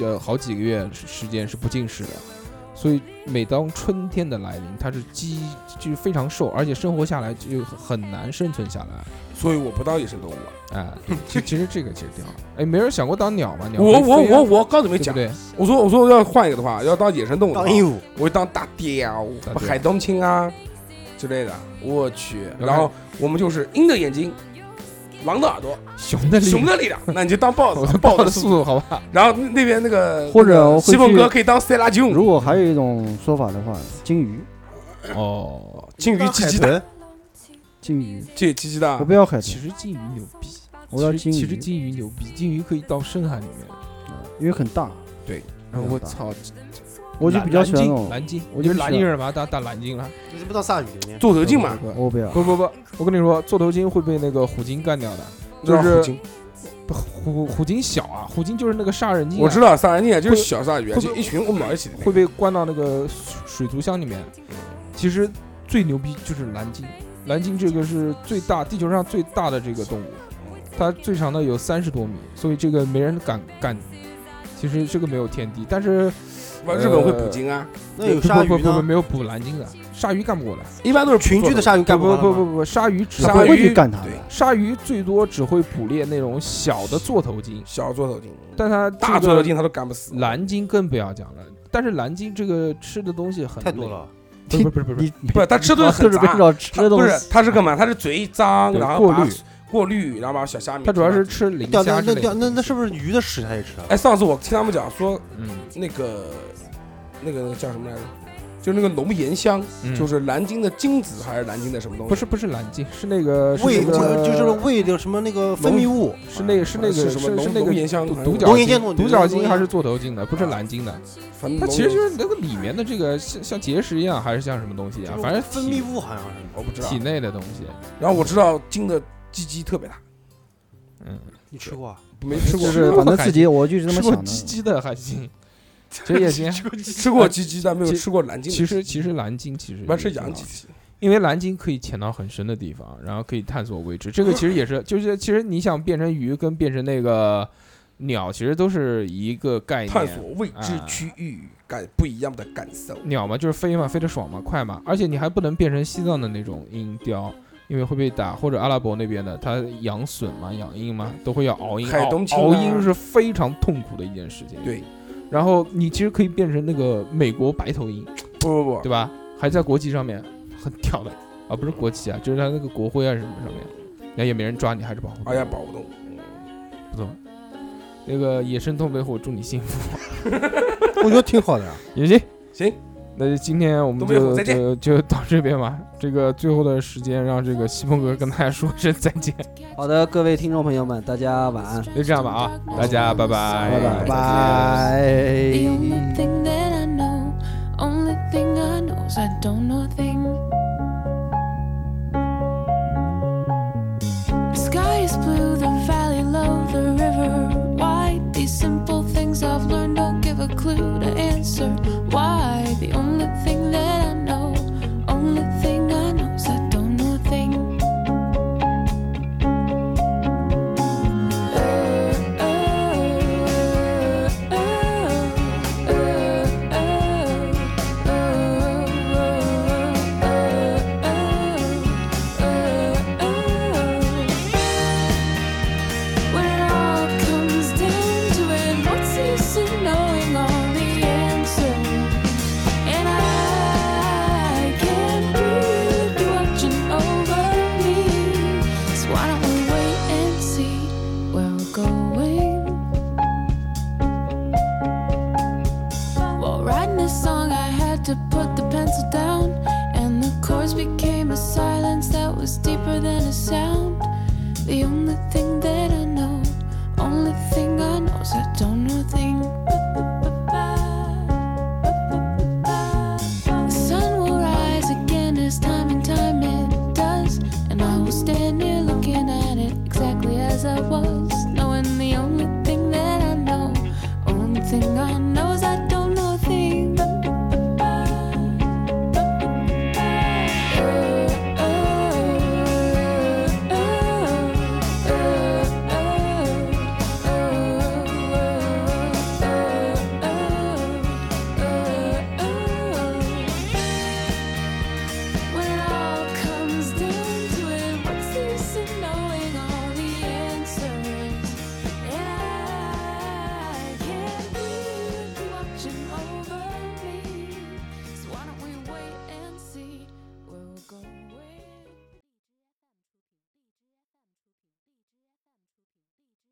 呃好几个月时时间是不进食的，所以每当春天的来临，它是饥就是非常瘦，而且生活下来就很难生存下来。
所以我不当野生动物啊。
哎，对其其实这个其实挺好。哎，没人想过当鸟吗？鸟
我
会
我
飞啊
我我刚准备
对不
讲，
对？
我说我说要换一个的话，要当野生动物的话
当，鹦鹉，
我会当大爹啊，我
大爹
海东青啊之类的。我去，
然后
然后我们就是鹰的眼睛，狼的耳朵，
熊的力
熊的力量，那你就当豹
我
子，
的
豹子
豹的
速
速
度。
度，好吧？
然后那边那个
或者
那个
我会
西凤
去
哥可以当塞拉吉姆，
如果还有一种说法的话，金鱼，
哦，
金鱼鸡鸡大，
豚，
金鱼，
这鸡鸡大
我，不要海
啊其
豚，
实金鱼牛逼，
我要
其实其
金鱼嗯
实金鱼牛逼，金鱼可以到深海里面。
因为很大，
然后我操，
我就比较喜欢那
蓝
种，
蓝鲸，
我就
你是
比较
蓝鲸人吧，打打蓝鲸了。啊
你怎么到铩羽里面？
座头鲸嘛，
我不要。
不不不，我跟你说，座头鲸会被那个虎鲸干掉的。就
知道虎
是
鲸
不虎虎鲸小啊，虎鲸就是那个杀人鲸啊、
我知道鲨鱼啊，就是
会
小鲨鱼啊，
会
就一群混到一起的那
会
个。
被关到那个水族箱里面。其实最牛逼就是蓝鲸，蓝鲸这个是最大地球上最大的这个动物，它最长的有三十多米，所以这个没人敢干。其实这个没有天敌，但是
不日本会捕
呃
鲸啊，
那有
不
鲨
不
鱼
不不
呢？
没有捕蓝鲸的，鲨鱼干不过来。
一般都是
群居的鲨鱼干
不
过它
不
吗
不不，鲨鱼只
鲨
不
会
会
鱼
去干它的
对
鲨鱼最多只会捕猎那种小的座头鲸，
小座头鲸，
但它
大
这
座头
个
鲸它都干不死。
蓝鲸更不要讲了。但是蓝鲸这个吃的东西很
太多
累，
了，
不是不是不是不啊是，
不是，它吃东西
就
很
是围
杂，
绕吃
它
的东
不
西，
是，它是干嘛？它是嘴一张，
对
然后
过
把
滤
过滤，然后把小虾米。
它主要是，吃磷
嗯掉
虾
那
之
那
类
掉
的。
那那是不是鱼的屎它也吃啊？
哎，上次我听他们讲说，
嗯，
那个那个那个叫什么来着？就那个龙涎香，就
就是
是蓝鲸的精子还是蓝鲸的什么东西？
嗯不是不是蓝鲸，是那个是
胃
那
就
个
就是胃的什么那个分泌物，
是那个是那个
是
是
什么龙
是那
龙
个
涎香还
独
是
独
龙
角
眼见
鲸
过
独
龙
角
眼
鲸还是座头鲸的，不是蓝鲸的。
反正
它
龙
其实就是那个里面的这个像像结石一样，还是像什么东西啊？反正
分泌
体
物好像是。
我不知道
体。内的东西。
然后我知道鲸的鸡鸡特别大，
嗯，
你吃过啊？
没吃过
就
吃
是
过
反正
海
自己我就是这
吃
么
过
想的。
鸡鸡的还行，其实也行。
吃过鸡鸡，但没有
呃其
吃过蓝鲸的
其
鸡。
实其实蓝鲸其实
不
也
是
挺
洋
好
鸡
的
鸡，
因为蓝鲸可以潜到很深的地方，然后可以探索未知。这个其实 也是，就是其实你想变成鱼跟变成那个鸟，其实都是一个概念。
探索未知
哎
区域，感不一样的感受。
鸟嘛，就是飞嘛，飞得爽嘛，快嘛，而且你还不能变成西藏的那种鹰雕，因为会被打，或者阿拉伯那边的，它养隼嘛，养鹰嘛，都会要熬鹰。
海
熬
东青
熬
啊
鹰是非常痛苦的一件事情。
对，
然后你其实可以变成那个美国白头鹰，
不不不，
对吧？还在国旗上面， 很屌的啊，不是国旗啊，就是它那个国徽啊什么上面，然后也没人抓你，还是保护你。
哎呀，保护动物。
不错。那个野生东北虎，祝你幸福。
我觉得挺好的啊。
也行，
行，
那就今天我们
东北虎
就
再见
就就到这边吧。这个最后的时间，让这个西风哥跟大家说声再见。
好的，各位听众朋友们，大家晚安，
就这样吧啊，大家拜拜，
拜拜。拜
The only thing that I know, only thing I know is I don't know a thing. The sky is blue, the valley low, the river wide. These simple things I've learned don't give a clue to answer. Why? The only thing that I know, only thing I know is I don't know a thing. When it all comes down to it, what's the use in knowing all the answers? And I can't breathe, you're watching over me. So why don't we wait and see where we're going? While writing this song, I had to put the pencil down, and the chords became a silence that was deeper than a sound. The only thing that I know, only thing I know is I don't.